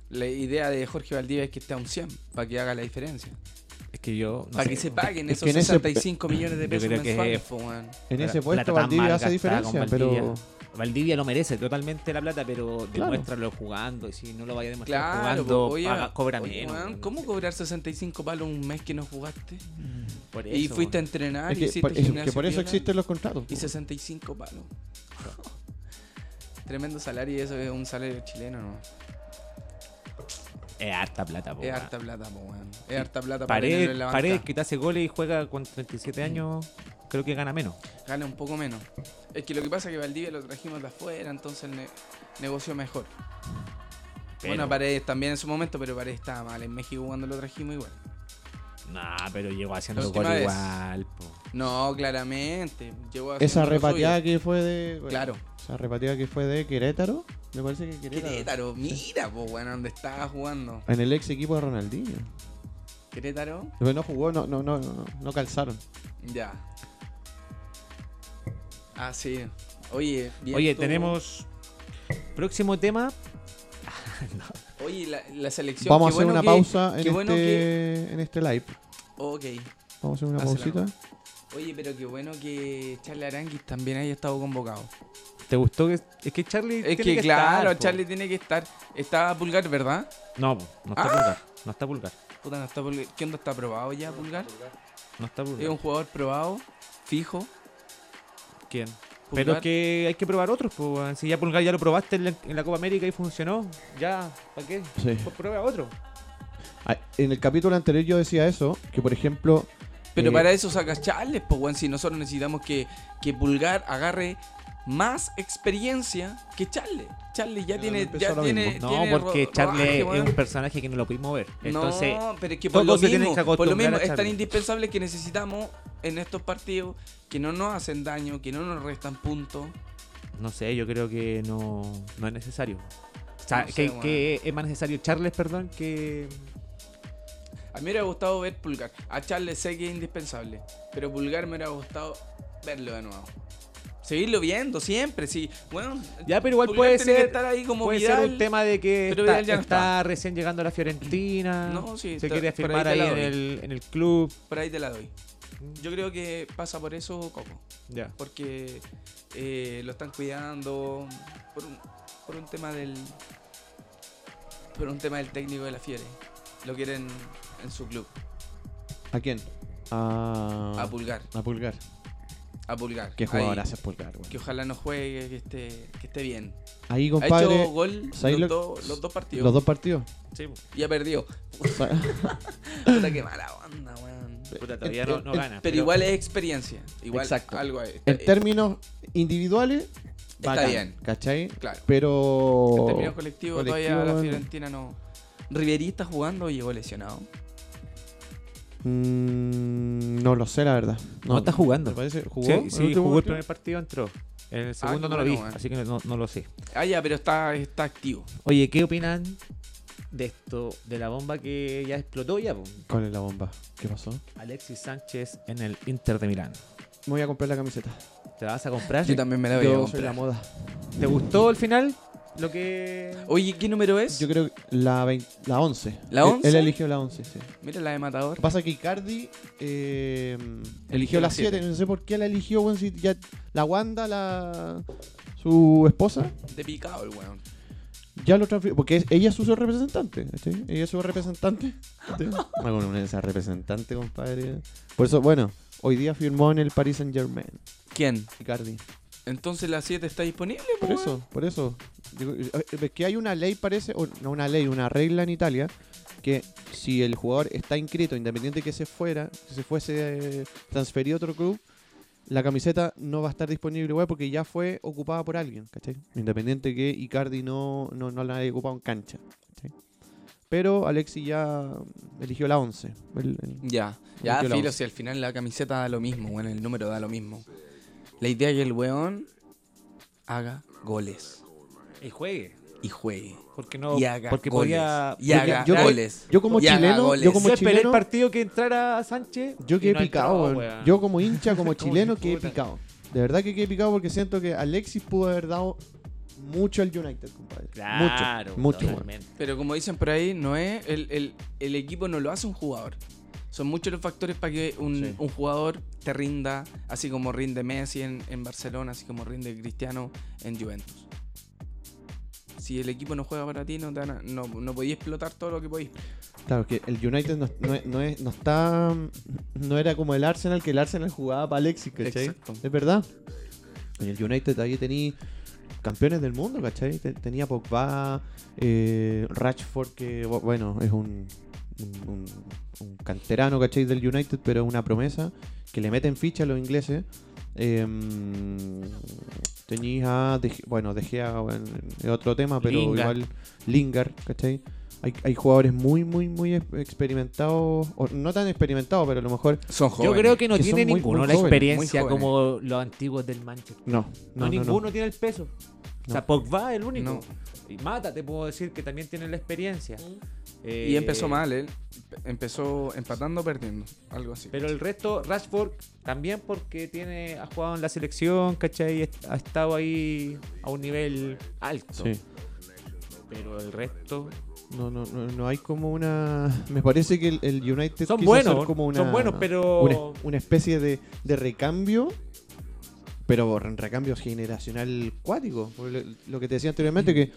Speaker 2: La idea de Jorge Valdivia es que esté a un 100 para que haga la diferencia.
Speaker 4: Es que yo.
Speaker 2: para que se paguen
Speaker 3: Es
Speaker 2: esos
Speaker 3: que en ese-
Speaker 2: 65 millones de
Speaker 4: Yo
Speaker 2: pesos
Speaker 4: creo que es-
Speaker 2: mensuales. po, weón.
Speaker 3: En ese puesto Valdivia hace diferencia, pero
Speaker 4: Valdivia lo merece totalmente la plata, pero
Speaker 3: Claro.
Speaker 4: demuéstralo jugando. Y si no lo vaya a demostrar
Speaker 2: Claro,
Speaker 4: jugando,
Speaker 2: po, oye,
Speaker 4: paga- cobra
Speaker 2: oye,
Speaker 4: menos.
Speaker 2: weón,
Speaker 4: pues, weón.
Speaker 2: ¿Cómo cobrar 65 palos un mes que no jugaste?
Speaker 4: Por
Speaker 2: Y
Speaker 4: eso,
Speaker 2: fuiste a
Speaker 4: weón.
Speaker 2: entrenar
Speaker 3: es
Speaker 2: Ah, y
Speaker 3: que,
Speaker 2: hiciste
Speaker 3: por, es que
Speaker 2: gimnasio
Speaker 3: por eso
Speaker 2: piola,
Speaker 3: existen los contratos.
Speaker 2: Y
Speaker 3: po.
Speaker 2: 65 palos. Tremendo salario y eso es un salario chileno, ¿no?
Speaker 4: Es harta plata, po,
Speaker 2: es
Speaker 4: weón.
Speaker 2: harta plata, po, weón. Es harta plata para tenerlo en
Speaker 4: Pared,
Speaker 2: la banca.
Speaker 4: pared que te hace goles y juega con 37 años, creo que gana menos.
Speaker 2: Gana un poco menos. Es que lo que pasa es que Valdivia lo trajimos de afuera, entonces el ne- negocio mejor. Bueno, Paredes también en su momento, pero Paredes estaba mal. En México cuando lo trajimos igual.
Speaker 4: Nah, pero llegó haciendo
Speaker 2: La última
Speaker 4: gol
Speaker 2: vez.
Speaker 4: igual, po.
Speaker 2: No, claramente. Llegó
Speaker 3: Esa
Speaker 2: haciendo lo
Speaker 3: repateada
Speaker 2: suyo.
Speaker 3: que fue de. bueno,
Speaker 2: Claro.
Speaker 3: Esa repateada que fue de Querétaro. Me parece que Querétaro.
Speaker 2: Querétaro, mira, po, weón, donde estaba jugando.
Speaker 3: En el ex equipo de Ronaldinho.
Speaker 2: Querétaro,
Speaker 3: Pero no jugó, no, no, no, no, no calzaron.
Speaker 2: ya. Ah, sí. Oye, bien
Speaker 4: Oye,
Speaker 2: tú.
Speaker 4: tenemos. Próximo tema.
Speaker 2: Oye, la, la selección.
Speaker 3: Vamos a
Speaker 2: qué
Speaker 3: hacer
Speaker 2: bueno
Speaker 3: una
Speaker 2: que-
Speaker 3: pausa en,
Speaker 2: qué
Speaker 3: este,
Speaker 2: bueno que-
Speaker 3: en este live.
Speaker 2: Ok.
Speaker 3: Vamos a hacer una
Speaker 2: Hazla,
Speaker 3: pausita.
Speaker 2: Oye, pero qué bueno que Charlie Aranguis también haya estado convocado.
Speaker 4: ¿Te gustó? que- Es que Charlie.
Speaker 2: Es
Speaker 4: tiene
Speaker 2: que, claro,
Speaker 4: estar, po.
Speaker 2: Charlie tiene que estar. Está Pulgar, ¿verdad?
Speaker 4: No, po, no
Speaker 2: Ah.
Speaker 4: está pulgar. No está pulgar.
Speaker 2: Puta, no está Pulgar. ¿Qué onda? ¿Está aprobado ya Pulgar?
Speaker 4: No está pulgar.
Speaker 2: Es un jugador probado, fijo.
Speaker 4: ¿Quién?
Speaker 2: Pulgar.
Speaker 4: Pero que hay que probar otros, po, weón. Si ya pulgar ya lo probaste en la, en la Copa América y funcionó, ya, ¿para qué?
Speaker 3: Sí.
Speaker 4: Pues prueba otro.
Speaker 3: Ah, En el capítulo anterior yo decía eso, que por ejemplo.
Speaker 2: Pero
Speaker 3: eh,
Speaker 2: para eso sacas Charles, pues, weón. Si nosotros necesitamos que, que Pulgar agarre más experiencia que Charles. Charles ya
Speaker 3: Pero
Speaker 2: tiene.
Speaker 3: no empezó
Speaker 2: Ya
Speaker 3: ahora
Speaker 2: tiene
Speaker 3: mismo.
Speaker 4: No,
Speaker 2: Eh, tiene
Speaker 4: porque
Speaker 2: ro- rodaje,
Speaker 4: Charlie es
Speaker 2: weón.
Speaker 4: un personaje que no lo pudimos ver. Entonces,
Speaker 2: no, pero es que
Speaker 4: todo
Speaker 2: por lo,
Speaker 4: se tiene
Speaker 2: mismo,
Speaker 4: que
Speaker 2: por lo
Speaker 4: acostumbrar
Speaker 2: mismo
Speaker 4: a
Speaker 2: es tan
Speaker 4: Charlie.
Speaker 2: indispensable que necesitamos en estos partidos que no nos hacen daño, que no nos restan puntos.
Speaker 4: no sé, yo creo que no, no es necesario. O sea,
Speaker 2: No sé,
Speaker 4: que,
Speaker 2: weón.
Speaker 4: que es más necesario Charles, perdón, que.
Speaker 2: A mí me hubiera gustado ver Pulgar. A Charles sé que es indispensable, pero Pulgar me hubiera gustado verlo de nuevo. Seguirlo viendo siempre, sí. Bueno,
Speaker 4: Ya, pero igual
Speaker 2: Pulgar
Speaker 4: puede
Speaker 2: tiene que
Speaker 4: ser-
Speaker 2: estar ahí como
Speaker 4: Puede
Speaker 2: Vidal.
Speaker 4: ser un tema de que
Speaker 2: pero
Speaker 4: está,
Speaker 2: Vidal ya no
Speaker 4: está
Speaker 2: está.
Speaker 4: recién llegando a la Fiorentina.
Speaker 2: No, sí,
Speaker 4: se
Speaker 2: te-
Speaker 4: quiere
Speaker 2: por ahí
Speaker 4: firmar
Speaker 2: te
Speaker 4: ahí,
Speaker 2: la
Speaker 4: en,
Speaker 2: doy.
Speaker 4: el, en el club.
Speaker 2: Por ahí te la doy. Yo creo que pasa por eso Coco.
Speaker 4: Ya.
Speaker 2: Porque eh, lo están cuidando por un, por un tema del. Por un tema del técnico de la Fiere. Lo quieren en su club.
Speaker 3: ¿A quién? A,
Speaker 2: A Pulgar.
Speaker 3: a Pulgar.
Speaker 2: A Pulgar.
Speaker 3: Ah. Qué
Speaker 2: Ahí.
Speaker 3: jugador haces Pulgar, güey.
Speaker 2: Que ojalá no juegue, que esté, que esté bien.
Speaker 3: Ahí,
Speaker 2: ha
Speaker 3: compadre.
Speaker 2: hecho gol
Speaker 3: ¿sabéis
Speaker 2: los,
Speaker 3: lo-
Speaker 2: dos- los dos partidos.
Speaker 3: Los dos partidos.
Speaker 2: Y ha perdido.
Speaker 3: Sa-
Speaker 2: Puta, qué mala onda, weón.
Speaker 4: Puta, todavía no, no
Speaker 3: el-
Speaker 4: gana.
Speaker 2: Pero, igual es experiencia. Igual
Speaker 3: Exacto.
Speaker 2: algo eh, hay. Está-
Speaker 3: en términos individuales,
Speaker 2: Está
Speaker 3: bacán,
Speaker 2: bien.
Speaker 3: ¿Cachai?
Speaker 2: Claro.
Speaker 3: Pero.
Speaker 2: En términos colectivos, todavía
Speaker 3: colectivo,
Speaker 2: la
Speaker 3: bueno.
Speaker 2: Fiorentina no. Riverí está jugando y llegó lesionado.
Speaker 3: Mm, no lo sé, la verdad.
Speaker 4: No, está jugando.
Speaker 3: Me parece, ¿Jugó?
Speaker 4: Sí,
Speaker 3: el
Speaker 4: sí,
Speaker 3: último
Speaker 4: jugó
Speaker 3: partido?
Speaker 4: el primer partido, Ah, entró. El
Speaker 2: qué
Speaker 4: segundo no lo
Speaker 2: bueno,
Speaker 4: vi,
Speaker 2: weón.
Speaker 4: así que no, no lo sé.
Speaker 2: Ah, ya, pero está, está activo.
Speaker 4: Oye, ¿qué opinan de esto, de la bomba que ya explotó ya? po?
Speaker 3: ¿Cuál es la bomba? ¿Qué pasó?
Speaker 4: Alexis Sánchez en el Inter de Milán.
Speaker 3: Me voy a comprar la camiseta.
Speaker 4: ¿Te la vas a comprar?
Speaker 2: Yo también me la voy a
Speaker 3: Yo soy
Speaker 2: comprar.
Speaker 3: la moda.
Speaker 4: ¿Te gustó el final? lo que.
Speaker 2: Oye, ¿qué número es?
Speaker 3: Yo creo que la, vein- la 11.
Speaker 2: ¿La
Speaker 3: Él-
Speaker 2: 11?
Speaker 3: Él, eligió la 11, sí.
Speaker 2: Mira la de
Speaker 3: Lo
Speaker 2: Matador.
Speaker 3: que pasa es que Icardi eh,
Speaker 2: Eligió
Speaker 3: eligió
Speaker 2: la
Speaker 3: la 7. No sé por qué la eligió, weón, si ya la Wanda, la su esposa,
Speaker 2: De picado el weón.
Speaker 3: ya lo transfirió. Porque es- ella es su representante. ¿cachai? Ella es su representante. ¿cachai? Ah, bueno, una de esas representantes, compadre. Por eso, bueno, hoy día firmó en el Paris Saint Germain.
Speaker 2: ¿Quién?
Speaker 3: Icardi.
Speaker 2: Entonces la 7 está disponible, po,
Speaker 3: Por
Speaker 2: weón.
Speaker 3: eso, por eso. Digo, eh, Es que hay una ley, parece, o no una ley, una regla en Italia, que si el jugador está inscrito, independiente que se fuera, que se fuese eh, transferido a otro club, la camiseta no va a estar disponible, weón, porque ya fue ocupada por alguien, ¿cachai? Independiente que Icardi no, no, no la haya ocupado en cancha, ¿cachai? Pero Alexi ya eligió la 11. el- el-
Speaker 2: Ya, ya,
Speaker 3: Yo la
Speaker 2: filo,
Speaker 3: uso.
Speaker 2: si al final la camiseta da lo mismo, bueno, el número da lo mismo. La idea es que el weón haga goles
Speaker 4: Y juegue.
Speaker 2: y juegue.
Speaker 4: Porque no.
Speaker 2: y haga
Speaker 4: porque
Speaker 2: goles.
Speaker 4: podía.
Speaker 2: y haga
Speaker 3: yo-
Speaker 2: goles.
Speaker 3: Yo como
Speaker 2: Y haga
Speaker 3: chileno,
Speaker 2: goles.
Speaker 3: yo como
Speaker 4: yo esperé el
Speaker 3: chileno,
Speaker 4: partido que entrara Sánchez.
Speaker 3: Yo
Speaker 4: y
Speaker 3: quedé
Speaker 4: no
Speaker 3: picado,
Speaker 4: entró,
Speaker 3: weón.
Speaker 4: weón.
Speaker 3: Yo como hincha, como chileno, quedé
Speaker 4: puta.
Speaker 3: picado. De verdad que quedé picado porque siento que Alexis pudo haber dado mucho al United, compadre.
Speaker 4: Claro,
Speaker 3: mucho, mucho. weón.
Speaker 4: totalmente.
Speaker 2: Pero como dicen por ahí, no es el, el- el equipo no lo hace un jugador. Son muchos los factores para que un,
Speaker 3: Sí.
Speaker 2: un jugador te rinda, así como rinde Messi en, en Barcelona, así como rinde Cristiano en Juventus. Si el equipo no juega para ti, no, te van a- no, no podéis explotar todo lo que podéis.
Speaker 3: Claro, que el United no, no es- no es- no está. No era como el Arsenal, que el Arsenal jugaba para Alexis, ¿cachai?
Speaker 2: Exacto.
Speaker 3: Es verdad. En el United ahí tenía campeones del mundo, ¿cachai? Te- Tenía Pogba, eh, Rashford, que bu- bueno, es un, un, un- un canterano, ¿cachai? Del United, pero es una promesa que le meten ficha a los ingleses. Em, tenía a, De Ge- bueno, dejé a otro tema, pero
Speaker 4: Lingard.
Speaker 3: igual Lingard, ¿cachai? Hay, hay jugadores muy, muy, muy ex- experimentados, o no tan experimentados, pero a lo mejor...
Speaker 2: Son
Speaker 4: Yo
Speaker 2: jóvenes.
Speaker 4: creo que no
Speaker 3: Que son
Speaker 4: tiene
Speaker 3: muy- muy
Speaker 4: ninguno la
Speaker 3: jóvenes, muy
Speaker 4: experiencia
Speaker 2: jóvenes.
Speaker 4: como los antiguos del Manchester.
Speaker 3: No,
Speaker 4: No,
Speaker 3: no, no, no.
Speaker 4: ninguno tiene el peso. O sea,
Speaker 3: No.
Speaker 4: Pogba es Ah, el único.
Speaker 2: No.
Speaker 4: Y Mata, te puedo decir que también tiene la experiencia. Eh,
Speaker 2: Mm. Y empezó mal, él. Empezó empatando o perdiendo. Algo así.
Speaker 4: Pero el resto, Rashford también porque tiene, ha jugado en la selección, ¿cachai? Est- Ha estado ahí a un nivel alto.
Speaker 3: Sí.
Speaker 4: Pero el resto.
Speaker 3: No, no, no, no hay como una. Me parece que el, el United
Speaker 4: Son
Speaker 3: quiso
Speaker 4: buenos,
Speaker 3: hacer como una,
Speaker 4: son buenos,
Speaker 3: una,
Speaker 4: pero.
Speaker 3: una especie de, de recambio, pero un recambio generacional cuático. Por Lo, lo que te decía anteriormente, que.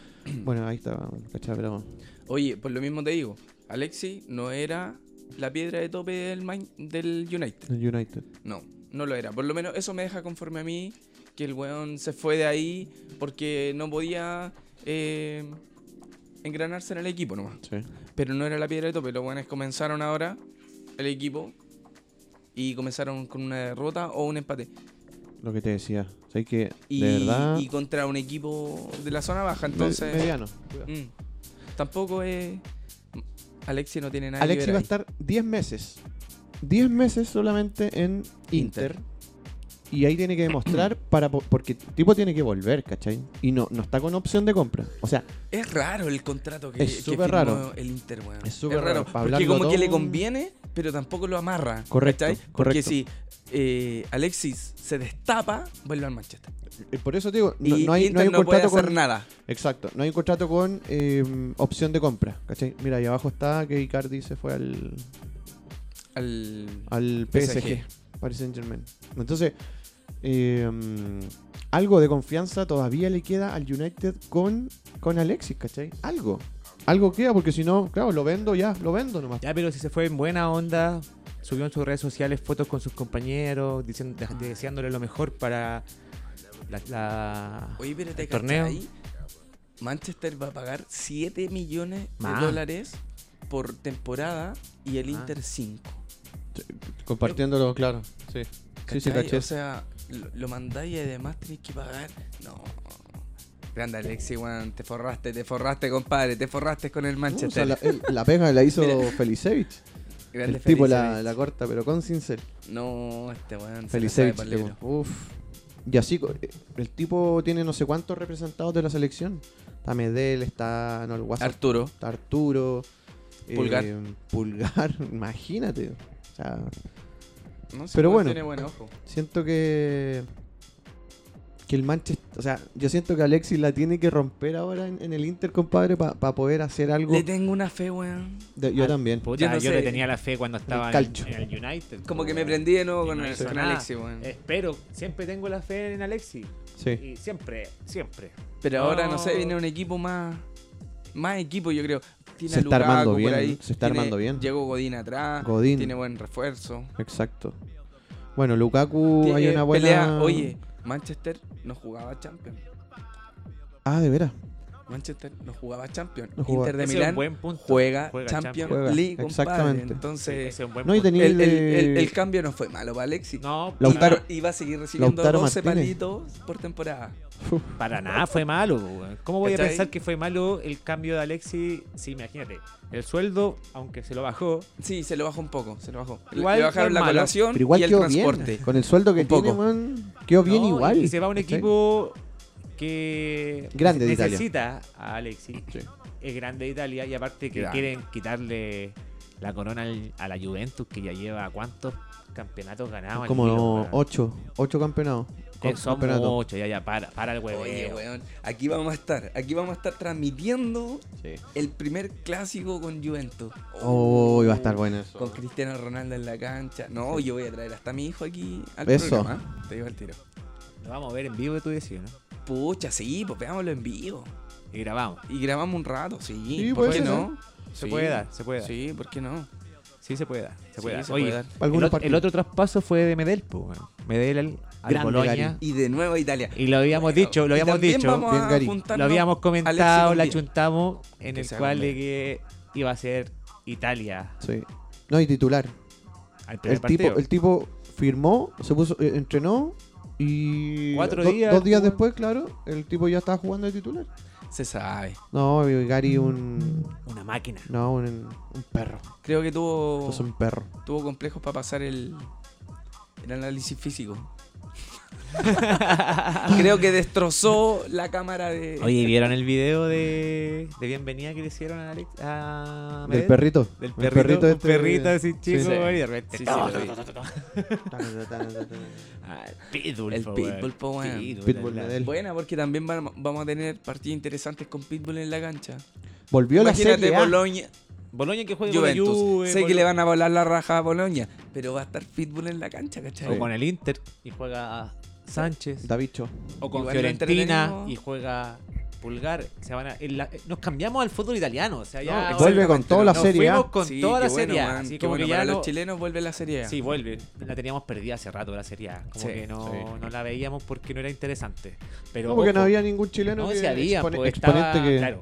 Speaker 3: Bueno, ahí estaba, cachai, pero.
Speaker 2: Oye, por lo mismo te digo. Alexi no era la piedra de tope del, Man- del United.
Speaker 3: El United.
Speaker 2: No, no lo era. Por lo menos eso me deja conforme a mí. Que el weón se fue de ahí porque no podía eh, engranarse en el equipo nomás.
Speaker 3: Sí.
Speaker 2: Pero no era la piedra de tope. Los weones comenzaron ahora el equipo y comenzaron con una derrota o un empate.
Speaker 3: Lo que te decía. O sea, que.
Speaker 2: Y,
Speaker 3: de verdad.
Speaker 2: y contra un equipo de la zona baja.
Speaker 3: me-
Speaker 2: Entonces.
Speaker 3: mediano.
Speaker 2: Mm. Tampoco es. Alexi no tiene nada que
Speaker 3: Alexis
Speaker 2: ver
Speaker 3: va a
Speaker 2: ahí.
Speaker 3: estar 10 meses. 10 meses solamente en
Speaker 2: Inter.
Speaker 3: Inter. Y ahí tiene que demostrar para po- porque tipo tiene que volver, ¿cachai? Y no, no está con opción de compra. O sea,
Speaker 2: Es raro el contrato que
Speaker 3: Es
Speaker 2: que
Speaker 3: súper
Speaker 2: firmó
Speaker 3: raro.
Speaker 2: el Inter, weón.
Speaker 3: Es súper raro, pa'
Speaker 2: Porque
Speaker 3: hablarlo
Speaker 2: como que
Speaker 3: todo.
Speaker 2: le conviene, pero tampoco lo amarra.
Speaker 3: Correcto,
Speaker 2: ¿cachai? Porque
Speaker 3: correcto.
Speaker 2: si eh, Alexis se destapa, vuelve al Manchester.
Speaker 3: eh, por eso te digo, no,
Speaker 2: y
Speaker 3: no hay,
Speaker 2: Inter
Speaker 3: no hay un
Speaker 2: no puede
Speaker 3: contrato
Speaker 2: hacer
Speaker 3: con
Speaker 2: nada.
Speaker 3: Exacto, no hay un contrato con eh, opción de compra, ¿cachai? Mira, ahí abajo está que Icardi se fue al,
Speaker 2: Al...
Speaker 3: al PSG,
Speaker 2: PSG.
Speaker 3: Paris Saint Germain. Entonces, eh, mm, algo de confianza todavía le queda al United con, con Alexis, ¿cachai? Algo. Algo queda, porque si no, claro, lo vendo ya, lo vendo nomás.
Speaker 4: Ya, pero si se fue en buena onda, subió en sus redes sociales fotos con sus compañeros, diciendo, de- deseándole lo mejor para la. la-
Speaker 2: Oye, pero te
Speaker 4: El torneo.
Speaker 2: ahí. Manchester va a pagar 7 millones
Speaker 4: Más.
Speaker 2: de dólares por temporada y el
Speaker 4: Más.
Speaker 2: Inter 5.
Speaker 3: Compartiéndolo, claro. Sí. Sí, sí,
Speaker 2: ¿Cachai?
Speaker 3: caché.
Speaker 2: O sea, lo, lo mandáis y además tenéis que pagar. No. Grande Alexi, weón. Te forraste, te forraste, compadre. Te forraste con el
Speaker 3: No, o sea,
Speaker 2: Manchester.
Speaker 3: la, el- la pega la hizo
Speaker 2: Mira.
Speaker 3: Felicevich.
Speaker 2: Grande
Speaker 3: El tipo la,
Speaker 2: Felicevich.
Speaker 3: la corta, pero con cincel.
Speaker 2: No, este weón. se la sabe
Speaker 3: Felicevich.
Speaker 2: pa'l
Speaker 3: tipo,
Speaker 2: libro.
Speaker 3: Uf. Y así, co- eh, el tipo tiene no sé cuántos representados de la selección. Está Medel, está no, el WhatsApp
Speaker 2: Arturo.
Speaker 3: está Arturo. eh,
Speaker 2: Pulgar.
Speaker 3: Pulgar, imagínate. O sea,
Speaker 2: No sé,
Speaker 3: Pero
Speaker 2: weón,
Speaker 3: bueno.
Speaker 2: Tiene buen ojo.
Speaker 3: siento que. que el Manchester. O sea, yo siento que Alexis la tiene que romper ahora en, en el Inter, compadre, para poder hacer algo.
Speaker 2: Le Ah, tengo una fe, weón.
Speaker 3: de- yo también.
Speaker 4: Puta,
Speaker 2: Yo
Speaker 4: yo,
Speaker 2: no sé.
Speaker 4: le tenía la fe cuando estaba en,
Speaker 3: calcio.
Speaker 4: en el United.
Speaker 2: Como
Speaker 4: po,
Speaker 2: que me
Speaker 4: weón.
Speaker 2: prendí de nuevo
Speaker 4: Y
Speaker 2: con,
Speaker 4: no hizo
Speaker 2: con
Speaker 4: nada.
Speaker 2: Alexi, weón.
Speaker 6: Eh,
Speaker 4: Espero, siempre tengo la fe en Alexis.
Speaker 3: Sí.
Speaker 4: Y siempre, siempre.
Speaker 2: Pero ahora, no sé,
Speaker 4: No.
Speaker 2: viene un equipo más. Más equipo, yo creo. Tiene
Speaker 3: Se
Speaker 2: a
Speaker 3: está
Speaker 2: Lukaku
Speaker 3: armando
Speaker 2: por
Speaker 3: bien,
Speaker 2: ahí,
Speaker 3: se está
Speaker 2: tiene-
Speaker 3: armando bien.
Speaker 2: Llegó Godín atrás.
Speaker 3: Godín.
Speaker 2: Tiene buen refuerzo.
Speaker 3: Exacto. Bueno, Lukaku
Speaker 2: Tiene
Speaker 3: Uh, hay una buena.
Speaker 2: pelea. Oye, Manchester no jugaba Champions.
Speaker 3: Ah, de veras.
Speaker 2: Manchester no jugaba Champions.
Speaker 3: No jugaba.
Speaker 2: Inter de
Speaker 4: Ese es un
Speaker 2: Milán
Speaker 4: buen punto.
Speaker 2: juega,
Speaker 4: Juega
Speaker 2: Champions
Speaker 3: Champions.
Speaker 2: League,
Speaker 3: Juega,
Speaker 2: compadre.
Speaker 3: exactamente.
Speaker 2: Entonces,
Speaker 4: Ese es un buen
Speaker 3: No, y
Speaker 4: punto.
Speaker 3: tenía
Speaker 2: el,
Speaker 3: el,
Speaker 2: el- el- el cambio no fue malo para Alexis.
Speaker 4: No,
Speaker 3: Lautaro-
Speaker 2: Iba a seguir recibiendo
Speaker 3: Lautaro
Speaker 2: 12
Speaker 3: Martínez.
Speaker 2: palitos por temporada.
Speaker 4: Para nada fue malo. po, weón. ¿Cómo voy
Speaker 2: ¿Cachai?
Speaker 4: a pensar que fue malo el cambio de Alexi? Sí, imagínate. El sueldo, aunque se lo bajó,
Speaker 2: Sí, se lo bajó un poco, se lo bajó. Le-
Speaker 4: Igual
Speaker 2: Le bajaron
Speaker 4: no es
Speaker 2: la
Speaker 4: malo,
Speaker 2: colación
Speaker 3: Pero igual
Speaker 2: y el
Speaker 3: quedó
Speaker 2: transporte.
Speaker 3: bien. Con el sueldo que
Speaker 2: Un
Speaker 3: tiene,
Speaker 2: poco.
Speaker 3: man, quedó bien
Speaker 4: No,
Speaker 3: igual.
Speaker 4: Y se va a un
Speaker 3: ¿cachai?
Speaker 4: equipo que
Speaker 3: Grande de Italia.
Speaker 4: necesita a Alexis. Es grande de Italia y aparte que
Speaker 2: Grande.
Speaker 4: quieren quitarle la corona al- a la Juventus que ya lleva cuántos campeonatos ganados. al
Speaker 3: Como
Speaker 4: hilo,
Speaker 3: no,
Speaker 4: weón.
Speaker 3: ocho. Ocho campeonatos.
Speaker 4: Eh,
Speaker 3: Co-
Speaker 4: Son
Speaker 3: campeonatos.
Speaker 4: muchos, ya, ya, para, para el hueveo.
Speaker 2: Oye, weón, aquí vamos a estar, aquí vamos a estar transmitiendo el primer clásico con Juventus.
Speaker 3: Oh, iba a estar bueno eso.
Speaker 2: Con Cristiano Ronaldo en la cancha. No, yo voy a traer hasta a mi hijo aquí al
Speaker 3: Eso.
Speaker 2: programa. ¿eh? Te digo al tiro.
Speaker 4: Lo vamos a ver en vivo, tú decís, ¿no?
Speaker 2: Pucha, sí, pues veámoslo en vivo.
Speaker 4: Y grabamos.
Speaker 2: Y grabamos un rato, sí.
Speaker 3: Sí,
Speaker 2: ¿Por
Speaker 3: puede
Speaker 2: qué
Speaker 3: ser.
Speaker 2: no?
Speaker 4: Se
Speaker 2: Sí,
Speaker 4: puede dar, se puede dar. Sí,
Speaker 2: Sí, ¿por qué no?
Speaker 4: se puede dar. Se puede
Speaker 2: Sí,
Speaker 4: dar.
Speaker 2: se
Speaker 4: Oye,
Speaker 2: puede dar.
Speaker 4: El,
Speaker 3: Algunos
Speaker 4: ot- el
Speaker 3: partidos.
Speaker 4: otro traspaso fue de Medel, pues, weón. Medel al, al
Speaker 3: Grande
Speaker 4: Boloña.
Speaker 3: Gary.
Speaker 2: Y de nuevo a Italia.
Speaker 4: Y lo habíamos
Speaker 2: Bueno,
Speaker 4: dicho, lo
Speaker 2: y
Speaker 4: habíamos
Speaker 2: también
Speaker 4: dicho.
Speaker 2: vamos
Speaker 3: Bien,
Speaker 2: a
Speaker 3: Gary.
Speaker 2: juntarnos
Speaker 4: lo habíamos
Speaker 2: Alexis
Speaker 4: comentado,
Speaker 2: con
Speaker 4: la
Speaker 2: Díaz.
Speaker 4: chuntamos en
Speaker 2: Que
Speaker 4: el
Speaker 2: se
Speaker 4: cual
Speaker 2: hagan
Speaker 4: de que iba a ser Italia
Speaker 3: Sí. No, y titular.
Speaker 4: al primer
Speaker 3: El tipo,
Speaker 4: partido.
Speaker 3: el tipo firmó, se puso, eh, entrenó y.
Speaker 4: Cuatro
Speaker 3: do-
Speaker 4: días,
Speaker 3: Dos días
Speaker 4: weón.
Speaker 3: después, claro, el tipo ya estaba jugando de titular.
Speaker 2: Se sabe.
Speaker 3: No, y Gary un.
Speaker 4: Una máquina.
Speaker 3: No, un, un perro.
Speaker 2: Creo que tuvo,
Speaker 3: Es un perro.
Speaker 2: tuvo complejos para pasar el, el análisis físico. Creo que destrozó la cámara de.
Speaker 4: Oye, ¿vieron el video de, de bienvenida que le hicieron a Alex? A
Speaker 3: Del
Speaker 4: Medel?
Speaker 3: perrito.
Speaker 4: Del
Speaker 3: El
Speaker 4: perrito, un
Speaker 3: este-
Speaker 4: perrito así chico,
Speaker 2: Sí.
Speaker 4: weón, y de repente.
Speaker 2: Sí, sí, lo vi.
Speaker 4: Ah, el pitbull,
Speaker 2: El
Speaker 4: po,
Speaker 2: pitbull,
Speaker 4: weón.
Speaker 2: po, weón.
Speaker 3: Pitbull
Speaker 4: la-
Speaker 3: Medel.
Speaker 2: Buena, porque también vam- vamos a tener partidos interesantes con Pitbull en la cancha.
Speaker 3: Volvió la
Speaker 2: Imagínate
Speaker 3: serie. A.
Speaker 2: Boloña,
Speaker 4: Boloña que juega con la
Speaker 2: Juventus.
Speaker 4: Juve,
Speaker 2: sé que
Speaker 4: Boloña-
Speaker 2: le van a volar la raja a Boloña, pero va a estar Pitbull en la cancha, ¿cachai?
Speaker 4: O con el Inter y juega Sánchez.
Speaker 3: Davicho.
Speaker 4: O con
Speaker 2: Igual lo
Speaker 4: Fiorentina
Speaker 2: entretenido.
Speaker 4: y juega Pulgar. Se van a- en la- eh, nos cambiamos al fútbol italiano. O sea,
Speaker 2: No,
Speaker 4: ya.
Speaker 2: exactamente,
Speaker 3: Vuelve con toda la
Speaker 4: nos
Speaker 3: serie. A.
Speaker 4: fuimos con
Speaker 2: Sí,
Speaker 4: toda
Speaker 2: qué
Speaker 4: la
Speaker 2: bueno,
Speaker 4: serie. A,
Speaker 2: man,
Speaker 4: así
Speaker 2: qué
Speaker 4: como
Speaker 2: bueno,
Speaker 4: que ya
Speaker 2: para
Speaker 4: no-
Speaker 2: los chilenos vuelve la serie. A.
Speaker 4: Sí, vuelve. La teníamos perdida hace rato la serie A. Como
Speaker 2: Sí,
Speaker 4: que no,
Speaker 3: sí.
Speaker 4: no la veíamos porque no era interesante. Pero
Speaker 3: No, porque no
Speaker 4: ojo,
Speaker 3: había ningún chileno.
Speaker 4: no,
Speaker 3: que
Speaker 4: si había,
Speaker 3: expone-
Speaker 4: pues,
Speaker 3: exponente
Speaker 4: estaba-
Speaker 3: que.
Speaker 4: Claro.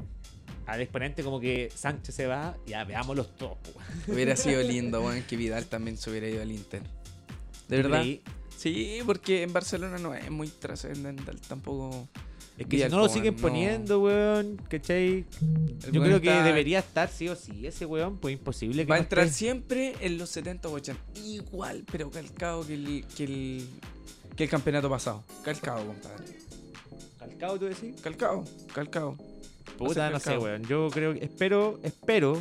Speaker 4: Al exponente como que Sánchez se va, ya veámoslos todos. po.
Speaker 2: Hubiera sido lindo, weón, que Vidal también se hubiera ido al Inter. ¿De verdad?
Speaker 4: Y
Speaker 2: Sí, porque en Barcelona no es muy trascendental tampoco.
Speaker 4: Es que
Speaker 2: Vidal,
Speaker 4: si no lo
Speaker 2: po,
Speaker 4: siguen
Speaker 2: no.
Speaker 4: poniendo, weón, ¿cachai?
Speaker 2: El
Speaker 4: Yo
Speaker 2: weón
Speaker 4: creo que
Speaker 2: está-
Speaker 4: debería estar sí o sí. Ese weón, pues imposible que
Speaker 2: Va a
Speaker 4: no
Speaker 2: entrar
Speaker 4: esté.
Speaker 2: siempre en los 70 o 80. Igual, pero calcado que el, que el, que el campeonato pasado. Calcado, compadre.
Speaker 4: ¿Al cabo tú decís?
Speaker 2: Calcado, calcado.
Speaker 4: Puta,
Speaker 2: Hacer
Speaker 4: no sé,
Speaker 2: mercado.
Speaker 4: weón. Yo creo que. Espero, espero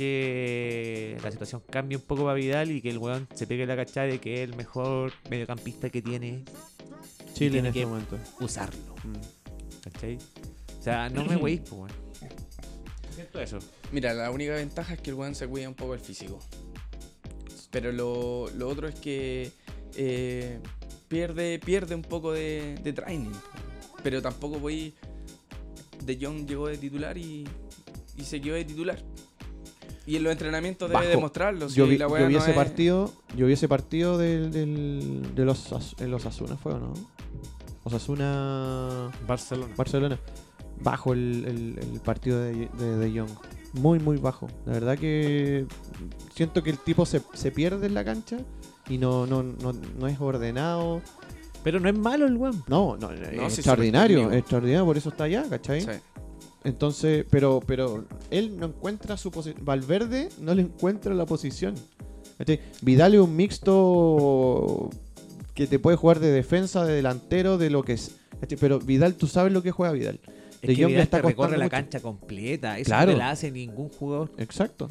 Speaker 4: que la situación cambie un poco para Vidal y que el weón se pegue la cachada de que es el mejor mediocampista que tiene
Speaker 3: Chile en
Speaker 4: Tiene
Speaker 3: este
Speaker 4: que-
Speaker 3: momento.
Speaker 4: usarlo.
Speaker 3: Mm.
Speaker 4: ¿Cachai? O sea, no me weís, po, weón. Siento eso.
Speaker 2: Mira, la única ventaja es que el weón se cuida un poco el físico. Pero lo, lo otro es que eh, pierde, pierde un poco de, de training. Pero tampoco voy. De Jong llegó de titular y, y se quedó de titular. Y en los entrenamientos debe
Speaker 3: Bajo.
Speaker 2: demostrarlo. si
Speaker 3: yo vi,
Speaker 2: la
Speaker 3: yo
Speaker 2: weá
Speaker 3: vi
Speaker 2: no
Speaker 3: ese
Speaker 2: es-
Speaker 3: partido, yo vi ese partido del, del- de los As- en los Asuna fue o no? Osasuna
Speaker 4: Barcelona.
Speaker 3: Barcelona. Bajo el, el- el partido de, de, de Jong. Muy, muy bajo. La verdad que siento que el tipo se, se pierde en la cancha y no, no, no, no es ordenado.
Speaker 4: Pero no es malo el weón.
Speaker 3: No, no, es
Speaker 2: sí, súper
Speaker 3: extraordinario,
Speaker 2: técnico.
Speaker 3: extraordinario, por eso está allá, ¿cachai?
Speaker 2: Sí.
Speaker 3: Entonces, pero, pero él no encuentra su posición. Valverde no le encuentra la posición. ¿Cachai? Vidal es un mixto que te puede jugar de defensa, de delantero, de lo que es. ¿Cachai? Pero Vidal, tú sabes lo que juega Vidal.
Speaker 4: Es
Speaker 3: De
Speaker 4: que
Speaker 3: Jong le
Speaker 4: Vidal
Speaker 3: está
Speaker 4: te recorre
Speaker 3: costando
Speaker 4: la
Speaker 3: mucho.
Speaker 4: cancha completa. Eso
Speaker 3: Claro.
Speaker 4: no te la hace ningún jugador.
Speaker 3: Exacto.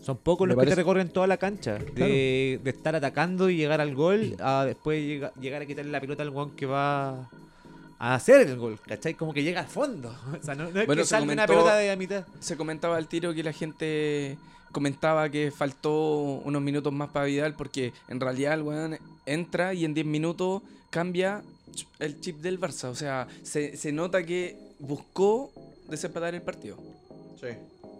Speaker 4: Son pocos
Speaker 5: Me
Speaker 4: los que
Speaker 5: parece-
Speaker 4: te recorren toda la cancha. De, de estar atacando y llegar al gol, a después llega- llegar a quitarle la pelota al guan que va a hacer el gol, ¿cachai? Como que llega al fondo. O sea, no, no es
Speaker 2: Bueno,
Speaker 4: que
Speaker 2: se
Speaker 4: salve una
Speaker 2: comentó-
Speaker 4: pelota de la mitad.
Speaker 2: Se comentaba al tiro que la gente comentaba que faltó unos minutos más para Vidal porque en realidad el weón entra y en 10 minutos cambia el chip del Barça. O sea, se, se nota que buscó desempatar el partido.
Speaker 3: Sí.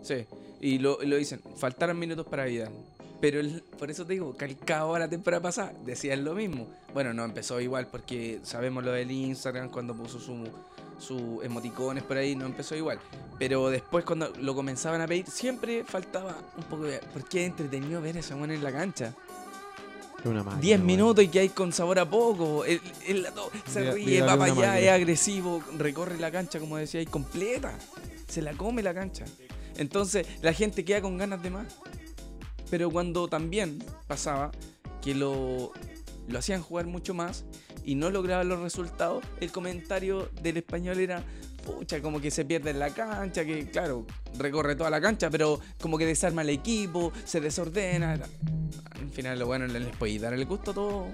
Speaker 2: Sí, y lo, lo dicen, faltaron minutos para Vidal. Pero el- por eso te digo, calcado a la temporada pasada, decían lo mismo. Bueno, no empezó igual porque sabemos lo del Instagram cuando puso sus su emoticones por ahí, no empezó igual. Pero después cuando lo comenzaban a pedir, siempre faltaba un poco de... Porque es entretenido ver a ese weón en la cancha.
Speaker 3: Es una máquina,
Speaker 2: 10
Speaker 3: weón.
Speaker 2: minutos y que hay con sabor a poco. El, el lato- se
Speaker 3: Vida-
Speaker 2: ríe,
Speaker 3: Vidal
Speaker 2: va
Speaker 3: es
Speaker 2: para
Speaker 3: una
Speaker 2: allá,
Speaker 3: máquina.
Speaker 2: es agresivo, recorre la cancha, como decía, y completa. Se la come la cancha. Entonces la gente queda con ganas de más. Pero cuando también pasaba que lo, lo hacían jugar mucho más y no lograban los resultados, el comentario del español era, pucha, como que se pierde en la cancha, que claro, recorre toda la cancha, pero como que desarma el equipo, se desordena. Al final, lo bueno, les podéis dar el gusto a todo.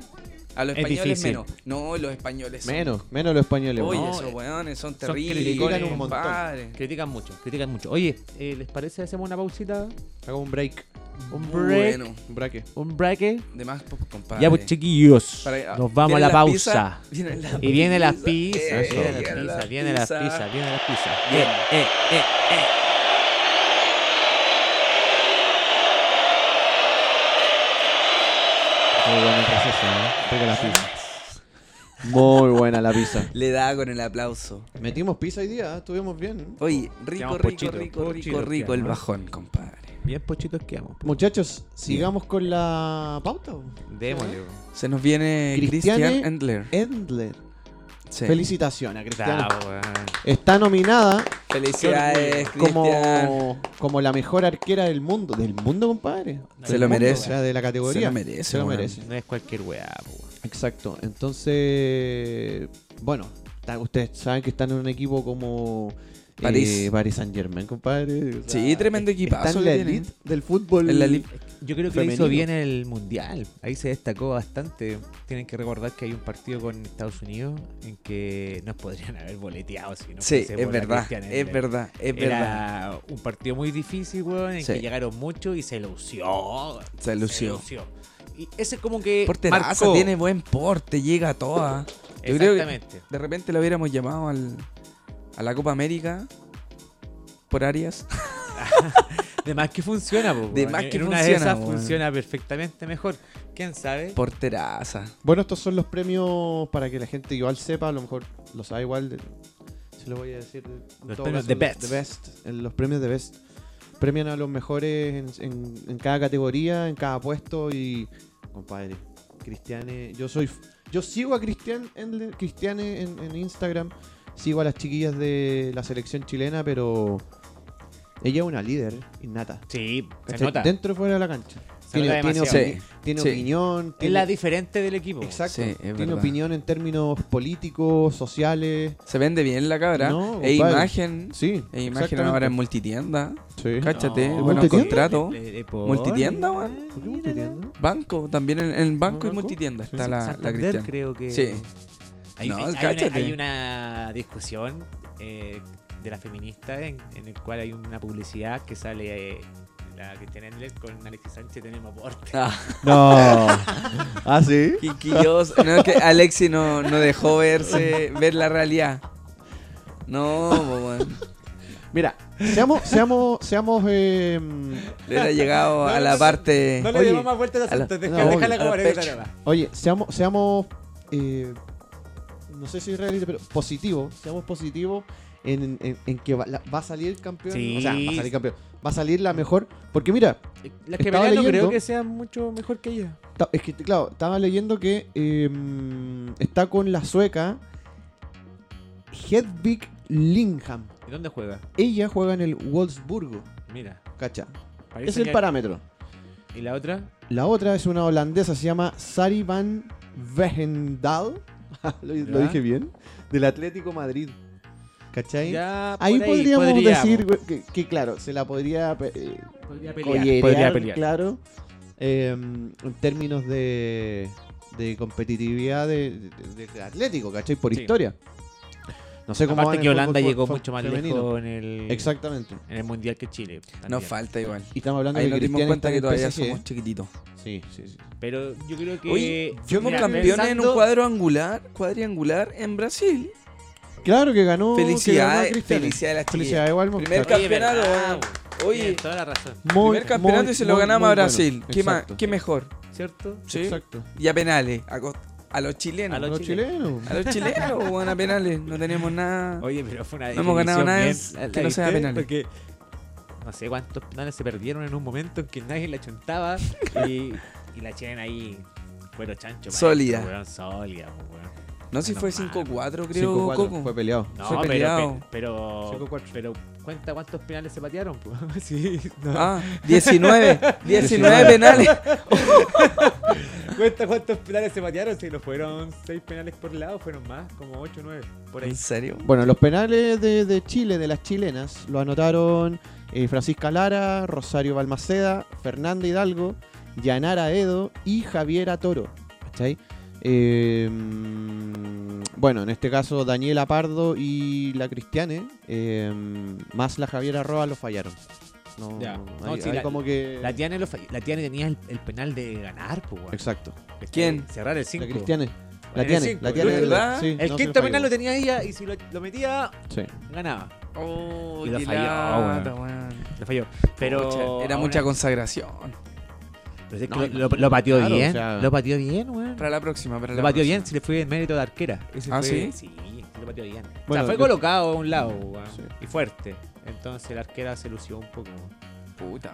Speaker 2: A los
Speaker 4: Es
Speaker 2: españoles
Speaker 4: difícil.
Speaker 2: menos. No, los españoles son-
Speaker 3: Menos, menos los españoles.
Speaker 2: Oye,
Speaker 3: weón.
Speaker 2: esos weones son
Speaker 4: eh, son
Speaker 2: terribles.
Speaker 4: critican un
Speaker 3: montón.
Speaker 2: compadre.
Speaker 4: Critican mucho, critican mucho. Oye, eh, ¿les parece hacemos una pausita?
Speaker 3: Hagamos un break.
Speaker 4: Un break.
Speaker 2: Uh, Bueno,
Speaker 3: Un break.
Speaker 4: Un break.
Speaker 2: de más, pues, compadre.
Speaker 4: Ya pues chiquillos,
Speaker 2: Para- ah,
Speaker 4: nos vamos
Speaker 2: ¿vienen
Speaker 4: a ah, la
Speaker 2: las
Speaker 4: pausa.
Speaker 2: pizzas? Vienen las
Speaker 4: Y viene las
Speaker 2: pizzas.
Speaker 4: pizzas,
Speaker 2: Eh,
Speaker 3: eso.
Speaker 4: viene las
Speaker 2: vienen las
Speaker 4: pizzas, viene las
Speaker 2: pizzas.
Speaker 4: pizzas, viene las pizzas.
Speaker 2: Bien.
Speaker 4: Eh, eh, eh.
Speaker 3: Muy buena el receso, ¿eh? Rica la pizza. Muy buena la pizza.
Speaker 2: Le da con el aplauso.
Speaker 3: Metimos pizza hoy día, ¿eh? estuvimos bien.
Speaker 2: Oye, rico,
Speaker 4: Llamo
Speaker 2: rico,
Speaker 4: Pochito.
Speaker 2: rico, rico,
Speaker 4: Pochito,
Speaker 2: rico
Speaker 4: ¿qué,
Speaker 2: el
Speaker 4: no?
Speaker 2: bajón, compadre.
Speaker 4: Bien pochitos quedamos.
Speaker 3: Muchachos, sigamos con la pauta. po.
Speaker 4: Démosle.
Speaker 2: Se nos viene
Speaker 3: Cristiane-
Speaker 2: Christian Endler.
Speaker 3: Endler.
Speaker 2: Sí.
Speaker 3: Felicitaciones a Cristiana.
Speaker 4: Bravo, weón.
Speaker 3: Está nominada
Speaker 2: Felicidades, Cristian.
Speaker 3: como, como la mejor arquera del mundo. ¿Del mundo, compadre?
Speaker 2: Se
Speaker 3: Del
Speaker 2: lo
Speaker 3: mundo,
Speaker 2: merece.
Speaker 3: O sea, de la categoría.
Speaker 2: Se lo merece,
Speaker 3: Se lo
Speaker 2: weón.
Speaker 3: merece.
Speaker 4: No es cualquier weá, po, weón.
Speaker 3: Exacto. Entonces, bueno, ta- ustedes saben que están en un equipo como eh,
Speaker 2: París.
Speaker 3: Paris Saint Germain, compadre. O sea,
Speaker 2: Sí, tremendo equipazo
Speaker 3: Están en
Speaker 2: que
Speaker 3: la
Speaker 2: tienen.
Speaker 3: elite del fútbol.
Speaker 2: En la elite.
Speaker 4: Yo creo que le
Speaker 3: Femenino.
Speaker 4: hizo bien el mundial. Ahí se destacó bastante. Tienen que recordar que hay un partido con Estados Unidos en que nos podrían haber boleteado si no
Speaker 2: Sí,
Speaker 4: fuese
Speaker 2: es
Speaker 4: por la
Speaker 2: verdad,
Speaker 4: Christian
Speaker 2: es
Speaker 4: Eriksen.
Speaker 2: verdad, es verdad.
Speaker 4: Era un partido muy difícil, weón, en
Speaker 2: Sí.
Speaker 4: que llegaron muchos y se lució.
Speaker 2: Se lució.
Speaker 4: Y ese es como que
Speaker 2: Porteraza,
Speaker 4: marcó.
Speaker 2: tiene buen porte, llega a todas. Yo creo que
Speaker 4: Exactamente.
Speaker 2: de repente lo hubiéramos llamado al, a la Copa América por Arias.
Speaker 4: De más que funciona, po,
Speaker 2: De
Speaker 4: weón.
Speaker 2: más que
Speaker 4: En una de
Speaker 2: funciona,
Speaker 4: esas
Speaker 2: weón.
Speaker 4: funciona perfectamente mejor. ¿Quién sabe?
Speaker 2: Porteraza.
Speaker 3: Bueno, estos son los premios para que la gente igual sepa, a lo mejor lo sabe igual. de- se lo voy a decir. en
Speaker 4: Los
Speaker 3: todo
Speaker 4: premios
Speaker 3: caso,
Speaker 4: de
Speaker 3: los-
Speaker 4: Best.
Speaker 3: de Best, en los premios de Best. Premian a los mejores en, en- en cada categoría, en cada puesto y. Compadre, Cristiane. Yo soy. f- Yo sigo a Cristian Endler- Cristiane en, en Instagram. Sigo a las chiquillas de la selección chilena, pero. Ella es una líder innata.
Speaker 4: Sí, se
Speaker 3: ¿cachai?
Speaker 4: nota.
Speaker 3: Dentro y fuera de la cancha.
Speaker 4: Se
Speaker 3: Tiene,
Speaker 4: nota
Speaker 3: tiene
Speaker 4: demasiado.
Speaker 3: opini- tiene
Speaker 2: Sí.
Speaker 3: opinión.
Speaker 4: Es
Speaker 3: tiene-
Speaker 4: la diferente del equipo.
Speaker 3: Exacto.
Speaker 2: Sí, es
Speaker 3: Tiene
Speaker 2: verdad.
Speaker 3: opinión en términos políticos, sociales.
Speaker 2: Se vende bien la cabra.
Speaker 3: No, compadre.
Speaker 2: e imagen.
Speaker 3: Sí.
Speaker 2: E imagen ahora en multitienda.
Speaker 3: Sí.
Speaker 2: Cáchate,
Speaker 4: No.
Speaker 2: buenos
Speaker 3: ¿Multitienda?
Speaker 2: contratos.
Speaker 4: Le- le pone.
Speaker 2: Multitienda, weón.
Speaker 3: ¿Por qué multitienda?
Speaker 2: Banco, también en, en banco y
Speaker 3: ¿Banco?
Speaker 2: multitienda está
Speaker 4: Sí,
Speaker 2: la, la
Speaker 4: Santander
Speaker 2: Cristian.
Speaker 4: creo que.
Speaker 2: Sí.
Speaker 4: Hay,
Speaker 2: No,
Speaker 4: hay- hay
Speaker 2: cáchate.
Speaker 4: una, hay una discusión eh, de la feminista en, en el cual hay una publicidad que sale eh, la Cristian Endler con Alexis Sánchez en el mismo porte.
Speaker 2: Ah,
Speaker 3: No. ¿Ah, sí?
Speaker 2: Quiquillos. No, es que Alexi no, no dejó verse, ver la realidad. No, pues, po, weón.
Speaker 3: Mira, seamos, seamos, seamos, eh, mm,
Speaker 2: Le hubiera llegado a
Speaker 4: No,
Speaker 2: la
Speaker 4: no,
Speaker 2: parte.
Speaker 4: No le
Speaker 3: Oye,
Speaker 4: demos más vueltas al
Speaker 2: a la-
Speaker 4: asunto,
Speaker 3: no,
Speaker 4: deja-
Speaker 3: obvio,
Speaker 4: déjala como
Speaker 2: al
Speaker 4: anécdota
Speaker 2: pecho.
Speaker 4: nomás.
Speaker 3: oye, seamos, seamos, eh, no sé si es realista, pero positivo, seamos positivos en, en- en que va, la- va a salir campeón,
Speaker 4: Sí.
Speaker 3: o sea, va a salir campeón, va a salir la mejor, porque mira,
Speaker 4: Las que
Speaker 3: Estaba
Speaker 4: pelean no creo
Speaker 3: leyendo-
Speaker 4: que sea mucho mejor que ella.
Speaker 3: Ta- Es que, claro, estaba leyendo que em, está con la sueca Hedvig Lingham.
Speaker 4: ¿Y dónde juega?
Speaker 3: Ella juega en el Wolfsburgo,
Speaker 4: Mira.
Speaker 3: cacha.
Speaker 4: parece
Speaker 3: Es el
Speaker 4: que-
Speaker 3: parámetro.
Speaker 4: ¿Y la otra?
Speaker 3: La otra es una holandesa, se llama Sari van Vegendal. lo, lo
Speaker 4: Ya.
Speaker 3: dije bien. Del Atlético Madrid. ¿Cachai?
Speaker 6: Ya
Speaker 3: Ahí
Speaker 6: por
Speaker 3: podríamos
Speaker 6: podríamos.
Speaker 3: decir güey, que, que, claro, se la podría eh, collerear,
Speaker 6: Podría pelear. Podría pelear.
Speaker 3: claro, eh, en términos de, de competitividad de, de- de Atlético, ¿cachai? Por
Speaker 6: Sí.
Speaker 3: historia. No sé cómo va
Speaker 6: Aparte
Speaker 3: en
Speaker 6: que
Speaker 3: el
Speaker 6: Holanda
Speaker 3: fútbol
Speaker 6: llegó
Speaker 3: fe-
Speaker 6: mucho más
Speaker 3: femenino.
Speaker 6: lejos en el,
Speaker 3: Exactamente.
Speaker 6: en el mundial que Chile.
Speaker 2: Nos
Speaker 6: también.
Speaker 2: falta igual.
Speaker 3: Y estamos hablando
Speaker 2: Ahí
Speaker 3: de
Speaker 2: nos dimos
Speaker 3: Cristian ¿eh?
Speaker 2: cuenta
Speaker 3: está
Speaker 2: que
Speaker 3: en
Speaker 2: todavía
Speaker 3: PSG.
Speaker 2: somos chiquititos.
Speaker 3: Sí, sí, sí.
Speaker 6: Pero yo creo que.
Speaker 2: Oye, Fuimos
Speaker 6: mira,
Speaker 2: campeones en un
Speaker 6: pensando-
Speaker 2: cuadro angular, cuadriangular en Brasil.
Speaker 3: Claro que ganó. que ganó a
Speaker 2: Felicidades,
Speaker 3: Cristiano.
Speaker 2: felicidades a las chiquillas.
Speaker 3: Felicidades, Walmond.
Speaker 2: Primer
Speaker 3: Claro.
Speaker 2: campeonato,
Speaker 6: verdad,
Speaker 2: Oye,
Speaker 6: Tiene toda la razón,
Speaker 3: Muy,
Speaker 2: Primer campeonato
Speaker 3: muy,
Speaker 2: y se lo
Speaker 3: muy,
Speaker 2: ganamos
Speaker 3: muy
Speaker 2: a
Speaker 3: bueno.
Speaker 2: Brasil. ¿Qué, más,
Speaker 3: Exacto.
Speaker 2: ¿Qué mejor?
Speaker 6: ¿cierto?
Speaker 2: ¿Sí?
Speaker 3: Exacto.
Speaker 2: Y a penales. A, cost- a los chilenos.
Speaker 6: A
Speaker 2: A
Speaker 6: los
Speaker 2: los,
Speaker 3: Los chilenos.
Speaker 2: chilenos, pues, weón, a penales. No tenemos nada.
Speaker 6: Oye, pero fue una
Speaker 2: No hemos ganado
Speaker 6: definición
Speaker 2: nada
Speaker 6: bien-
Speaker 2: es-
Speaker 6: ¿la- la
Speaker 2: que no sea
Speaker 6: viste?
Speaker 2: penales.
Speaker 6: Porque no sé cuántos penales se perdieron en un momento en que nadie la chuntaba y, y la chilena ahí cuero chancho.
Speaker 2: Sólida.
Speaker 6: maestro, weón, sólida, pues, weón.
Speaker 2: No sé si
Speaker 6: menos
Speaker 2: fue
Speaker 6: mal.
Speaker 2: 5-4, creo,
Speaker 3: 5-4.
Speaker 2: Coco.
Speaker 3: Fue peleado.
Speaker 6: No,
Speaker 2: Fue
Speaker 6: pero,
Speaker 2: peleado.
Speaker 6: pe- pero,
Speaker 3: 5-4.
Speaker 6: pero cuenta cuántos penales se patearon. pues. Sí, no.
Speaker 2: Ah, 19. 19 penales.
Speaker 6: Cuenta cuántos penales se patearon. Si no fueron 6 penales por lado, fueron más, como 8 o 9. Por ahí.
Speaker 2: ¿En serio?
Speaker 3: Bueno, los penales de, de Chile, de las chilenas, lo anotaron eh, Francisca Lara, Rosario Balmaceda, Fernanda Hidalgo, Yanara Edo y Javiera Toro. ¿Cachai? Eh, bueno, en este caso Daniela Pardo y la Cristiane, eh, más la Javiera Roa lo fallaron. No,
Speaker 6: Ya.
Speaker 3: no,
Speaker 6: No,
Speaker 3: ahí-
Speaker 6: sí,
Speaker 3: ahí
Speaker 6: la-
Speaker 3: como que...
Speaker 6: La Tiane, lo fa- la Tiane tenía el, el penal de ganar, pues, weón.
Speaker 3: Exacto.
Speaker 6: ¿Cachai?
Speaker 2: ¿Quién?
Speaker 6: Cerrar el 5.
Speaker 3: La Cristiane. La
Speaker 6: En el
Speaker 3: Tiane.
Speaker 6: cinco,
Speaker 3: La
Speaker 6: ¿de
Speaker 3: Tiane.
Speaker 2: verdad?
Speaker 3: sí,
Speaker 6: El
Speaker 3: no se
Speaker 6: quinto
Speaker 3: falló.
Speaker 6: penal lo tenía ella y si lo, lo metía,
Speaker 3: Sí.
Speaker 6: ganaba.
Speaker 2: Oh,
Speaker 6: Y lo
Speaker 2: qué
Speaker 6: falló,
Speaker 2: lata,
Speaker 6: weón.
Speaker 2: weón.
Speaker 6: Lo falló. Pero.
Speaker 2: Pucha, era
Speaker 6: aún
Speaker 2: mucha
Speaker 6: así-
Speaker 2: consagración.
Speaker 6: pero es que
Speaker 3: No,
Speaker 6: lo, lo- lo pateó
Speaker 3: claro,
Speaker 6: bien.
Speaker 3: o sea-
Speaker 6: Lo pateó bien, weón.
Speaker 2: Para la próxima, para la
Speaker 6: Lo pateó
Speaker 2: próxima.
Speaker 6: bien, si le fue en mérito de arquera. Ese
Speaker 2: Ah,
Speaker 6: fue-
Speaker 2: ¿sí?
Speaker 6: Sí, sí, lo pateó bien. o sea,
Speaker 3: Bueno,
Speaker 6: fue
Speaker 3: yo-
Speaker 6: colocado a un lado, weón.
Speaker 3: Sí.
Speaker 6: Y fuerte. Entonces la arquera se lució un poco. weón.
Speaker 2: Puta.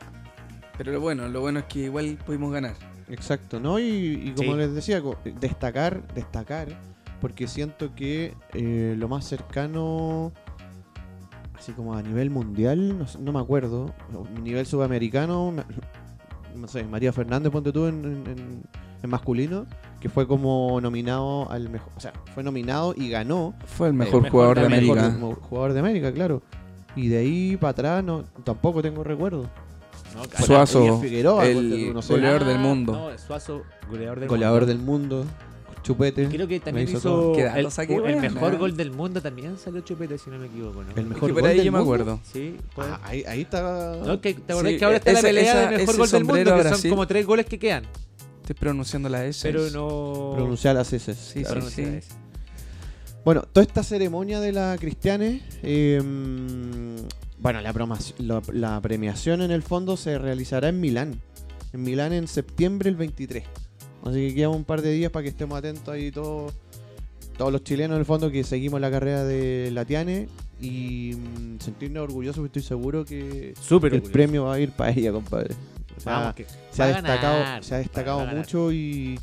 Speaker 2: Pero lo bueno, lo bueno es que igual pudimos ganar.
Speaker 3: Exacto, ¿no? Y, y como
Speaker 6: Sí.
Speaker 3: les decía, co- destacar, destacar, porque siento que eh, lo más cercano, así como a nivel mundial, no, sé- no me acuerdo, o nivel sudamericano, me- no sé, María Fernández, ponte tú en, en- en- en masculino, que fue como nominado al mejor, o sea, fue nominado y ganó
Speaker 2: Fue el
Speaker 6: mejor jugador de
Speaker 3: al mejor
Speaker 6: América.
Speaker 3: ju- jugador de América, claro. Y de ahí para atrás no, tampoco tengo recuerdo.
Speaker 6: No,
Speaker 2: Fue Suazo,
Speaker 3: Elías Figueroa, ponte
Speaker 2: el
Speaker 3: tú, no sé,
Speaker 2: goleador del
Speaker 6: Ah,
Speaker 2: mundo.
Speaker 6: No, Suazo, goleador del
Speaker 3: goleador
Speaker 6: mundo.
Speaker 3: del mundo, chupete.
Speaker 6: Creo que también
Speaker 3: hizo
Speaker 6: hizo,
Speaker 3: todo.
Speaker 2: Qué dato
Speaker 6: el,
Speaker 2: saqué,
Speaker 6: el
Speaker 2: weón,
Speaker 6: mejor
Speaker 2: ¿eh?
Speaker 6: gol del mundo también salió Chupete, si no me equivoco, ¿no?
Speaker 3: El
Speaker 2: Es
Speaker 3: mejor
Speaker 2: que por
Speaker 3: gol
Speaker 2: ahí
Speaker 3: del
Speaker 2: yo me
Speaker 3: mundo.
Speaker 2: acuerdo.
Speaker 6: Sí, puede-
Speaker 3: Ah, ahí, ahí está.
Speaker 6: No, que te acordás
Speaker 2: Sí,
Speaker 6: que ahora está
Speaker 2: ese-
Speaker 6: la pelea
Speaker 2: esa-
Speaker 6: de mejor
Speaker 2: ese
Speaker 6: gol del
Speaker 2: sombrero
Speaker 6: mundo, que son
Speaker 2: Brasil.
Speaker 6: como tres goles que quedan.
Speaker 2: Estoy pronunciando la S.
Speaker 6: Pero no.
Speaker 3: Pronunciar las heces.
Speaker 2: Sí,
Speaker 6: claro,
Speaker 2: sí,
Speaker 6: no
Speaker 2: sí.
Speaker 6: se hace.
Speaker 3: Bueno, toda esta ceremonia de la Cristiane. eh, bueno, la, promas- la- la premiación en el fondo se realizará en Milán. En Milán en septiembre el 23. Así que quedan un par de días para que estemos atentos ahí todos. Todos los chilenos en el fondo que seguimos la carrera de Latiane y mm, sentirnos orgullosos, porque estoy seguro que
Speaker 6: Súper
Speaker 3: el
Speaker 6: orgulloso.
Speaker 3: premio va a ir para ella, compadre. O sea,
Speaker 6: Vamos, que
Speaker 3: se,
Speaker 6: va
Speaker 3: ha
Speaker 6: a ganar,
Speaker 3: destacado, se ha
Speaker 6: va- va
Speaker 3: destacado
Speaker 6: a ganar.
Speaker 3: mucho y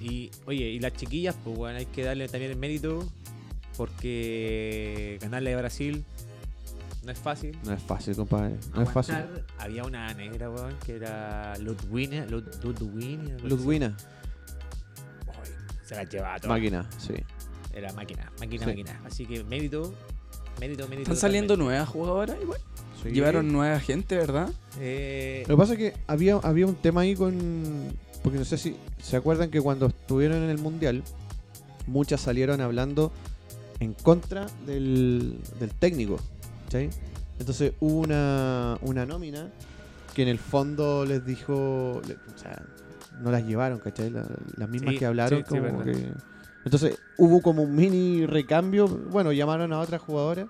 Speaker 6: Y, oye, y las chiquillas, pues bueno, hay que darle también el mérito porque ganarle a Brasil no es fácil.
Speaker 3: no es fácil, compadre. No es fácil.
Speaker 6: Aguantar, Había una negra, weón, que era Ludwina. Lud- Ludwina. algo así.
Speaker 3: Ludwina,
Speaker 6: Ay, Se la llevaba toda.
Speaker 3: máquina, sí.
Speaker 6: Era máquina, máquina,
Speaker 3: Sí.
Speaker 6: máquina. Así que mérito, mérito, mérito.
Speaker 2: Están saliendo
Speaker 6: totalmente.
Speaker 2: nuevas jugadoras igual.
Speaker 3: Sí.
Speaker 2: Llevaron nueva gente, ¿verdad?
Speaker 6: Eh,
Speaker 3: Lo que pasa es que había, había un tema ahí con. Porque no sé si se acuerdan que cuando estuvieron en el mundial, muchas salieron hablando en contra del, del técnico. ¿cachai? Entonces hubo una, una nómina que en el fondo les dijo. le- o sea, no las llevaron, ¿cachai? La- las mismas
Speaker 6: Sí,
Speaker 3: que hablaron.
Speaker 6: sí, sí,
Speaker 3: como
Speaker 6: verdad.
Speaker 3: que- Entonces hubo como un mini recambio. Bueno, llamaron a otras jugadoras.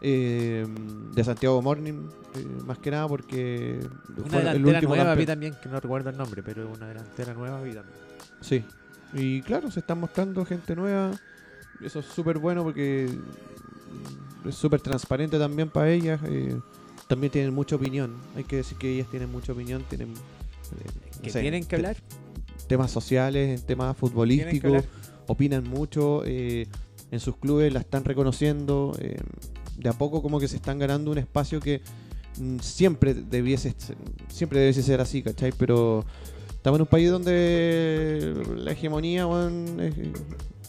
Speaker 3: eh, de Santiago Morning, eh, más que nada porque
Speaker 6: una
Speaker 3: fue el
Speaker 6: delantera
Speaker 3: último
Speaker 6: nueva
Speaker 3: campeón.
Speaker 6: vi también, que no recuerdo el nombre, pero una delantera nueva vi también.
Speaker 3: Sí. Y claro, se están mostrando gente nueva. Eso es súper bueno porque es súper transparente también para ellas. eh, también tienen mucha opinión. Hay que decir que ellas tienen mucha opinión, tienen... eh, no
Speaker 6: Que
Speaker 3: sé,
Speaker 6: tienen que
Speaker 3: te-
Speaker 6: hablar.
Speaker 3: temas sociales, en temas
Speaker 6: Tienen que
Speaker 3: futbolísticos,
Speaker 6: hablar.
Speaker 3: opinan mucho, eh, en sus clubes la están reconociendo, eh, de a poco como que se están ganando un espacio que mm, siempre debiese ser- siempre debiese ser así, ¿cachai? Pero estamos en un país donde la hegemonía weón, es,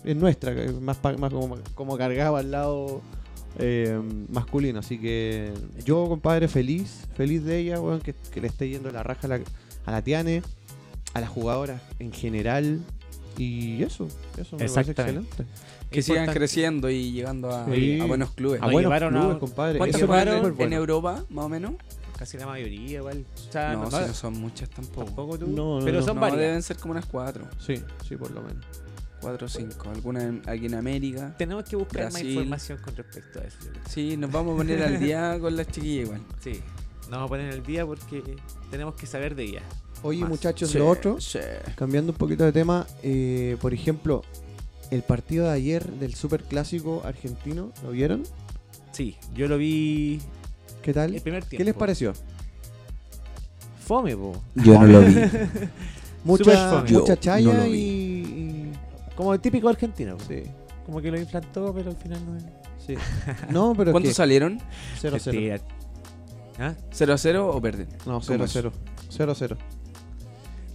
Speaker 3: es nuestra, que es más, pa- más como, como cargaba al lado eh, masculino. Así que yo, compadre, feliz, feliz de ella, weón, que, que le esté yendo la raja a la, a la Tiane, a las jugadoras en general. Y eso, eso me parece
Speaker 6: Exactamente.
Speaker 3: excelente.
Speaker 2: Que sigan
Speaker 6: Importante.
Speaker 2: creciendo y llegando a,
Speaker 3: Sí.
Speaker 2: a buenos clubes.
Speaker 3: A
Speaker 6: Lo
Speaker 3: buenos
Speaker 6: llevaron a-
Speaker 3: clubes, compadre.
Speaker 2: ¿Cuántos
Speaker 3: Eso me parece
Speaker 2: jugaron
Speaker 3: súper bueno. Ah,
Speaker 2: en Europa, más o menos?
Speaker 6: Casi la mayoría, igual.
Speaker 2: no,
Speaker 6: no,
Speaker 2: si no son muchas tampoco.
Speaker 6: tampoco tú.
Speaker 3: No, no,
Speaker 6: pero
Speaker 3: no.
Speaker 6: son
Speaker 2: No,
Speaker 6: varias.
Speaker 2: deben ser como unas cuatro.
Speaker 3: Sí, sí, por lo menos.
Speaker 2: Cuatro o cinco. Alguna en, aquí en América.
Speaker 6: Tenemos que buscar más
Speaker 2: Brasil.
Speaker 6: información con respecto a eso. yo creo.
Speaker 2: Sí, nos vamos a poner al día con las chiquillas igual.
Speaker 6: Sí. Nos vamos a poner el día porque tenemos que saber de ella.
Speaker 3: Oye,
Speaker 6: Más.
Speaker 3: muchachos,
Speaker 2: Sí,
Speaker 3: lo otro,
Speaker 2: sí.
Speaker 3: cambiando un poquito de tema, eh, por ejemplo, el partido de ayer del Super Clásico argentino, ¿lo vieron?
Speaker 6: Sí, yo lo vi
Speaker 3: ¿Qué tal?
Speaker 6: el primer tiempo.
Speaker 3: ¿Qué les pareció?
Speaker 6: Fome, po.
Speaker 2: Yo no lo vi.
Speaker 3: Mucha,
Speaker 6: fome.
Speaker 3: mucha
Speaker 2: Yo
Speaker 3: chaya
Speaker 2: no lo
Speaker 3: y,
Speaker 6: Como el típico argentino. po.
Speaker 3: Sí,
Speaker 6: Como que lo implantó, pero al final no. es-
Speaker 3: sí. No, pero
Speaker 2: ¿Cuántos
Speaker 3: es que
Speaker 2: salieron?
Speaker 3: 0 0.
Speaker 6: Mentira. ¿Ah?
Speaker 2: ¿0 a 0 o perden?
Speaker 3: No, 0 0. 0 0.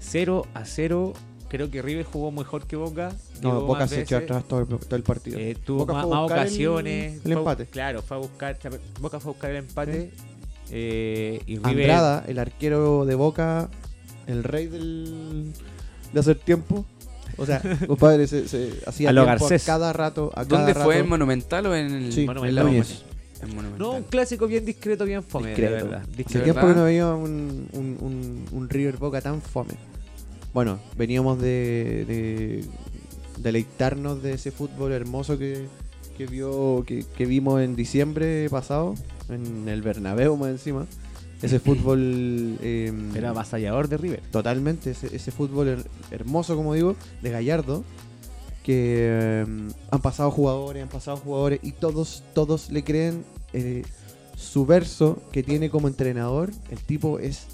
Speaker 6: 0 a 0. Creo que River jugó mejor que Boca.
Speaker 3: No,
Speaker 6: llegó
Speaker 3: Boca
Speaker 6: más
Speaker 3: se echó
Speaker 6: veces,
Speaker 3: atrás todo el, todo el partido.
Speaker 6: eh, tuvo
Speaker 3: Boca
Speaker 6: ma- más,
Speaker 3: fue a buscar el-
Speaker 6: ocasiones.
Speaker 3: el
Speaker 6: fue a bu-
Speaker 3: empate.
Speaker 6: claro, fue a buscar. Boca fue a buscar el empate. eh, y River.
Speaker 3: Andrada, el arquero de Boca, el rey del, de hacer tiempo. O sea, compadre, se, se hacía
Speaker 6: A lo
Speaker 3: tiempo
Speaker 6: Garcés.
Speaker 3: a cada rato. A cada
Speaker 2: ¿Dónde fue? ¿En
Speaker 3: rato.
Speaker 2: Monumental o en el
Speaker 3: Sí,
Speaker 6: Monumental?
Speaker 3: en
Speaker 2: la
Speaker 3: Núñez.
Speaker 2: en Monumental?
Speaker 6: No, un clásico bien discreto, bien fome, de
Speaker 3: Discreto.
Speaker 6: verdad.
Speaker 3: Hace
Speaker 6: Discreto.
Speaker 2: ¿verdad?
Speaker 3: tiempo que no veía un, un, un- un River Boca tan fome. Bueno, veníamos de, de deleitarnos de ese fútbol hermoso que, que vio que, que vimos en diciembre pasado, en el Bernabéu más encima. Ese fútbol... eh,
Speaker 6: Era avasallador de River.
Speaker 3: totalmente ese, ese fútbol her- hermoso, como digo, de Gallardo. Que eh, han pasado jugadores, han pasado jugadores y todos, todos le creen eh, su verso que tiene como entrenador. El tipo es,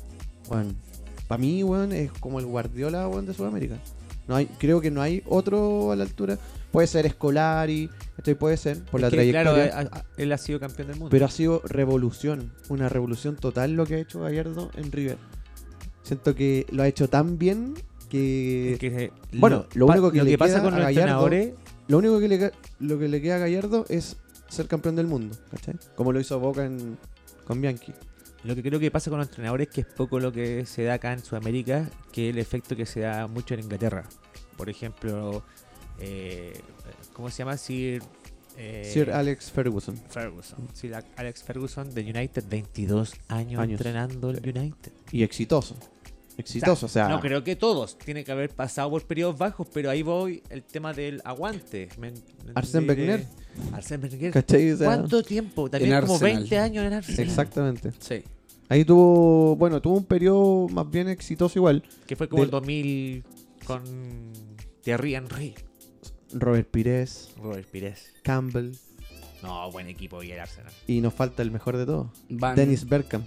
Speaker 3: bueno, para mí, weón, es como el Guardiola, weón, de Sudamérica. No hay, creo que no hay otro a la altura. Puede ser Escolari, esto puede ser, por
Speaker 6: Es
Speaker 3: la
Speaker 6: que,
Speaker 3: trayectoria.
Speaker 6: Claro, a- a- él ha sido campeón del mundo.
Speaker 3: Pero ha sido revolución, una revolución total lo que ha hecho Gallardo en River. Siento que lo ha hecho tan bien que,
Speaker 6: Es que,
Speaker 3: eh,
Speaker 6: eh,
Speaker 3: Bueno, lo
Speaker 6: pa-
Speaker 3: único que le
Speaker 6: pasa
Speaker 3: queda
Speaker 6: con
Speaker 3: a
Speaker 6: los
Speaker 3: Gallardo-
Speaker 6: entrenadores
Speaker 3: lo único que le, ca- lo que le queda a Gallardo es ser campeón del mundo, ¿cachai? Como lo hizo Boca en- con Bianchi.
Speaker 6: Lo que creo que pasa con los entrenadores es que es poco lo que se da acá en Sudamérica, que el efecto que se da mucho en Inglaterra. Por ejemplo, eh, ¿cómo se llama? Sir, eh,
Speaker 3: Sir Alex Ferguson.
Speaker 6: Ferguson. Sir A- Alex Ferguson de United, 22 años,
Speaker 3: Años.
Speaker 6: entrenando el United.
Speaker 3: Y exitoso. Exitoso, o sea.
Speaker 6: No creo que todos, tiene que haber pasado por periodos bajos, pero ahí voy el tema del aguante. Me- me-
Speaker 3: Arsène
Speaker 6: de-
Speaker 3: Wenger.
Speaker 6: Arsène Wenger.
Speaker 3: ¿Cachai? O sea,
Speaker 6: ¿Cuánto tiempo? También como
Speaker 2: Arsenal.
Speaker 6: 20 años en Arsenal.
Speaker 3: Exactamente.
Speaker 2: Sí.
Speaker 3: Ahí tuvo, bueno, tuvo un periodo más bien exitoso igual.
Speaker 6: Que fue como
Speaker 3: Del-
Speaker 6: el 2000 con Thierry Henry.
Speaker 3: Robert Pires,
Speaker 6: Robert Pires.
Speaker 3: Campbell
Speaker 6: No, buen equipo y el Arsenal.
Speaker 3: y nos falta el mejor de todos,
Speaker 2: Van
Speaker 3: Dennis Bergkamp.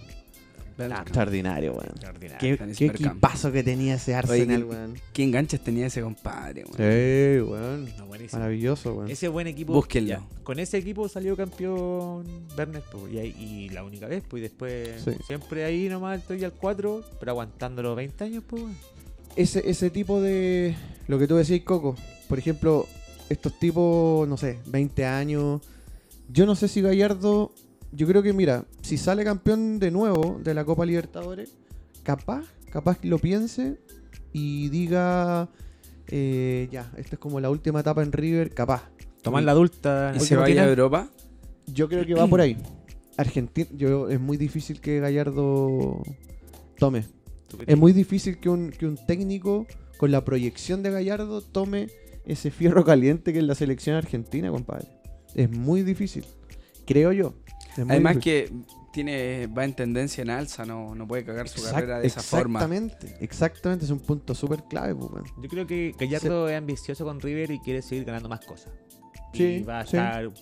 Speaker 6: Claro.
Speaker 3: Extraordinario, weón.
Speaker 6: Extraordinario.
Speaker 3: Qué,
Speaker 2: Dennis
Speaker 3: qué
Speaker 2: Bergkamp.
Speaker 3: equipazo que tenía ese Arsenal,
Speaker 2: Oye,
Speaker 3: weón.
Speaker 2: ¿Qué enganches tenía ese compadre? weón?
Speaker 3: Sí, weón.
Speaker 6: No, buenísimo.
Speaker 3: Maravilloso, weón.
Speaker 6: Ese buen equipo.
Speaker 2: Búsquenlo.
Speaker 6: ya, Con ese equipo salió campeón Bernes po, y, ahí- y la única vez, pues y después
Speaker 3: Sí.
Speaker 6: siempre ahí nomás estoy al 4, pero aguantándolo 20 años, pues. weón.
Speaker 3: Ese, ese tipo de. Lo que tú decís, Coco. Por ejemplo, estos tipos, no sé, 20 años. Yo no sé si Gallardo. Yo creo que, mira, si sale campeón de nuevo de la Copa Libertadores, capaz, capaz lo piense y diga. eh, ya, esta es como la última etapa en River, capaz.
Speaker 6: Tomar la adulta.
Speaker 2: ¿Y se vaya a Europa?
Speaker 3: Yo creo que va por ahí. Argentina, yo, es muy difícil que Gallardo tome. Es muy difícil que un, que un técnico con la proyección de Gallardo tome ese fierro caliente que es la selección argentina, compadre. Es muy difícil, creo yo. Es muy
Speaker 2: Además
Speaker 3: difícil.
Speaker 2: que tiene va en tendencia en alza, no, no puede cagar su
Speaker 3: Exact-
Speaker 2: carrera de esa forma.
Speaker 3: exactamente, exactamente, es un punto súper clave, pues, weón.
Speaker 6: Yo creo que Gallardo es ambicioso con River y quiere seguir ganando más cosas. y
Speaker 3: Sí,
Speaker 6: va a
Speaker 3: sí.
Speaker 6: estar un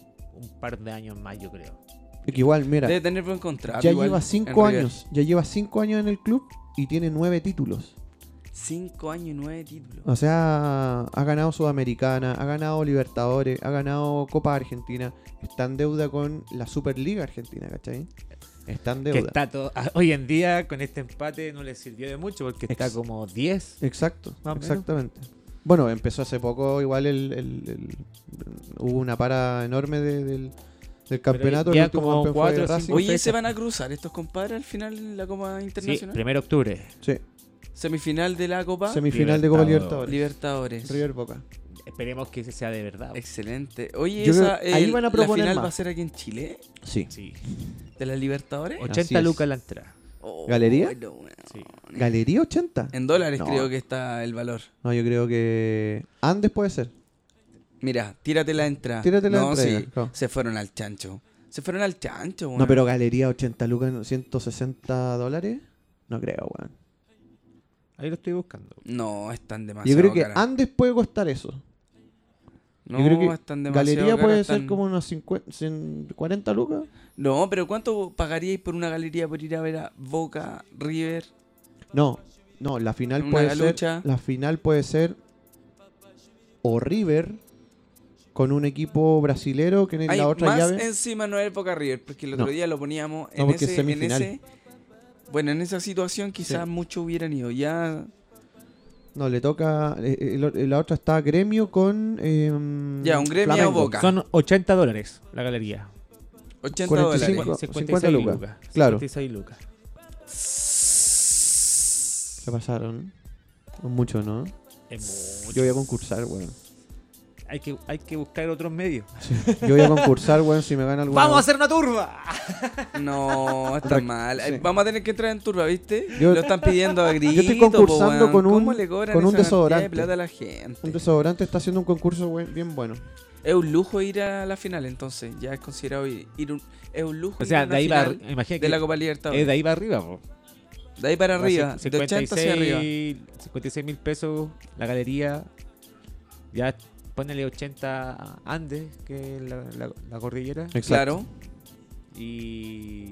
Speaker 6: par de años más, yo creo.
Speaker 3: Es que igual, mira,
Speaker 2: Debe tener buen contrato.
Speaker 3: ya
Speaker 2: igual,
Speaker 3: lleva
Speaker 2: en
Speaker 3: cinco
Speaker 2: River.
Speaker 3: años, ya lleva cinco años en el club y tiene nueve títulos.
Speaker 2: Cinco años y nueve títulos.
Speaker 3: O sea, ha ganado Sudamericana, ha ganado Libertadores, ha ganado Copa Argentina. Está en deuda con la Superliga Argentina, ¿cachai? Está en
Speaker 6: Que
Speaker 3: deuda.
Speaker 6: está todo, ah, hoy en día con este empate no le sirvió de mucho porque está
Speaker 3: Ex-
Speaker 6: como 10.
Speaker 3: Exacto,
Speaker 6: Más o menos.
Speaker 3: exactamente. Bueno, empezó hace poco igual el, el- el- hubo una para enorme de- del, El campeonato,
Speaker 6: ya
Speaker 3: el último
Speaker 6: como
Speaker 3: campeón fue
Speaker 6: cuatro o
Speaker 3: Racing.
Speaker 6: cinco
Speaker 2: Oye,
Speaker 6: fecha.
Speaker 2: ¿se van a cruzar estos compadres al final en la Copa
Speaker 6: Sí,
Speaker 2: Internacional?
Speaker 6: primero de octubre.
Speaker 3: Sí,
Speaker 2: Semifinal de la Copa
Speaker 3: semifinal de Copa
Speaker 6: Libertadores.
Speaker 3: Libertadores.
Speaker 2: Libertadores.
Speaker 3: River Boca.
Speaker 6: Esperemos que ese sea de verdad.
Speaker 2: Excelente. Oye,
Speaker 3: Yo creo
Speaker 2: esa,
Speaker 3: que ahí
Speaker 2: el-
Speaker 3: van a
Speaker 2: la
Speaker 3: proponer
Speaker 2: final
Speaker 3: más.
Speaker 2: va a ser aquí en Chile,
Speaker 3: Sí.
Speaker 6: Sí.
Speaker 2: de las Libertadores.
Speaker 6: 80
Speaker 3: es.
Speaker 6: lucas la entrada.
Speaker 2: Oh,
Speaker 3: ¿Galería?
Speaker 2: bueno, bueno.
Speaker 6: Sí.
Speaker 3: ¿Galería 80?
Speaker 2: En dólares
Speaker 3: No.
Speaker 2: creo que está el valor.
Speaker 3: No, yo creo que. Andes puede ser.
Speaker 2: Mira, tírate la entrada.
Speaker 3: Tírate la
Speaker 2: no,
Speaker 3: entrada,
Speaker 2: sí,
Speaker 3: claro.
Speaker 2: Se fueron al chancho. Se fueron al chancho, weón.
Speaker 3: No, pero galería 80 lucas, 160 dólares. No creo, weón.
Speaker 6: Ahí lo estoy buscando.
Speaker 2: No, están demasiado
Speaker 3: Yo creo que
Speaker 2: caras.
Speaker 3: Andes puede costar eso.
Speaker 2: No,
Speaker 3: yo creo que
Speaker 2: están demasiado
Speaker 3: Galería
Speaker 2: caras,
Speaker 3: puede ser
Speaker 2: están-
Speaker 3: como unos 50, 100, 40 lucas.
Speaker 2: No, pero ¿cuánto pagaríais por una galería por ir a ver a Boca, River?
Speaker 3: No, no, la final
Speaker 2: Una
Speaker 3: puede
Speaker 2: galucha.
Speaker 3: ser. La final puede ser. O River con un equipo brasilero que en
Speaker 2: Hay
Speaker 3: la otra
Speaker 2: más
Speaker 3: llave.
Speaker 2: encima no es Boca River, porque el otro
Speaker 3: No.
Speaker 2: día lo poníamos
Speaker 3: No,
Speaker 2: en,
Speaker 3: porque es
Speaker 2: ese, en
Speaker 3: semifinal.
Speaker 2: ese- Bueno, en esa situación quizás muchos hubieran ido. Ya,
Speaker 3: No, le toca. eh, eh, el o- la otra está gremio con. em,
Speaker 2: ya un gremio
Speaker 3: Flamengo.
Speaker 2: Boca.
Speaker 6: Son 80 dólares la galería.
Speaker 2: 80
Speaker 3: 45.
Speaker 2: dólares.
Speaker 3: Cinco- 50 lucas. Claro.
Speaker 6: 56 lucas.
Speaker 3: Se pasaron. Mucho, ¿no?
Speaker 6: Es mucho.
Speaker 3: Yo voy a concursar, weón.
Speaker 6: Hay que, hay que buscar otros medios.
Speaker 3: Yo voy a concursar, weón, si me gana alguna.
Speaker 6: ¡Vamos a hacer una turba!
Speaker 2: No, está mal. Ay, Vamos a tener que entrar en turba, ¿viste?
Speaker 3: Yo-
Speaker 2: lo están pidiendo a gritos.
Speaker 3: estoy concursando
Speaker 2: po, weón.
Speaker 3: con un-
Speaker 2: ¿Cómo le cobran
Speaker 3: con un
Speaker 2: esa cantidad
Speaker 3: desodorante.
Speaker 2: de plata a la gente?
Speaker 3: Un desodorante está haciendo un concurso weón, bien bueno.
Speaker 2: Es un lujo ir a la final, entonces. Ya es considerado ir, ir un... Es un lujo
Speaker 6: O
Speaker 2: ir
Speaker 6: sea,
Speaker 2: a una
Speaker 6: de ahí va
Speaker 2: final
Speaker 6: imagínate
Speaker 2: de
Speaker 6: que
Speaker 2: la Copa
Speaker 6: es
Speaker 2: Libertadores.
Speaker 6: de ahí va arriba, po.
Speaker 2: De ahí para arriba, de 80 hacia arriba.
Speaker 6: 56 mil pesos la galería. Ya ponele 80 a Andes, que es la, la- la cordillera.
Speaker 2: Claro.
Speaker 6: Y.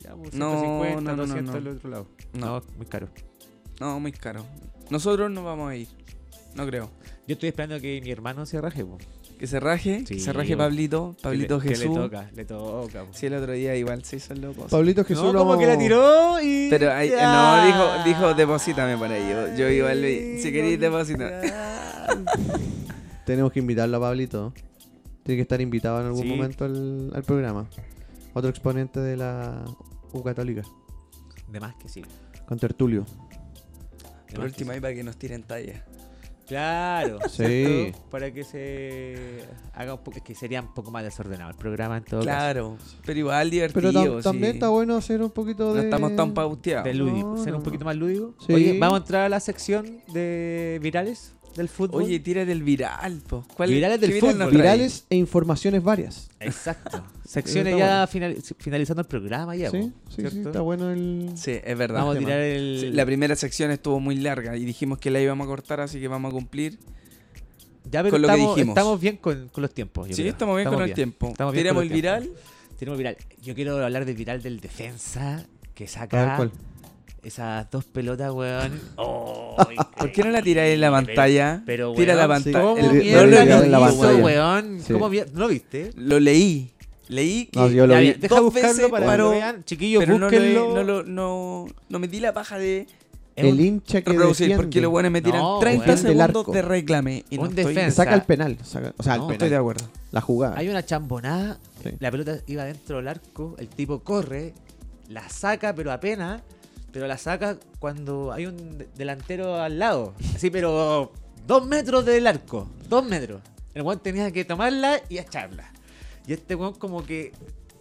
Speaker 6: Ya, pues,
Speaker 2: No,
Speaker 6: 150,
Speaker 2: no, no, no,
Speaker 6: 200
Speaker 2: no.
Speaker 6: del otro lado.
Speaker 2: No.
Speaker 6: No, muy caro.
Speaker 2: No, muy caro. Nosotros no vamos a ir. No creo.
Speaker 6: Yo estoy esperando que mi hermano se raje, po.
Speaker 2: Que se raje, que
Speaker 6: Sí,
Speaker 2: se raje
Speaker 6: bo.
Speaker 2: Pablito, Pablito
Speaker 6: Que le-
Speaker 2: Jesús.
Speaker 6: Que le toca, le toca. po.
Speaker 2: Sí, el otro día igual se hizo el loco.
Speaker 3: Pablito Jesús
Speaker 6: No,
Speaker 3: lo
Speaker 6: como que la tiró y.
Speaker 2: Pero ahí- no, dijo, dijo, deposítame para ello. Yo igual,
Speaker 6: Ay,
Speaker 2: le- si queréis,
Speaker 6: no,
Speaker 2: deposítame.
Speaker 3: Tenemos que invitarlo a Pablito. Tiene que estar invitado en algún
Speaker 6: Sí.
Speaker 3: momento al, al programa. Otro exponente de la U Católica.
Speaker 6: De más que sí. de
Speaker 3: Con Tertulio.
Speaker 6: más
Speaker 2: Por
Speaker 6: que
Speaker 2: último,
Speaker 6: sí.
Speaker 2: ahí para que nos tiren talla.
Speaker 6: Claro.
Speaker 3: Sí.
Speaker 6: ¿cierto? Para que se haga un poco. Es que sería un poco más desordenado el programa en todo
Speaker 2: Claro, pero igual divertido.
Speaker 3: Pero tam-
Speaker 2: sí.
Speaker 3: también está bueno hacer un poquito
Speaker 2: No
Speaker 3: de.
Speaker 2: estamos tan
Speaker 6: caso. De
Speaker 2: pauteados.
Speaker 6: lúdico.
Speaker 3: No,
Speaker 6: Ser
Speaker 3: no,
Speaker 6: un
Speaker 3: no.
Speaker 6: poquito más lúdico.
Speaker 3: Sí.
Speaker 6: Oye, vamos a entrar a la sección de virales del fútbol.
Speaker 2: Oye, tira del viral, po. ¿Cuál
Speaker 6: Virales del
Speaker 2: qué nos
Speaker 6: fútbol.
Speaker 2: trae?
Speaker 3: Virales e informaciones varias.
Speaker 6: Exacto. Secciones
Speaker 3: Está
Speaker 6: ya finali- finalizando el programa ya.
Speaker 3: Sí,
Speaker 6: po,
Speaker 3: sí, sí,
Speaker 6: ¿cierto?
Speaker 3: está bueno el.
Speaker 2: Sí, es verdad.
Speaker 6: Vamos a
Speaker 3: tema.
Speaker 6: tirar
Speaker 2: Sí,
Speaker 6: el.
Speaker 2: La primera sección estuvo muy larga y dijimos que la íbamos a cortar, así que vamos a cumplir.
Speaker 6: Ya, pero
Speaker 2: con lo que
Speaker 6: estamos,
Speaker 2: dijimos.
Speaker 6: estamos bien con, con los tiempos. yo
Speaker 2: sí,
Speaker 6: creo.
Speaker 2: estamos bien con el tiempo.
Speaker 6: Estamos bien
Speaker 2: Tiramos
Speaker 6: con
Speaker 2: el
Speaker 6: los tiempos.
Speaker 2: viral.
Speaker 6: Tenemos viral. Yo quiero hablar del viral del defensa que
Speaker 3: A ver
Speaker 6: saca
Speaker 3: cuál.
Speaker 6: esas dos pelotas, weón. Oh,
Speaker 2: ¿Por qué no la tiráis en la pantalla?
Speaker 6: Pero,
Speaker 2: Tira la
Speaker 6: weón,
Speaker 3: sí.
Speaker 2: pantalla.
Speaker 6: ¿Cómo
Speaker 3: El-
Speaker 2: El-
Speaker 6: mierda
Speaker 3: el
Speaker 2: no
Speaker 6: lo
Speaker 2: lo
Speaker 3: viral
Speaker 6: hizo,
Speaker 3: en la
Speaker 2: leí,
Speaker 3: pantalla.
Speaker 2: weón.
Speaker 6: weón?
Speaker 3: Sí.
Speaker 6: ¿Cómo mier- ¿No lo viste?
Speaker 2: Lo leí. Leí que
Speaker 3: No, yo lo
Speaker 6: Ya,
Speaker 3: vi.
Speaker 6: bien, deja
Speaker 2: dos
Speaker 6: buscarlo
Speaker 2: veces
Speaker 6: para
Speaker 2: paró,
Speaker 6: que lo vean. Chiquillos,
Speaker 2: pero no, lo,
Speaker 6: búsquenlo.
Speaker 2: no, lo- no- no me di la paja de
Speaker 6: Es un-
Speaker 3: El hincha que.
Speaker 2: reproducir
Speaker 3: defiende.
Speaker 2: porque los buenos me tiran
Speaker 6: No,
Speaker 2: 30
Speaker 6: weón.
Speaker 3: Del
Speaker 2: segundos
Speaker 3: arco.
Speaker 2: de reclame y no
Speaker 6: Un
Speaker 2: estoy,
Speaker 6: defensa.
Speaker 3: Saca el penal. saca- o sea,
Speaker 6: No,
Speaker 3: el
Speaker 2: no estoy
Speaker 3: penal.
Speaker 2: de acuerdo.
Speaker 3: La jugada.
Speaker 6: Hay una chambonada,
Speaker 3: Sí.
Speaker 6: la pelota iba dentro del arco, el tipo corre, la saca, pero apenas, pero la saca cuando hay un de- delantero al lado. Así, pero dos metros del arco, dos metros. El weón tenía que tomarla y echarla. Y este weón como que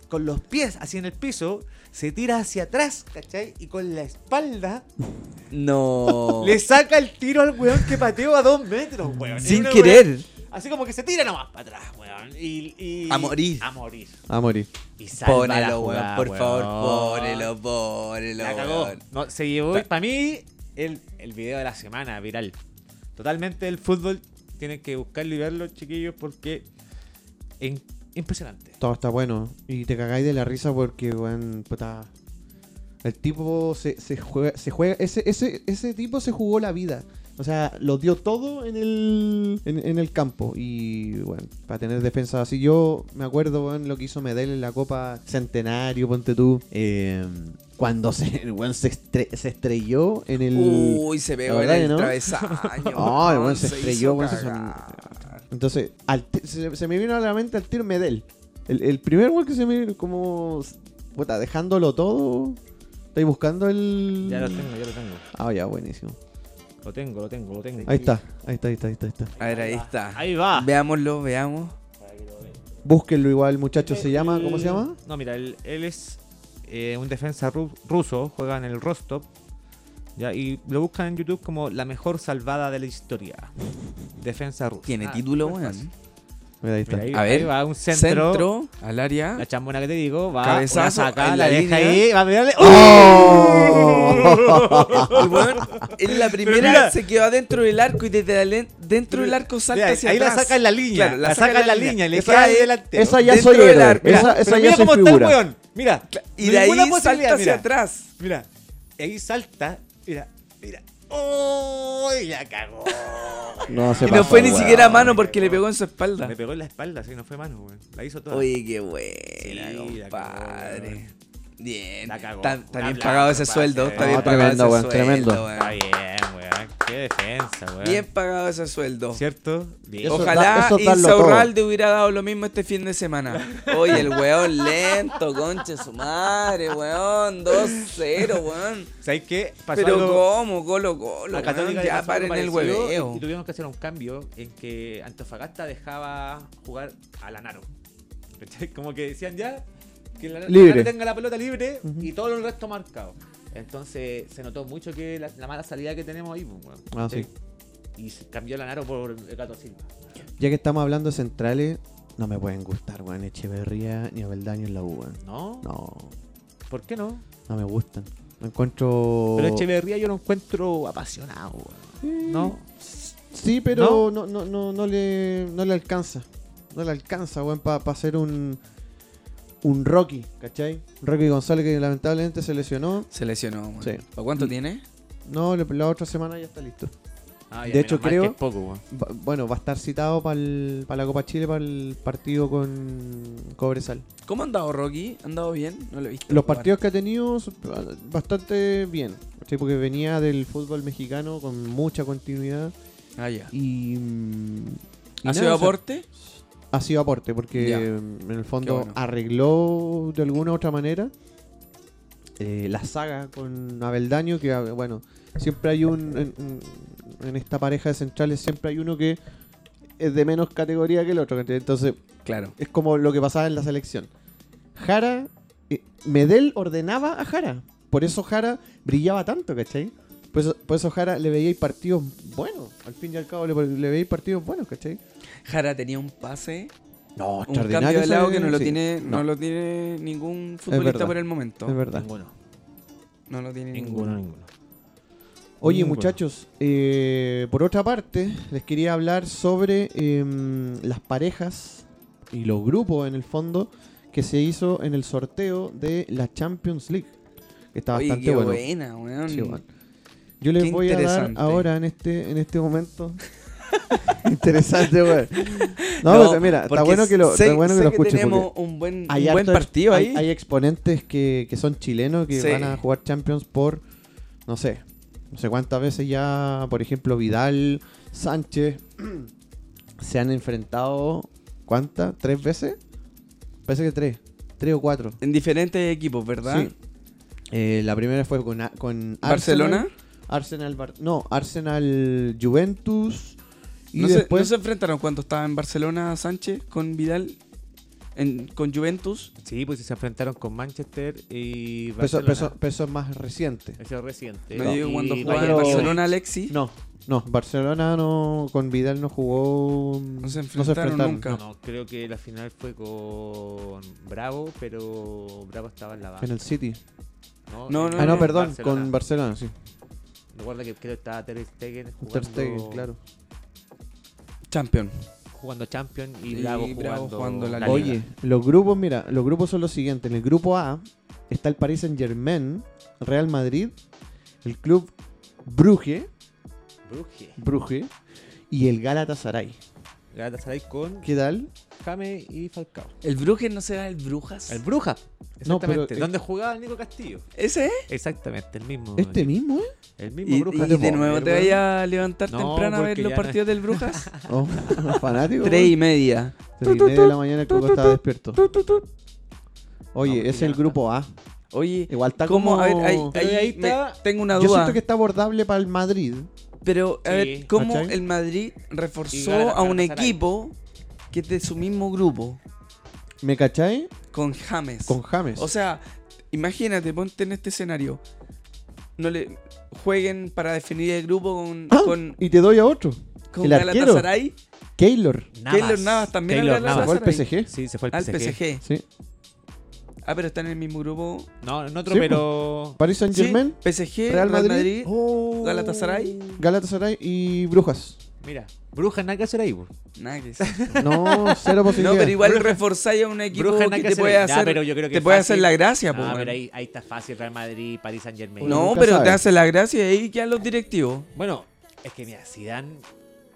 Speaker 6: con los pies así en el piso, se tira hacia atrás, ¿cachai? Y con la espalda
Speaker 2: No.
Speaker 6: le saca el tiro al weón que pateó a dos metros, weón. Es
Speaker 2: Sin
Speaker 6: una
Speaker 2: querer.
Speaker 6: weá- Así como que se tira nomás para atrás, weón. Y, y-
Speaker 2: A morir.
Speaker 6: A morir.
Speaker 3: A morir.
Speaker 6: Y salva la
Speaker 2: Pónelo,
Speaker 6: jugada,
Speaker 2: weón. Por favor,
Speaker 6: weón.
Speaker 2: ponelo, ponelo.
Speaker 6: La cagó.
Speaker 2: weón.
Speaker 6: No, se llevó,
Speaker 2: Ta-
Speaker 6: para mí, el, el video de la semana viral. Totalmente el fútbol. Tienen que buscarlo y verlo, chiquillos, porque es impresionante.
Speaker 3: Todo está bueno. Y te cagáis de la risa porque, weón, puta. El tipo se, se juega. Se juega ese, ese, ese tipo se jugó la vida. O sea, lo dio todo en el, en, en el campo. Y, bueno, para tener defensa así. Yo me acuerdo, weón, lo que hizo Medel en la Copa Centenario, ponte tú. eh, cuando se, el weón se, estre- se estrelló en el.
Speaker 2: Uy, se
Speaker 3: la
Speaker 2: pegó en
Speaker 3: verdad que
Speaker 2: el
Speaker 3: no.
Speaker 2: travesaño.
Speaker 3: Ay,
Speaker 2: weón,
Speaker 3: weón, se
Speaker 2: hizo
Speaker 3: estrelló, weón, se
Speaker 2: cagar.
Speaker 3: Entonces, al ti- se, se me vino a la mente al tiro Medel. El, el primer gol que se me. como. puta, dejándolo todo. Estoy buscando el.
Speaker 4: Ya lo tengo, ya lo tengo.
Speaker 3: Ah, ya, buenísimo.
Speaker 4: Lo tengo, lo tengo, lo tengo.
Speaker 3: Ahí está, ahí está, ahí está, ahí está. Ahí está.
Speaker 2: A ver, ahí está.
Speaker 4: Ahí va.
Speaker 2: Veámoslo, veamos.
Speaker 3: Búsquenlo igual, muchachos. ¿Se llama? ¿Cómo se
Speaker 4: El-
Speaker 3: llama?
Speaker 4: No, mira, él, él es eh, un defensa ru- ruso, juega en el Rostov. Ya, y lo buscan en YouTube como la mejor salvada de la historia. Defensa rusa.
Speaker 2: Tiene
Speaker 4: Ah,
Speaker 2: título,
Speaker 4: súper
Speaker 2: weón.
Speaker 4: fácil.
Speaker 3: Mira, ahí está.
Speaker 4: Mira, ahí-
Speaker 2: A
Speaker 4: ahí
Speaker 2: ver,
Speaker 4: va un centro.
Speaker 2: Centro, al área.
Speaker 4: La chambona que te digo, va.
Speaker 2: Cabezazo
Speaker 4: la saca,
Speaker 2: en
Speaker 4: la
Speaker 2: la
Speaker 4: deja
Speaker 2: línea. ¡Oh!
Speaker 4: ahí. Va a pegarle.
Speaker 3: ¡Oh!
Speaker 2: El weón en la primera
Speaker 4: mira.
Speaker 2: se quedó adentro del arco y desde alen- dentro del arco salta
Speaker 4: Mira,
Speaker 2: hacia
Speaker 4: ahí
Speaker 2: atrás.
Speaker 4: la saca en la línea.
Speaker 2: Claro,
Speaker 4: la, saca en la línea. y le
Speaker 2: Esa
Speaker 4: queda ahí
Speaker 2: es-
Speaker 4: delantero.
Speaker 3: Esa ya
Speaker 2: Dentro
Speaker 3: soy
Speaker 2: del
Speaker 3: héroe.
Speaker 2: arco.
Speaker 4: Mira,
Speaker 3: Esa,
Speaker 4: pero
Speaker 3: esa
Speaker 4: mira
Speaker 3: ya soy
Speaker 4: cómo
Speaker 3: figura.
Speaker 4: Está el weón. Mira,
Speaker 2: Y de ahí
Speaker 4: ninguna
Speaker 2: salta
Speaker 4: posibilidad,
Speaker 2: hacia
Speaker 4: mira.
Speaker 2: atrás.
Speaker 4: Mira, ahí salta, mira, mira. ¡Oh! La cagó.
Speaker 3: No se
Speaker 2: Y no
Speaker 3: pasó,
Speaker 2: fue ni
Speaker 3: weón.
Speaker 2: siquiera mano porque le pegó en su espalda.
Speaker 4: Me pegó en la espalda, sí, no fue mano, güey. La hizo toda.
Speaker 2: Oye, qué
Speaker 4: Sí, la
Speaker 2: bueno,
Speaker 4: cagó, la
Speaker 2: compadre.
Speaker 4: cagó.
Speaker 2: Bien.
Speaker 4: La cagó.
Speaker 2: Está, está
Speaker 4: Un
Speaker 2: bien
Speaker 4: aplauso,
Speaker 2: pagado ese
Speaker 4: compadre.
Speaker 2: sueldo. Está
Speaker 4: No,
Speaker 2: bien pagado
Speaker 3: tremendo,
Speaker 2: ese
Speaker 3: weón,
Speaker 2: sueldo,
Speaker 3: tremendo.
Speaker 2: weón.
Speaker 4: Está bien, weón. Qué defensa, weón.
Speaker 2: Bien pagado ese sueldo.
Speaker 4: ¿Cierto? Bien.
Speaker 3: Eso-
Speaker 2: Ojalá
Speaker 3: da- eso darlo
Speaker 2: Insaurralde hubiera dado lo mismo este fin de semana. Oye, el weón lento, conche su madre, weón. 2-0, weón.
Speaker 4: ¿Sabes qué? Pasó
Speaker 2: Pero
Speaker 4: algo-
Speaker 2: cómo, golo, golo.
Speaker 4: La
Speaker 2: weón,
Speaker 4: Católica le
Speaker 2: ya
Speaker 4: pasó algo
Speaker 2: paren el
Speaker 4: parecido
Speaker 2: hueveo.
Speaker 4: Y tuvimos que hacer un cambio en que Antofagasta dejaba jugar a Lanaro. ¿Cachai? Como que decían ya que la-
Speaker 3: Libre.
Speaker 4: Lanaro tenga la pelota libre y todo el resto marcado. Entonces se notó mucho que la, la mala salida que tenemos ahí. pues, weón.
Speaker 3: Ah, sí.
Speaker 4: Y se cambió a Lanaro por el Gato Silva.
Speaker 3: Ya que estamos hablando de centrales, no me pueden gustar, weón. Echeverría ni Abeldaño en la U, weón.
Speaker 4: ¿No?
Speaker 3: No,
Speaker 4: ¿Por qué no? Oh.
Speaker 3: no me gustan. Me encuentro.
Speaker 4: Pero Echeverría yo lo encuentro apasionado. weón. ¿No?
Speaker 3: Sí, pero no, no, no, no le, no le alcanza. No le alcanza, weón, para hacer un. Un Rocky, ¿cachai? Rocky González que lamentablemente se lesionó.
Speaker 2: Se lesionó, weón.
Speaker 3: Sí.
Speaker 2: ¿Para cuánto tiene?
Speaker 3: No, le- la otra semana ya está listo.
Speaker 4: Ah,
Speaker 3: De hecho,
Speaker 4: menos mal
Speaker 3: creo-
Speaker 4: que es poco, weón.
Speaker 3: Va- bueno, va a estar citado para la Copa Chile, para el partido con Cobresal.
Speaker 2: ¿Cómo ha andado Rocky? ¿Ha andado bien? No lo he visto.
Speaker 3: Los
Speaker 2: jugar.
Speaker 3: partidos que ha tenido son bastante bien, ¿cachai? porque venía del fútbol mexicano con mucha continuidad
Speaker 2: Ah, ya.
Speaker 3: y... mm, y
Speaker 2: ¿Ha
Speaker 3: nada,
Speaker 2: sido
Speaker 3: o sea,
Speaker 2: aporte?
Speaker 3: Ha sido aporte, porque
Speaker 2: Ya.
Speaker 3: mm, en el fondo
Speaker 2: bueno.
Speaker 3: arregló de alguna u otra manera eh, la saga con Abeldaño, que ah, bueno, siempre hay un... En, en- en esta pareja de centrales siempre hay uno que es de menos categoría que el otro, ¿cachai? entonces
Speaker 2: Claro.
Speaker 3: es como lo que pasaba en la selección. Jara, eh, Medel ordenaba a Jara. Por eso Jara brillaba tanto, ¿cachai? Por eso, por eso Jara le veíais partidos buenos. Al fin y al cabo le, le veíais partidos buenos, ¿cachai?
Speaker 2: Jara tenía un pase,
Speaker 3: No,
Speaker 2: un cambio de lado
Speaker 3: ese-
Speaker 2: que no lo,
Speaker 3: sí.
Speaker 2: tiene, no.
Speaker 3: No,
Speaker 2: lo tiene ningún futbolista
Speaker 3: verdad.
Speaker 2: por el momento.
Speaker 3: es verdad.
Speaker 4: Ninguno.
Speaker 2: No lo tiene
Speaker 4: Ninguno,
Speaker 2: ninguno.
Speaker 4: ninguno.
Speaker 3: Oye,
Speaker 4: Muy bueno.
Speaker 3: muchachos, eh, por otra parte, les quería hablar sobre em, las parejas y los grupos, en el fondo, que se hizo en el sorteo de la Champions League. Que está
Speaker 2: Oye,
Speaker 3: bastante
Speaker 2: qué
Speaker 3: bueno.
Speaker 2: buena, weón.
Speaker 3: Sí, bueno. Yo les
Speaker 2: Qué
Speaker 3: voy a dar
Speaker 2: interesante.
Speaker 3: ahora en este, en este momento. interesante, güey. No,
Speaker 2: No,
Speaker 3: pero mira, está
Speaker 2: porque
Speaker 3: bueno que lo,
Speaker 2: sé-
Speaker 3: está bueno que
Speaker 2: sé
Speaker 3: lo escuches.
Speaker 2: tenemos
Speaker 3: porque
Speaker 2: un buen,
Speaker 3: hay
Speaker 2: un buen
Speaker 3: harto ex-
Speaker 2: partido
Speaker 3: hay-
Speaker 2: ahí.
Speaker 3: Hay exponentes que, que son chilenos que
Speaker 2: Sí.
Speaker 3: van a jugar Champions por, no sé, no sé cuántas veces ya, por ejemplo, Vidal, Sánchez, se han enfrentado, ¿cuántas? ¿Tres veces? Parece que tres, tres o cuatro.
Speaker 2: En diferentes equipos, ¿verdad?
Speaker 3: Sí. Eh, la primera fue con, a- con
Speaker 2: Barcelona.
Speaker 3: Arsenal, Bar- no, Arsenal, Juventus. Y
Speaker 2: no, se-
Speaker 3: después.
Speaker 2: no se enfrentaron cuando estaba en Barcelona Sánchez con Vidal, en- con Juventus.
Speaker 4: Sí, pues se enfrentaron con Manchester y
Speaker 3: peso,
Speaker 4: Barcelona.
Speaker 3: peso- peso más reciente.
Speaker 4: Eso es reciente.
Speaker 2: No digo cuando
Speaker 4: Y-
Speaker 2: jugaba
Speaker 3: pero-
Speaker 2: en Barcelona Alexi. No,
Speaker 3: No, no, Barcelona no, con Vidal no jugó.
Speaker 2: se enfrentaron nunca.
Speaker 4: No, no, creo que la final fue con Bravo, pero Bravo estaba en la
Speaker 3: En
Speaker 4: base.
Speaker 3: el City.
Speaker 4: No,
Speaker 2: No,
Speaker 4: en-
Speaker 2: no,
Speaker 3: Ah, no,
Speaker 4: en
Speaker 3: perdón,
Speaker 4: Barcelona.
Speaker 3: con Barcelona, sí.
Speaker 4: Recuerda que creo que estaba Ter Stegen jugando,
Speaker 3: Ter Stegen, claro.
Speaker 2: Champion.
Speaker 4: jugando Champions y,
Speaker 2: Y
Speaker 4: Bravo,
Speaker 2: Bravo
Speaker 4: jugando,
Speaker 2: jugando la Liga.
Speaker 3: Oye, los grupos, mira, los grupos son los siguientes. En el grupo A está el Paris Saint Germain, Real Madrid, el club Brugge,
Speaker 4: Brugge.
Speaker 3: Brugge y el Galatasaray.
Speaker 4: Galatasaray con
Speaker 3: ¿Qué tal?
Speaker 4: Jame y Falcao.
Speaker 2: ¿El Brujas no será el Brujas?
Speaker 4: El Bruja.
Speaker 3: No,
Speaker 4: Exactamente.
Speaker 3: pero-
Speaker 4: ¿Dónde jugaba Nico Castillo?
Speaker 2: ¿Ese?
Speaker 4: Exactamente, el mismo.
Speaker 3: Este mismo, ¿eh?
Speaker 4: El
Speaker 2: Y,
Speaker 4: mismo
Speaker 2: y
Speaker 4: Bruja.
Speaker 2: de nuevo te vayas a levantar
Speaker 4: No,
Speaker 2: temprano a ver
Speaker 4: porque
Speaker 2: los
Speaker 4: ya-
Speaker 2: partidos del Brujas.
Speaker 3: Oh, fanático.
Speaker 2: Tres y media.
Speaker 3: Desde 10 de la mañana el Coco estaba despierto. Oye, es el grupo A.
Speaker 2: Oye,
Speaker 3: Igual está
Speaker 2: ¿cómo?
Speaker 3: como...
Speaker 2: A ver, ahí,
Speaker 1: Pero
Speaker 2: ahí
Speaker 1: ahí
Speaker 2: me-
Speaker 1: está-
Speaker 2: tengo una
Speaker 3: Yo
Speaker 2: duda.
Speaker 3: siento que está abordable para el Madrid.
Speaker 2: Pero, a
Speaker 4: Sí,
Speaker 2: ver, ¿cómo
Speaker 3: ¿cachai?
Speaker 2: el Madrid
Speaker 4: Y
Speaker 2: reforzó
Speaker 4: gana-
Speaker 2: a un
Speaker 4: gana Sarai.
Speaker 2: equipo que es de su mismo grupo?
Speaker 3: ¿Me cachai?
Speaker 2: Con James.
Speaker 3: Con James.
Speaker 2: O sea, imagínate, ponte en este escenario. No le jueguen para definir el grupo con,
Speaker 3: Ah,
Speaker 2: con,
Speaker 3: y te doy a otro.
Speaker 2: con
Speaker 3: el arquero.
Speaker 2: Galatasaray.
Speaker 3: Keylor.
Speaker 2: Keylor Navas también
Speaker 4: Keylor
Speaker 2: al
Speaker 3: Se
Speaker 4: Navas.
Speaker 3: fue al
Speaker 2: Galatasaray.
Speaker 3: PSG.
Speaker 4: Sí, se fue al
Speaker 2: Al
Speaker 4: PSG.
Speaker 2: PSG.
Speaker 3: Sí.
Speaker 2: Ah, pero están en el mismo grupo.
Speaker 4: No, en otro,
Speaker 3: Sí,
Speaker 4: pero.
Speaker 2: pues.
Speaker 3: Paris Saint
Speaker 2: Sí,
Speaker 3: Germain,
Speaker 2: PSG,
Speaker 3: Real Madrid,
Speaker 4: Oh.
Speaker 2: Galatasaray.
Speaker 3: Galatasaray y Brujas.
Speaker 4: Mira, Brujas nada que hacer ahí, pues. po.
Speaker 2: Nada que decir.
Speaker 3: No, cero posibilidad.
Speaker 2: No, pero igual reforzáis a un equipo
Speaker 4: Brujas
Speaker 2: que
Speaker 4: nada que
Speaker 2: te
Speaker 4: hacer
Speaker 2: puede
Speaker 4: ahí. Ya,
Speaker 2: hacer,
Speaker 4: pero yo creo que
Speaker 2: te puede hacer
Speaker 4: fácil.
Speaker 2: la gracia.
Speaker 4: Ah,
Speaker 2: po, weón.
Speaker 4: pero ahí, ahí está fácil Real Madrid, Paris Saint Germain.
Speaker 3: Uno
Speaker 2: No,
Speaker 3: nunca
Speaker 2: pero
Speaker 3: sabe.
Speaker 2: te hace la gracia ahí quedan los directivos.
Speaker 4: Bueno, es que mira, Zidane,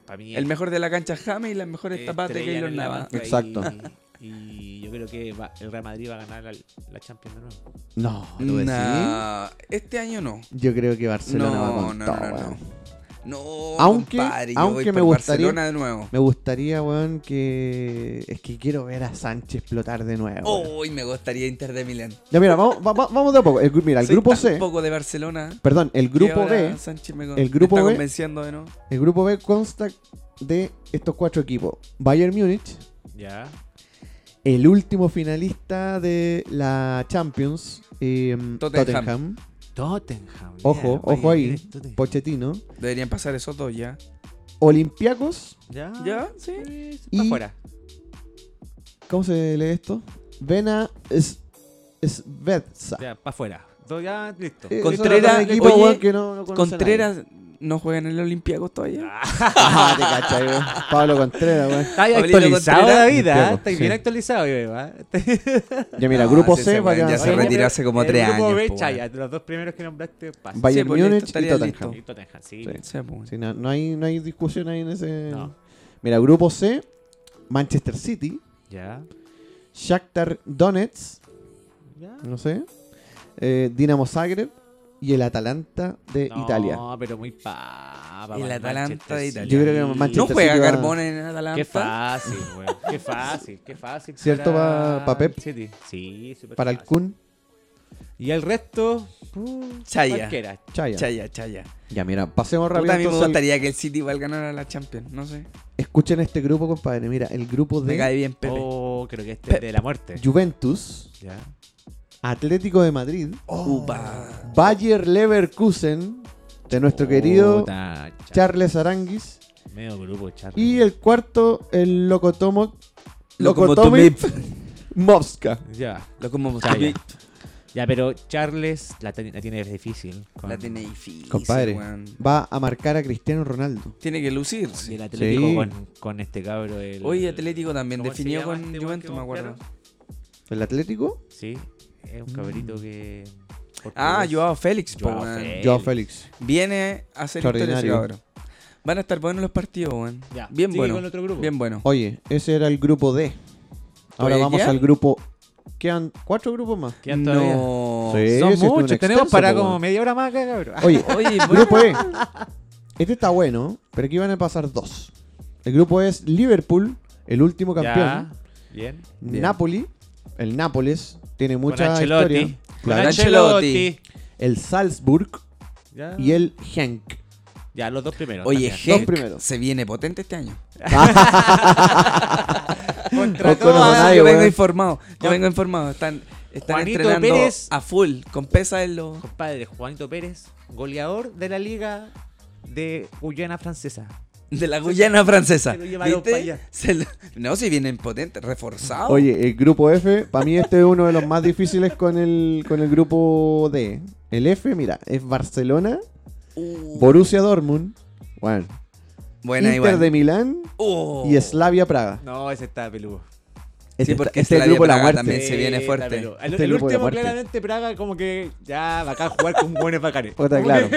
Speaker 4: para mí.
Speaker 2: El mejor de la cancha James y las mejores tapas de
Speaker 4: estrella
Speaker 2: Keylor
Speaker 4: en la
Speaker 2: Navas.
Speaker 4: banca y-
Speaker 3: Exacto.
Speaker 4: Y, yo creo que va- el Real Madrid va a ganar la, la Champions de nuevo.
Speaker 3: No, ¿lo decís?
Speaker 2: Nah, este año no.
Speaker 3: Yo creo que
Speaker 2: No,
Speaker 3: Barcelona va
Speaker 2: no, no,
Speaker 3: con todo,
Speaker 2: no, no.
Speaker 3: weón.
Speaker 2: No,
Speaker 3: Aunque-
Speaker 2: compadre, yo
Speaker 3: aunque
Speaker 2: voy
Speaker 3: me
Speaker 2: por
Speaker 3: gustaría-
Speaker 2: Barcelona de nuevo.
Speaker 3: Me gustaría, weón, que... Es que quiero ver a Sánchez explotar de nuevo. weón.
Speaker 2: Uy, me gustaría Inter de Milán.
Speaker 3: Ya, mira, vamos, va- va- vamos de a poco. El, gru- mira, el
Speaker 2: Soy
Speaker 3: grupo
Speaker 2: tan
Speaker 3: C...
Speaker 2: poco de Barcelona.
Speaker 3: Perdón, el
Speaker 2: que
Speaker 3: grupo
Speaker 2: ahora
Speaker 3: B...
Speaker 2: Sánchez me con-
Speaker 3: el grupo
Speaker 2: me está
Speaker 3: B-
Speaker 2: convenciendo de no.
Speaker 3: El grupo B consta de estos cuatro equipos. Bayern Múnich,
Speaker 4: Ya.
Speaker 3: el último finalista de la Champions, eh,
Speaker 2: Tottenham.
Speaker 3: Tottenham.
Speaker 4: Tottenham.
Speaker 3: Ojo, ojo ahí. Pues,
Speaker 4: Tottenham.
Speaker 3: Pochettino,
Speaker 2: Deberían pasar esos dos ya.
Speaker 3: Olympiacos,
Speaker 4: Ya.
Speaker 2: Ya, sí.
Speaker 4: Y...
Speaker 3: Y-
Speaker 4: Afuera.
Speaker 3: ¿cómo se lee esto? Vena es, Svetsa.
Speaker 4: Ya, para afuera. Do- Ya, listo.
Speaker 3: Eh,
Speaker 2: Eh, Contreras,
Speaker 3: son otros equipos,
Speaker 2: oye,
Speaker 3: weón, que no- no conoce a nadie.
Speaker 2: Contreras no juega en el Olympiacos todavía.
Speaker 3: Ah, te cachai, weón. Pablo Contreras, weón.
Speaker 4: Está
Speaker 2: Pablito
Speaker 4: actualizado
Speaker 2: Contreras.
Speaker 4: la vida.
Speaker 3: Santiago,
Speaker 4: Está
Speaker 3: sí.
Speaker 4: bien actualizado, yo veo. ¿eh?
Speaker 3: Ya mira,
Speaker 2: No,
Speaker 3: grupo
Speaker 2: Ah, sí,
Speaker 3: C,
Speaker 2: ese weón
Speaker 3: vaya-
Speaker 2: ya se
Speaker 4: Oye,
Speaker 2: retiró
Speaker 4: pero
Speaker 2: hace como
Speaker 4: el
Speaker 2: tres
Speaker 4: grupo
Speaker 2: años, pues,
Speaker 4: B,
Speaker 2: po,
Speaker 4: chaya,
Speaker 3: pues,
Speaker 2: weón.
Speaker 4: de los dos primeros que nombraste, pasa.
Speaker 3: Bayern
Speaker 2: Sí, pues, listo,
Speaker 3: Múnich y
Speaker 2: estaría
Speaker 3: Tottenham.
Speaker 2: listo.
Speaker 4: Y Tottenham, sí.
Speaker 3: Sí.
Speaker 2: Sí, pues.
Speaker 3: Sí, no, no hay, no hay discusión ahí en ese...
Speaker 4: No.
Speaker 3: Mira, grupo C, Manchester City,
Speaker 4: Ya.
Speaker 3: Shakhtar Donetsk,
Speaker 4: Ya.
Speaker 3: no sé, eh, Dinamo Zagreb y el Atalanta de Eh, Italia.
Speaker 4: No, pero muy pa.
Speaker 2: El Atalanta de Italia.
Speaker 3: Yo creo que Manchester
Speaker 2: No juega
Speaker 3: City va-
Speaker 2: Carbón en Atalanta.
Speaker 4: Qué fácil, güey. Qué fácil, qué fácil.
Speaker 3: ¿Cierto,
Speaker 4: para-
Speaker 3: pa- pa Pep?
Speaker 4: City. Sí, súper
Speaker 3: Para el
Speaker 4: fácil.
Speaker 3: Kun,
Speaker 4: Y el resto. uh,
Speaker 2: Chaya.
Speaker 4: Cualquiera.
Speaker 3: Chaya.
Speaker 2: Chaya, chaya.
Speaker 3: Ya, mira, pasemos
Speaker 2: Puta,
Speaker 3: rápido.
Speaker 2: a mí me
Speaker 3: entonces al-
Speaker 2: gustaría que el City igual ganara la Champions, no sé.
Speaker 3: Escuchen este grupo, compadre. Mira, el grupo
Speaker 2: Me
Speaker 3: de
Speaker 2: cae bien Pepe.
Speaker 4: Oh, creo que este es de la muerte.
Speaker 3: Juventus,
Speaker 4: Ya.
Speaker 3: Atlético de Madrid,
Speaker 2: Oh. Upa.
Speaker 3: Bayer Leverkusen, de nuestro querido
Speaker 4: Puta, cha-
Speaker 3: Charles Aranguis,
Speaker 4: Medio grupo, Charles.
Speaker 3: y el cuarto, el Locotomo.
Speaker 2: Lokomotiv.
Speaker 3: Mosca.
Speaker 4: Ya.
Speaker 2: Lokomotiv.
Speaker 4: Ya, pero Charles la, ten- la tiene difícil. con-
Speaker 2: La tiene difícil,
Speaker 3: Compadre,
Speaker 2: weón.
Speaker 3: va a marcar a Cristiano Ronaldo.
Speaker 2: Tiene que lucir.
Speaker 4: Y el Atlético
Speaker 3: Sí.
Speaker 4: con, con este cabro. El,
Speaker 2: Hoy Atlético también
Speaker 4: ¿Cómo se
Speaker 2: definió
Speaker 4: llama
Speaker 2: con
Speaker 4: este weón que
Speaker 2: Juventus, me acuerdo.
Speaker 4: compraron?
Speaker 3: ¿El Atlético?
Speaker 4: Sí, es un cabrito que.
Speaker 2: Ah,
Speaker 4: portugués.
Speaker 2: Joao Félix, po,
Speaker 4: Joao
Speaker 2: weón.
Speaker 4: Félix.
Speaker 3: Joao Félix.
Speaker 2: Viene a hacer historia ese
Speaker 3: Extraordinario.
Speaker 2: cabrón. Van a estar buenos los partidos, weón.
Speaker 4: Ya,
Speaker 2: Bien
Speaker 4: sigue
Speaker 2: bueno.
Speaker 4: con el otro grupo.
Speaker 2: Bien bueno.
Speaker 3: Oye, ese era el grupo D. Ahora
Speaker 2: Oye,
Speaker 3: vamos
Speaker 2: ¿ya?
Speaker 3: al grupo. Quedan cuatro grupos más.
Speaker 4: Quedan todavía.
Speaker 2: No.
Speaker 3: Sí,
Speaker 4: Oh, Son
Speaker 3: sí, estuvo un
Speaker 4: muchos, tenemos
Speaker 3: extenso,
Speaker 4: para
Speaker 3: po,
Speaker 4: como
Speaker 3: weón.
Speaker 4: media hora más acá, cabrón.
Speaker 3: Oye,
Speaker 2: Oye,
Speaker 3: grupo E. Este está bueno, pero aquí van a pasar dos. El grupo E es Liverpool, el último campeón.
Speaker 4: Bien.
Speaker 2: Bien.
Speaker 3: Napoli, el Nápoles, tiene
Speaker 4: Con
Speaker 3: mucha
Speaker 4: Ancelotti.
Speaker 3: historia.
Speaker 4: Con
Speaker 2: Claro.
Speaker 4: Ancelotti.
Speaker 3: El Salzburg
Speaker 4: Ya.
Speaker 3: y el Genk.
Speaker 4: Ya, los dos primeros.
Speaker 2: Oye,
Speaker 4: también.
Speaker 2: Genk
Speaker 3: primeros.
Speaker 2: se viene potente este año.
Speaker 3: Ojo, no,
Speaker 2: Ah,
Speaker 3: nadie,
Speaker 2: yo vengo
Speaker 3: weón.
Speaker 2: informado. Yo
Speaker 4: Con-
Speaker 2: vengo informado. Están, están
Speaker 4: Juanito
Speaker 2: entrenando
Speaker 4: Pérez.
Speaker 2: a full, con pesa en los.
Speaker 4: compadre Juanito Pérez, goleador de la liga de Guyana francesa.
Speaker 2: De la Guyana francesa.
Speaker 4: Se lo llevaron
Speaker 2: ¿Viste?
Speaker 4: pa' allá.
Speaker 2: Se lo- No, si vienen potentes, reforzados.
Speaker 3: Oye, el grupo F, para mí este es uno de los más difíciles con el, con el grupo D. El F, mira, es Barcelona,
Speaker 2: Uh,
Speaker 3: Borussia Dortmund, bueno,
Speaker 2: buena
Speaker 3: Inter
Speaker 2: igual.
Speaker 3: de Milán
Speaker 2: Oh.
Speaker 3: y Slavia Praga.
Speaker 4: No, ese está peludo.
Speaker 3: Este,
Speaker 2: porque
Speaker 3: este es el
Speaker 2: Slavia
Speaker 3: grupo de la
Speaker 2: Praga
Speaker 3: muerte.
Speaker 2: también. se viene
Speaker 4: está
Speaker 2: fuerte.
Speaker 4: peludo. El,
Speaker 3: Este
Speaker 4: el
Speaker 3: grupo de la
Speaker 4: último,
Speaker 3: muerte.
Speaker 4: claramente, Praga, como que ya va acá a jugar con buenos bacanes.
Speaker 3: Puta, claro.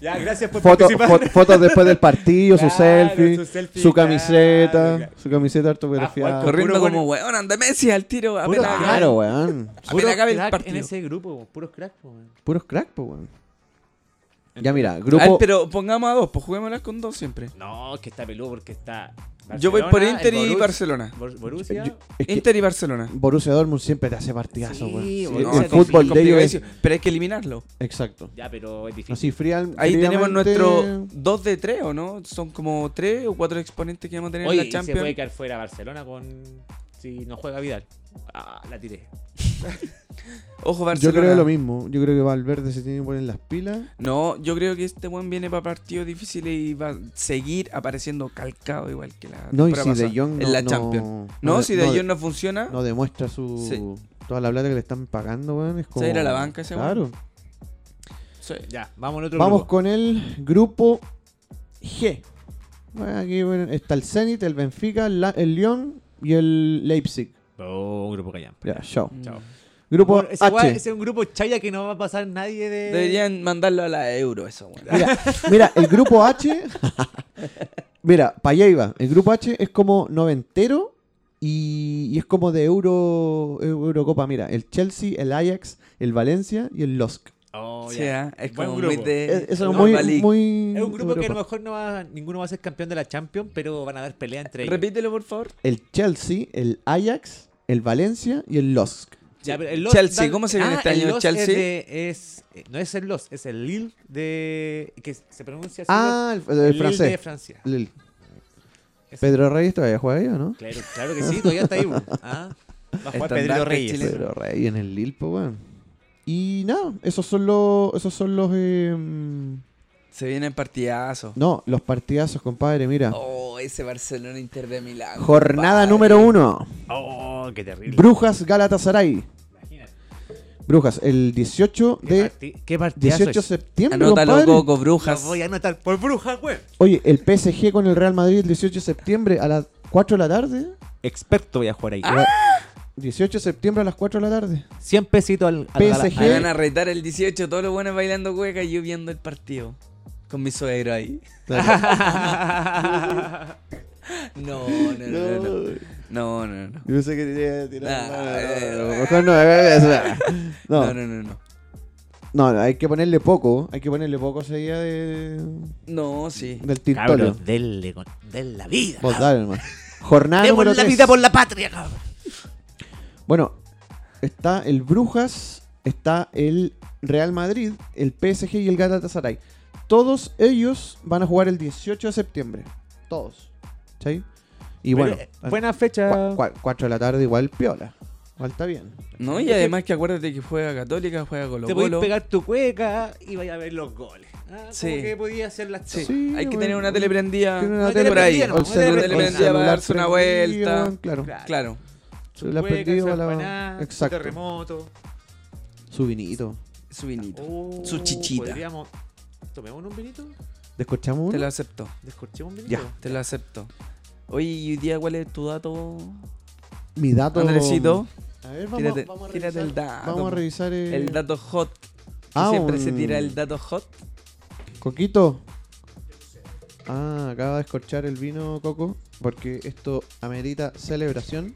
Speaker 4: ya, gracias por
Speaker 3: Foto-
Speaker 4: participar.
Speaker 3: fo- fotos después del partido, su,
Speaker 4: Claro,
Speaker 3: selfie,
Speaker 4: su
Speaker 3: su
Speaker 4: selfie,
Speaker 3: camiseta,
Speaker 4: claro, claro.
Speaker 3: su camiseta
Speaker 4: Ah,
Speaker 3: autografiada.
Speaker 4: jugar
Speaker 2: Corriendo
Speaker 4: Puro con-
Speaker 2: como weón, anda Messi al tiro.
Speaker 3: Puro
Speaker 2: Apenas acabe-
Speaker 3: claro, weón.
Speaker 2: apenas acabe el
Speaker 4: crack en
Speaker 2: partido.
Speaker 4: ese grupo, puros cracks, po, weón.
Speaker 3: Puros crack, po, weón. Ya mira,
Speaker 2: Ay,
Speaker 3: grupo.
Speaker 2: pero pongamos a dos, pues juguémoslas con dos siempre.
Speaker 4: No, es que está peludo porque está.
Speaker 2: Yo voy por
Speaker 4: Barcelona,
Speaker 2: Inter
Speaker 4: el
Speaker 2: y
Speaker 4: Borus-
Speaker 2: Barcelona.
Speaker 4: Bor- Borussia.
Speaker 3: Yo- es que
Speaker 2: Inter y Barcelona.
Speaker 3: Borussia Dortmund siempre te hace partidazo,
Speaker 4: Sí,
Speaker 3: weón.
Speaker 4: weón,
Speaker 3: el
Speaker 4: o sea,
Speaker 3: fútbol de ellos es-
Speaker 2: complicadísimo, Pero hay que eliminarlo.
Speaker 3: Exacto.
Speaker 4: Ya, pero es difícil.
Speaker 3: Así frial-
Speaker 2: Ahí tenemos
Speaker 3: fríamente-
Speaker 2: nuestro 2 de 3, ¿o no? Son como 3 o 4 exponentes que vamos a tener
Speaker 4: Oye,
Speaker 2: en
Speaker 4: y
Speaker 2: la
Speaker 4: se puede
Speaker 2: Champions.
Speaker 4: quedar fuera Barcelona con. Si no juega Vidal. Ah, la tiré.
Speaker 2: Ojo,
Speaker 3: Yo
Speaker 2: Barcelona.
Speaker 3: creo lo mismo. Yo creo que Valverde se tiene que poner las pilas.
Speaker 2: No, yo creo que este buen viene para partidos difíciles y va a seguir apareciendo calcado igual que la
Speaker 3: No, y
Speaker 2: temporada
Speaker 3: si De
Speaker 2: pasada,
Speaker 3: Jong no,
Speaker 2: en la
Speaker 3: no-
Speaker 2: Champions. No,
Speaker 3: no de-
Speaker 2: si De
Speaker 3: no de-
Speaker 2: Jong no funciona,
Speaker 3: no demuestra su toda la plata que le están pagando, weón. Es como...
Speaker 2: va a ir a la banca ese
Speaker 3: Claro.
Speaker 2: weón. sí.
Speaker 4: Ya, vamos al otro
Speaker 3: Vamos
Speaker 4: grupo.
Speaker 3: con el grupo G. Bueno, aquí bueno, está el Zenit, el Benfica, la- el Lyon y el Leipzig.
Speaker 4: Oh, un grupo callan.
Speaker 3: Ya, chao.
Speaker 2: Mm.
Speaker 4: Chao.
Speaker 3: Grupo
Speaker 4: Bueno, ese,
Speaker 3: H.
Speaker 4: guay- ese es un grupo chaya que no va a pasar nadie de.
Speaker 2: Eh, Deberían mandarlo a la Euro, eso, weón.
Speaker 3: Mira, mira, el grupo H. mira, para allá iba. El grupo H es como noventero y, y es como de Euro Eurocopa. Mira, el Chelsea, el Ajax, el Valencia y el LOSC.
Speaker 4: Oh,
Speaker 2: O
Speaker 4: ya.
Speaker 2: sea, ah, es
Speaker 4: Buen
Speaker 2: como
Speaker 4: grupo.
Speaker 2: muy de.
Speaker 3: Es- Eso es
Speaker 2: Eh, Europa
Speaker 3: muy,
Speaker 2: League.
Speaker 3: muy
Speaker 4: Es un grupo que a lo
Speaker 3: Europa.
Speaker 4: mejor no va, ninguno va a ser campeón de la Champions, pero van a dar pelea entre ellos.
Speaker 2: Repítelo, por favor.
Speaker 3: El Chelsea, el Ajax, el Valencia y el LOSC.
Speaker 4: Ya, pero el Ah,
Speaker 2: Chelsea, ¿cómo se viene este
Speaker 4: el
Speaker 2: año
Speaker 4: Los
Speaker 2: Chelsea?
Speaker 4: Es de- es- eh, no es el Los, es el Lille de. que se pronuncia así.
Speaker 3: Ah, el, el
Speaker 4: Lille de
Speaker 3: francés.
Speaker 4: Francia.
Speaker 3: Lille.
Speaker 4: Ese.
Speaker 3: Pedro Reyes todavía juega ahí, ¿o no?
Speaker 4: Claro, claro que sí, todavía está ahí. bro. Ah, va a jugar
Speaker 2: Estandarte
Speaker 4: Pedro Reyes.
Speaker 2: chileno.
Speaker 3: Pedro Reyes en el Lille, pues, weón. Y nada, esos son los. Esos son los. em,
Speaker 2: Se vienen partidazos.
Speaker 3: No, los partidazos, compadre, mira.
Speaker 2: Oh, ese Barcelona Inter de Milán.
Speaker 3: Jornada
Speaker 2: compadre.
Speaker 3: número uno.
Speaker 4: Oh, qué terrible.
Speaker 3: Brujas Galatasaray.
Speaker 4: Imagínate.
Speaker 3: Brujas, el 18
Speaker 4: Qué,
Speaker 3: de
Speaker 4: parti- qué partidazo
Speaker 3: 18 de
Speaker 4: es.
Speaker 3: septiembre.
Speaker 2: Anótalo,
Speaker 3: compadre.
Speaker 2: Coco,
Speaker 4: Lo
Speaker 2: brujas.
Speaker 4: voy a anotar por bruja, güey.
Speaker 3: Oye, el PSG con el Real Madrid el 18 de septiembre a las 4 de la tarde.
Speaker 4: Experto voy a jugar ahí.
Speaker 3: 18 de septiembre a las 4 de la tarde.
Speaker 4: 100 pesitos al, al
Speaker 3: PSG.
Speaker 2: Me van a retar el 18, todos los buenos bailando cueca y yo viendo el partido. Con mi suegro ahí. No, no, no, no. No, no, no. no.
Speaker 3: Yo sé que tenía que
Speaker 2: tirar- no, no, no, no, no,
Speaker 3: Mejor no,
Speaker 2: eh,
Speaker 3: eh,
Speaker 2: No,
Speaker 3: no,
Speaker 2: no, no, no.
Speaker 3: no, no, hay que ponerle poco. Hay que ponerle poco ese día de,
Speaker 2: No, sí.
Speaker 3: del tintolio.
Speaker 4: denle, con- denle la vida.
Speaker 3: Vos dale, hermano. Jornada
Speaker 4: Demos
Speaker 3: número
Speaker 4: la
Speaker 3: 3.
Speaker 4: vida por la patria, cabrón.
Speaker 3: Bueno, está el Brujas, está el Real Madrid, el PSG y el Galatasaray. Todos ellos van a jugar el 18 de septiembre. Todos. ¿Sí? Y
Speaker 4: Pero,
Speaker 3: bueno,
Speaker 4: eh, buena fecha.
Speaker 3: 4 de la tarde igual piola. Igual está bien.
Speaker 2: No, y además que acuérdate que juega Católica, juega Colo
Speaker 4: Te podías
Speaker 2: Colo.
Speaker 4: pegar tu cueca y vaya a ver los goles. Ah,
Speaker 2: Sí.
Speaker 4: Como que podías hacer las
Speaker 2: Sí,
Speaker 4: cosas.
Speaker 3: Sí,
Speaker 2: hay que
Speaker 3: bueno,
Speaker 2: tener una tele prendida.
Speaker 3: Tiene
Speaker 4: una
Speaker 3: una
Speaker 4: tele
Speaker 3: tele
Speaker 2: prendida,
Speaker 3: o el
Speaker 4: no, una tele
Speaker 3: celular-
Speaker 4: prendida
Speaker 3: o el
Speaker 4: para
Speaker 3: celular
Speaker 2: darse una
Speaker 3: prendido,
Speaker 2: vuelta.
Speaker 3: Claro.
Speaker 2: Claro.
Speaker 3: Celular
Speaker 4: Cueca,
Speaker 3: prendido
Speaker 4: su
Speaker 3: para la-
Speaker 4: empanada, su
Speaker 3: Exacto.
Speaker 4: terremoto.
Speaker 3: Su vinito.
Speaker 2: Su vinito.
Speaker 4: Oh,
Speaker 2: Su chichita.
Speaker 4: Podríamos... ¿Tomemos un vinito?
Speaker 3: ¿Descorchamos
Speaker 2: Te
Speaker 3: uno?
Speaker 2: lo acepto.
Speaker 4: ¿Descorchemos un vinito?
Speaker 3: Ya.
Speaker 2: Te lo acepto. Oye, ¿y hoy día cuál es tu dato,
Speaker 3: Mi dato.
Speaker 2: Andresito?
Speaker 3: A ver, vamos,
Speaker 2: Tírate-
Speaker 3: vamos a
Speaker 2: tírate
Speaker 3: revisar.
Speaker 2: el dato.
Speaker 3: Vamos a revisar eh,
Speaker 2: El dato hot. que
Speaker 3: ah,
Speaker 2: siempre se
Speaker 3: un-
Speaker 2: tira el dato hot.
Speaker 3: Coquito. Ah, acaba de escorchar el vino, Coco. Porque esto amerita celebración.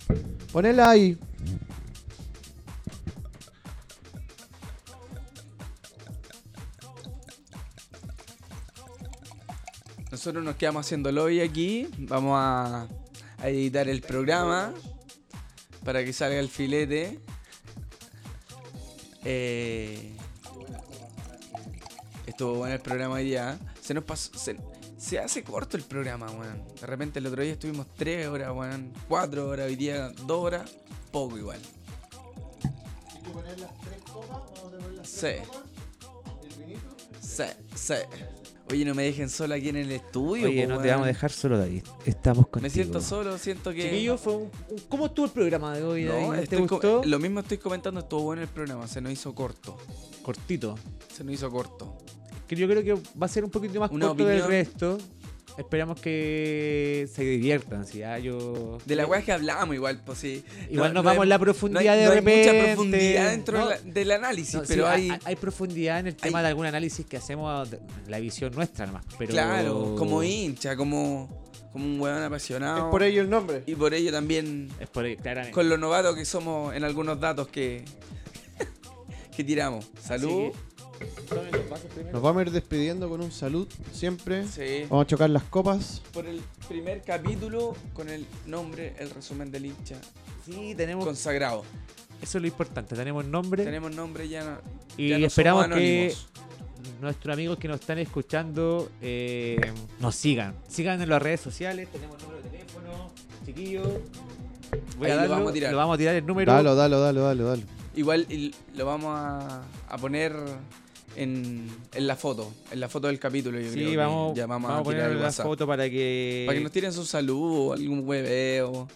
Speaker 3: Ponela ahí.
Speaker 2: Nosotros nos quedamos haciendo lobby aquí. Vamos a, a editar el programa para que salga el filete. Eh, estuvo bueno el programa hoy día. Se nos pasó. Se, se hace corto el programa, weón. De repente el otro día estuvimos 3 horas, weón. 4 horas, hoy día 2 horas. Poco igual. Sí. Sí, sí. Oye, no me dejen solo aquí en el estudio.
Speaker 4: Oye,
Speaker 2: po,
Speaker 4: no te
Speaker 2: weón.
Speaker 4: vamos a dejar solo, David. Estamos contigo.
Speaker 2: Me siento solo, siento que.
Speaker 4: Chiquillo, fue un, un- ¿cómo estuvo el programa de hoy?
Speaker 2: No,
Speaker 4: David? ¿Te
Speaker 2: estoy co-
Speaker 4: gustó?
Speaker 2: lo mismo estoy comentando, estuvo bueno el programa, se nos hizo corto.
Speaker 4: Cortito.
Speaker 2: Se nos hizo corto.
Speaker 4: Que yo creo que va a ser un poquito más
Speaker 2: Una
Speaker 4: corto del
Speaker 2: opinión.
Speaker 4: resto. Esperamos que se diviertan. Si ya yo...
Speaker 2: De la weá que hablamos igual, pues sí.
Speaker 4: Igual
Speaker 2: No- no
Speaker 4: nos vamos
Speaker 2: hay-
Speaker 4: en
Speaker 2: No
Speaker 4: la
Speaker 2: hay,
Speaker 4: profundidad de
Speaker 2: no hay
Speaker 4: repente.
Speaker 2: mucha profundidad dentro
Speaker 4: No,
Speaker 2: de la- del análisis,
Speaker 4: no, sí,
Speaker 2: pero hay,
Speaker 4: profundidad en el tema
Speaker 2: hay-
Speaker 4: de algún análisis que hacemos, de- la visión nuestra nomás. Pero...
Speaker 2: Claro, como hincha, como, como un weón apasionado.
Speaker 3: ello el nombre.
Speaker 2: Ah, Y por ello también,
Speaker 4: Es por ahí, claramente.
Speaker 2: con lo novatos que somos en algunos datos que, que tiramos.
Speaker 4: Así
Speaker 2: Salud.
Speaker 4: que,
Speaker 3: Nos vamos a ir despidiendo con un salud siempre.
Speaker 2: Sí.
Speaker 4: Oh.
Speaker 3: Vamos a chocar las copas.
Speaker 2: Por el primer capítulo con el nombre, el resumen del hincha
Speaker 6: Sí, tenemos.
Speaker 2: consagrado.
Speaker 6: Eso es lo importante. Tenemos nombre.
Speaker 2: Tenemos nombre ya. no-
Speaker 6: y
Speaker 2: ya no
Speaker 6: esperamos
Speaker 2: somos
Speaker 6: que
Speaker 2: anónimos.
Speaker 6: nuestros amigos que nos están escuchando eh, nos sigan. Sigan en las redes sociales. Tenemos número de teléfono, chiquillos. Voy
Speaker 2: Ahí
Speaker 6: a
Speaker 2: lo
Speaker 6: darlo,
Speaker 2: vamos a tirar.
Speaker 6: Lo vamos a tirar el número.
Speaker 3: Dalo, dalo, dalo, dalo, dalo.
Speaker 2: Igual y lo vamos a, a poner en, en la foto, en la foto del capítulo. Yo creo
Speaker 6: sí,
Speaker 2: que
Speaker 6: vamos,
Speaker 2: ya vamos,
Speaker 6: vamos
Speaker 2: a
Speaker 6: a
Speaker 2: tirar
Speaker 6: poner
Speaker 2: el
Speaker 6: la
Speaker 2: WhatsApp.
Speaker 6: foto para que.
Speaker 2: Para que nos tiren su saludo, algún hueveo,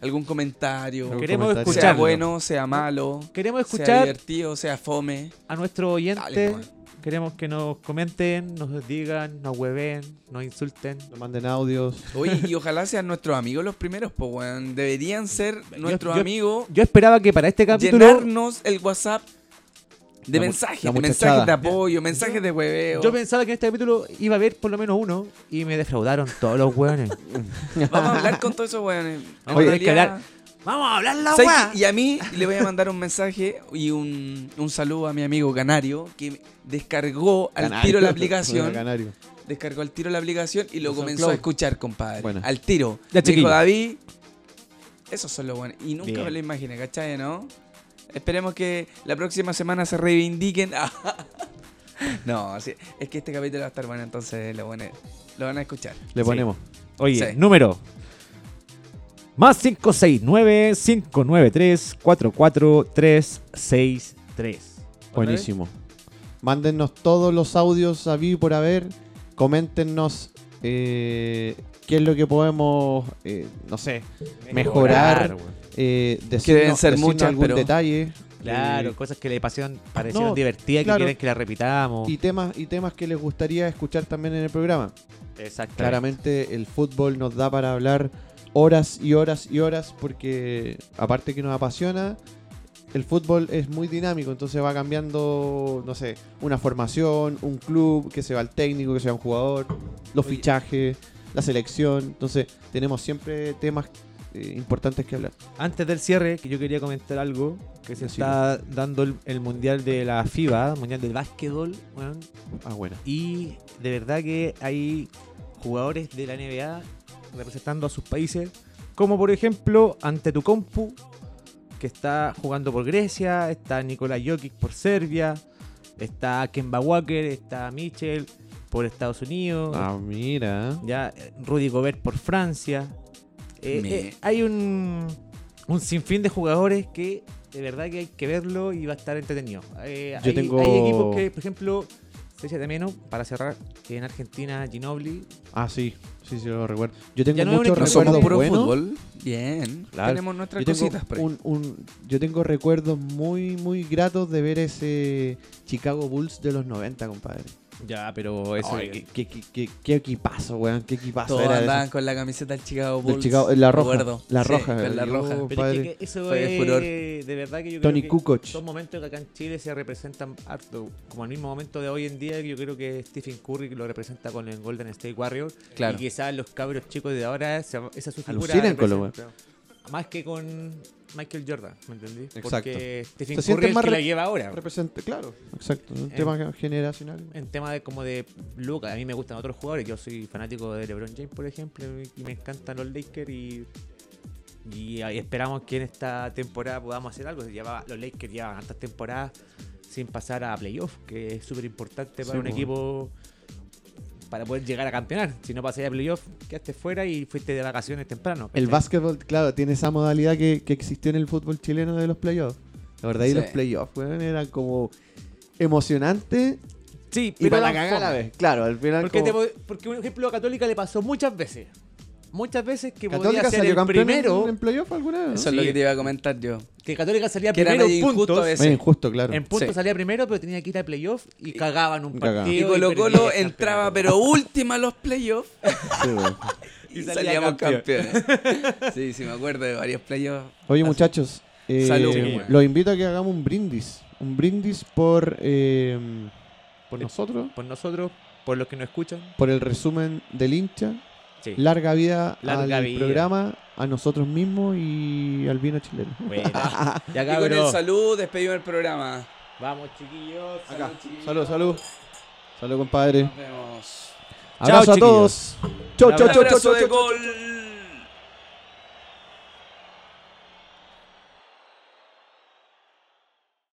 Speaker 2: algún comentario.
Speaker 3: Algún
Speaker 6: Queremos
Speaker 3: comentario.
Speaker 2: Sea
Speaker 6: escuchar.
Speaker 2: bueno, sea malo,
Speaker 6: Queremos
Speaker 2: sea
Speaker 6: escuchar
Speaker 2: divertido, sea fome.
Speaker 6: a nuestro
Speaker 2: Dale,
Speaker 6: oyente.
Speaker 2: nomás.
Speaker 6: Queremos que nos comenten, nos digan, nos hueven, nos insulten.
Speaker 3: Nos manden audios.
Speaker 2: Oye, y ojalá sean nuestros amigos los primeros, pues, weón. Deberían ser nuestros
Speaker 6: yo-
Speaker 2: amigos.
Speaker 6: Yo esperaba que para este capítulo.
Speaker 2: Llenarnos el WhatsApp
Speaker 3: La
Speaker 2: de
Speaker 3: mu-
Speaker 2: mensajes,
Speaker 3: la
Speaker 2: de mensajes de
Speaker 3: muchachada.
Speaker 2: apoyo, mensajes de hueveo.
Speaker 6: Yo pensaba que en este capítulo iba a haber por lo menos uno y me defraudaron todos los hueones.
Speaker 2: Vamos a hablar con todos esos weones.
Speaker 6: Vamos
Speaker 2: En
Speaker 6: a tener que
Speaker 2: realidad,
Speaker 6: hablar. Vamos a hablar la
Speaker 2: ¿sabes
Speaker 6: weá.
Speaker 2: qué? Y a mí le voy a mandar un mensaje y un, un saludo a mi amigo Canario que descargó al
Speaker 3: Canario.
Speaker 2: tiro la aplicación.
Speaker 3: Canario.
Speaker 2: Descargó al tiro la aplicación y lo
Speaker 3: El
Speaker 2: comenzó
Speaker 3: SoundCloud.
Speaker 2: a escuchar, compadre.
Speaker 3: Buena.
Speaker 2: Al tiro.
Speaker 6: Ya,
Speaker 2: Me Dijo
Speaker 6: chiquillos.
Speaker 2: David. Esos son los buenos. Y nunca
Speaker 6: Bien.
Speaker 2: me lo imaginé, ¿cachai? ¿No? Esperemos que la próxima semana se reivindiquen. no, sí, es que este capítulo va a estar bueno, entonces lo, bueno, lo van a escuchar.
Speaker 3: Le
Speaker 6: Sí.
Speaker 3: ponemos.
Speaker 6: Oye,
Speaker 2: Sí.
Speaker 6: número. Más 569-593-44363.
Speaker 3: Buenísimo. Mándennos todos los audios a vivo y por haber. Coméntenos eh, qué es lo que podemos, eh, no sé, Mejorar.
Speaker 6: weón.
Speaker 3: eh, decirnos,
Speaker 2: deben ser
Speaker 3: decirnos
Speaker 2: muchas,
Speaker 3: algún
Speaker 2: pero-
Speaker 3: detalle.
Speaker 6: Claro,
Speaker 3: eh,
Speaker 6: cosas que le pasaron, parecieron
Speaker 3: no,
Speaker 6: divertidas que
Speaker 3: claro.
Speaker 6: quieren que las repitamos.
Speaker 3: y temas y temas que les gustaría escuchar también en el programa.
Speaker 6: Exactamente.
Speaker 3: Claramente el fútbol nos da para hablar horas y horas y horas porque aparte que nos apasiona, el fútbol es muy dinámico, entonces va cambiando, no sé, una formación, un club, que se va el técnico, que se va un jugador, los
Speaker 2: Oye.
Speaker 3: fichajes, la selección, entonces tenemos siempre temas eh, importantes que hablar.
Speaker 6: Antes del cierre, que yo quería comentar algo que se
Speaker 3: Sí,
Speaker 6: está dando el, el mundial de la FIBA, el mundial del básquetbol, weón,
Speaker 3: Ah, bueno.
Speaker 6: y de verdad que hay jugadores de la NBA representando a sus países, como por ejemplo ante tu compu, que está jugando por Grecia, está Nikola Jokic por Serbia, está Kemba Walker, está Mitchell por Estados Unidos,
Speaker 3: Ah, mira.
Speaker 6: ya eh, Rudy Gobert por Francia. Eh,
Speaker 2: Me-
Speaker 6: eh, hay un, un sinfín de jugadores que de verdad que hay que verlo y va a estar entretenido. Eh,
Speaker 3: Yo
Speaker 6: hay,
Speaker 3: tengo-
Speaker 6: hay equipos que, por ejemplo, se echa de menos para cerrar que en Argentina Ginobili.
Speaker 3: Ah, sí, sí, sí, lo recuerdo. Yo tengo
Speaker 6: Ya no es un
Speaker 3: muchos
Speaker 6: equipo,
Speaker 2: No somos
Speaker 3: recuerdos
Speaker 2: puro
Speaker 3: buenos.
Speaker 2: fútbol. Bien.
Speaker 3: Claro.
Speaker 2: Tenemos nuestras
Speaker 3: Yo tengo,
Speaker 2: cositas por ahí.
Speaker 3: un- un- yo tengo recuerdos muy, muy gratos de ver ese Chicago Bulls de los 90, compadre.
Speaker 6: Ya, pero
Speaker 3: Ay, qué, qué- qué- qué- qué equipazo, weón. Qué equipazo
Speaker 2: Todos
Speaker 3: era ese.
Speaker 2: andaban con la camiseta del Chicago
Speaker 3: Del
Speaker 2: Bulls.
Speaker 3: Chicago- la roja,
Speaker 2: recuerdo.
Speaker 3: la
Speaker 2: Sí,
Speaker 3: roja,
Speaker 2: con la
Speaker 3: yo-
Speaker 2: roja.
Speaker 6: Pero es que-
Speaker 3: compadre.
Speaker 6: que eso
Speaker 2: Fue
Speaker 6: es
Speaker 2: furor.
Speaker 6: de verdad que yo creo
Speaker 3: Tony
Speaker 6: que
Speaker 3: Kukoc.
Speaker 6: son momentos que acá en Chile se representan harto, como al mismo momento de hoy en día que yo creo que Stephen Curry lo representa con el Golden State Warriors
Speaker 2: Claro.
Speaker 6: y quizás los cabros chicos de ahora se- esa es su figura
Speaker 3: Alucinan con lo
Speaker 6: representa. más que con Michael Jordan, ¿me entendí?
Speaker 3: Exacto.
Speaker 6: Porque
Speaker 3: Se
Speaker 6: Stephen Curry
Speaker 3: sienten
Speaker 6: es el
Speaker 3: más
Speaker 6: que la
Speaker 3: re-
Speaker 6: lleva ahora.
Speaker 3: Representa, claro. Exacto. Un
Speaker 6: Eh.
Speaker 3: tema generacional.
Speaker 6: En tema de como de Luca, a mí me gustan otros jugadores. Yo soy fanático de LeBron James, por ejemplo, y me encantan los Lakers y, y ahí esperamos que en esta temporada podamos hacer algo. Ya va- los Lakers llevan hartas temporadas sin pasar a playoffs, que es súper importante para
Speaker 3: Sí, pues.
Speaker 6: un
Speaker 3: po.
Speaker 6: equipo para poder llegar a campeonar. Si no pasas a playoffs, quedaste fuera y fuiste de vacaciones temprano.
Speaker 3: El
Speaker 6: ¿cachai?
Speaker 3: básquetbol, claro, tiene esa modalidad que, que existió en el fútbol chileno de los playoffs. La verdad, y
Speaker 2: Sí.
Speaker 3: los playoffs, weón, eran como emocionante
Speaker 6: Sí,
Speaker 3: y
Speaker 6: pero
Speaker 3: para la
Speaker 6: eran
Speaker 3: cagada a la
Speaker 6: fome.
Speaker 3: vez. Claro, al final.
Speaker 6: Porque,
Speaker 3: como-
Speaker 6: te po- porque un ejemplo a Católica le pasó muchas veces. Muchas veces que
Speaker 3: Católica
Speaker 6: podía ser
Speaker 3: salió
Speaker 6: el
Speaker 3: campeón
Speaker 6: primero.
Speaker 3: en, en playoff alguna vez.
Speaker 2: Eso
Speaker 3: ¿no?
Speaker 2: es lo
Speaker 6: Sí.
Speaker 2: que te iba a comentar yo.
Speaker 6: Que Católica salía
Speaker 2: Que era
Speaker 6: primero en
Speaker 2: medio injusto
Speaker 6: puntos.
Speaker 2: a veces.
Speaker 3: Es injusto, claro.
Speaker 6: En puntos
Speaker 2: Sí.
Speaker 6: salía primero, pero tenía que ir a playoff y cagaban un
Speaker 3: Cagaban.
Speaker 2: Y
Speaker 6: partido.
Speaker 2: Colo
Speaker 6: perdía
Speaker 2: Colo
Speaker 6: el campeonato.
Speaker 2: entraba, pero última a los playoffs.
Speaker 3: Sí, weón.
Speaker 2: Y,
Speaker 6: Y salía
Speaker 2: salíamos
Speaker 6: campeón.
Speaker 2: campeones. sí, sí, me acuerdo de varios playoffs.
Speaker 3: Oye,
Speaker 2: Así.
Speaker 3: muchachos, eh,
Speaker 2: Salud,
Speaker 3: sí,
Speaker 2: weón.
Speaker 3: los invito a que hagamos un brindis. Un brindis por, eh, por nosotros,
Speaker 6: Por nosotros, por los que nos escuchan.
Speaker 3: por el resumen del hincha.
Speaker 6: Sí.
Speaker 3: Larga vida
Speaker 6: Larga
Speaker 3: al
Speaker 6: vida.
Speaker 3: programa, a nosotros mismos y al vino chileno.
Speaker 6: Buena. ya
Speaker 2: Y con el
Speaker 6: cabrón.
Speaker 2: salud despedimos el programa.
Speaker 6: Vamos, chiquillos.
Speaker 3: Acá.
Speaker 6: Salud, chiquillos.
Speaker 3: Salud, salud. Salud, compadre.
Speaker 2: Nos vemos.
Speaker 7: Chao,
Speaker 3: Abrazo a
Speaker 7: chiquillos.
Speaker 3: todos. Chau,
Speaker 7: Un
Speaker 3: chau,
Speaker 2: Un
Speaker 3: chau, chau,
Speaker 2: abrazo
Speaker 3: chau,
Speaker 2: de
Speaker 3: chau.
Speaker 2: gol.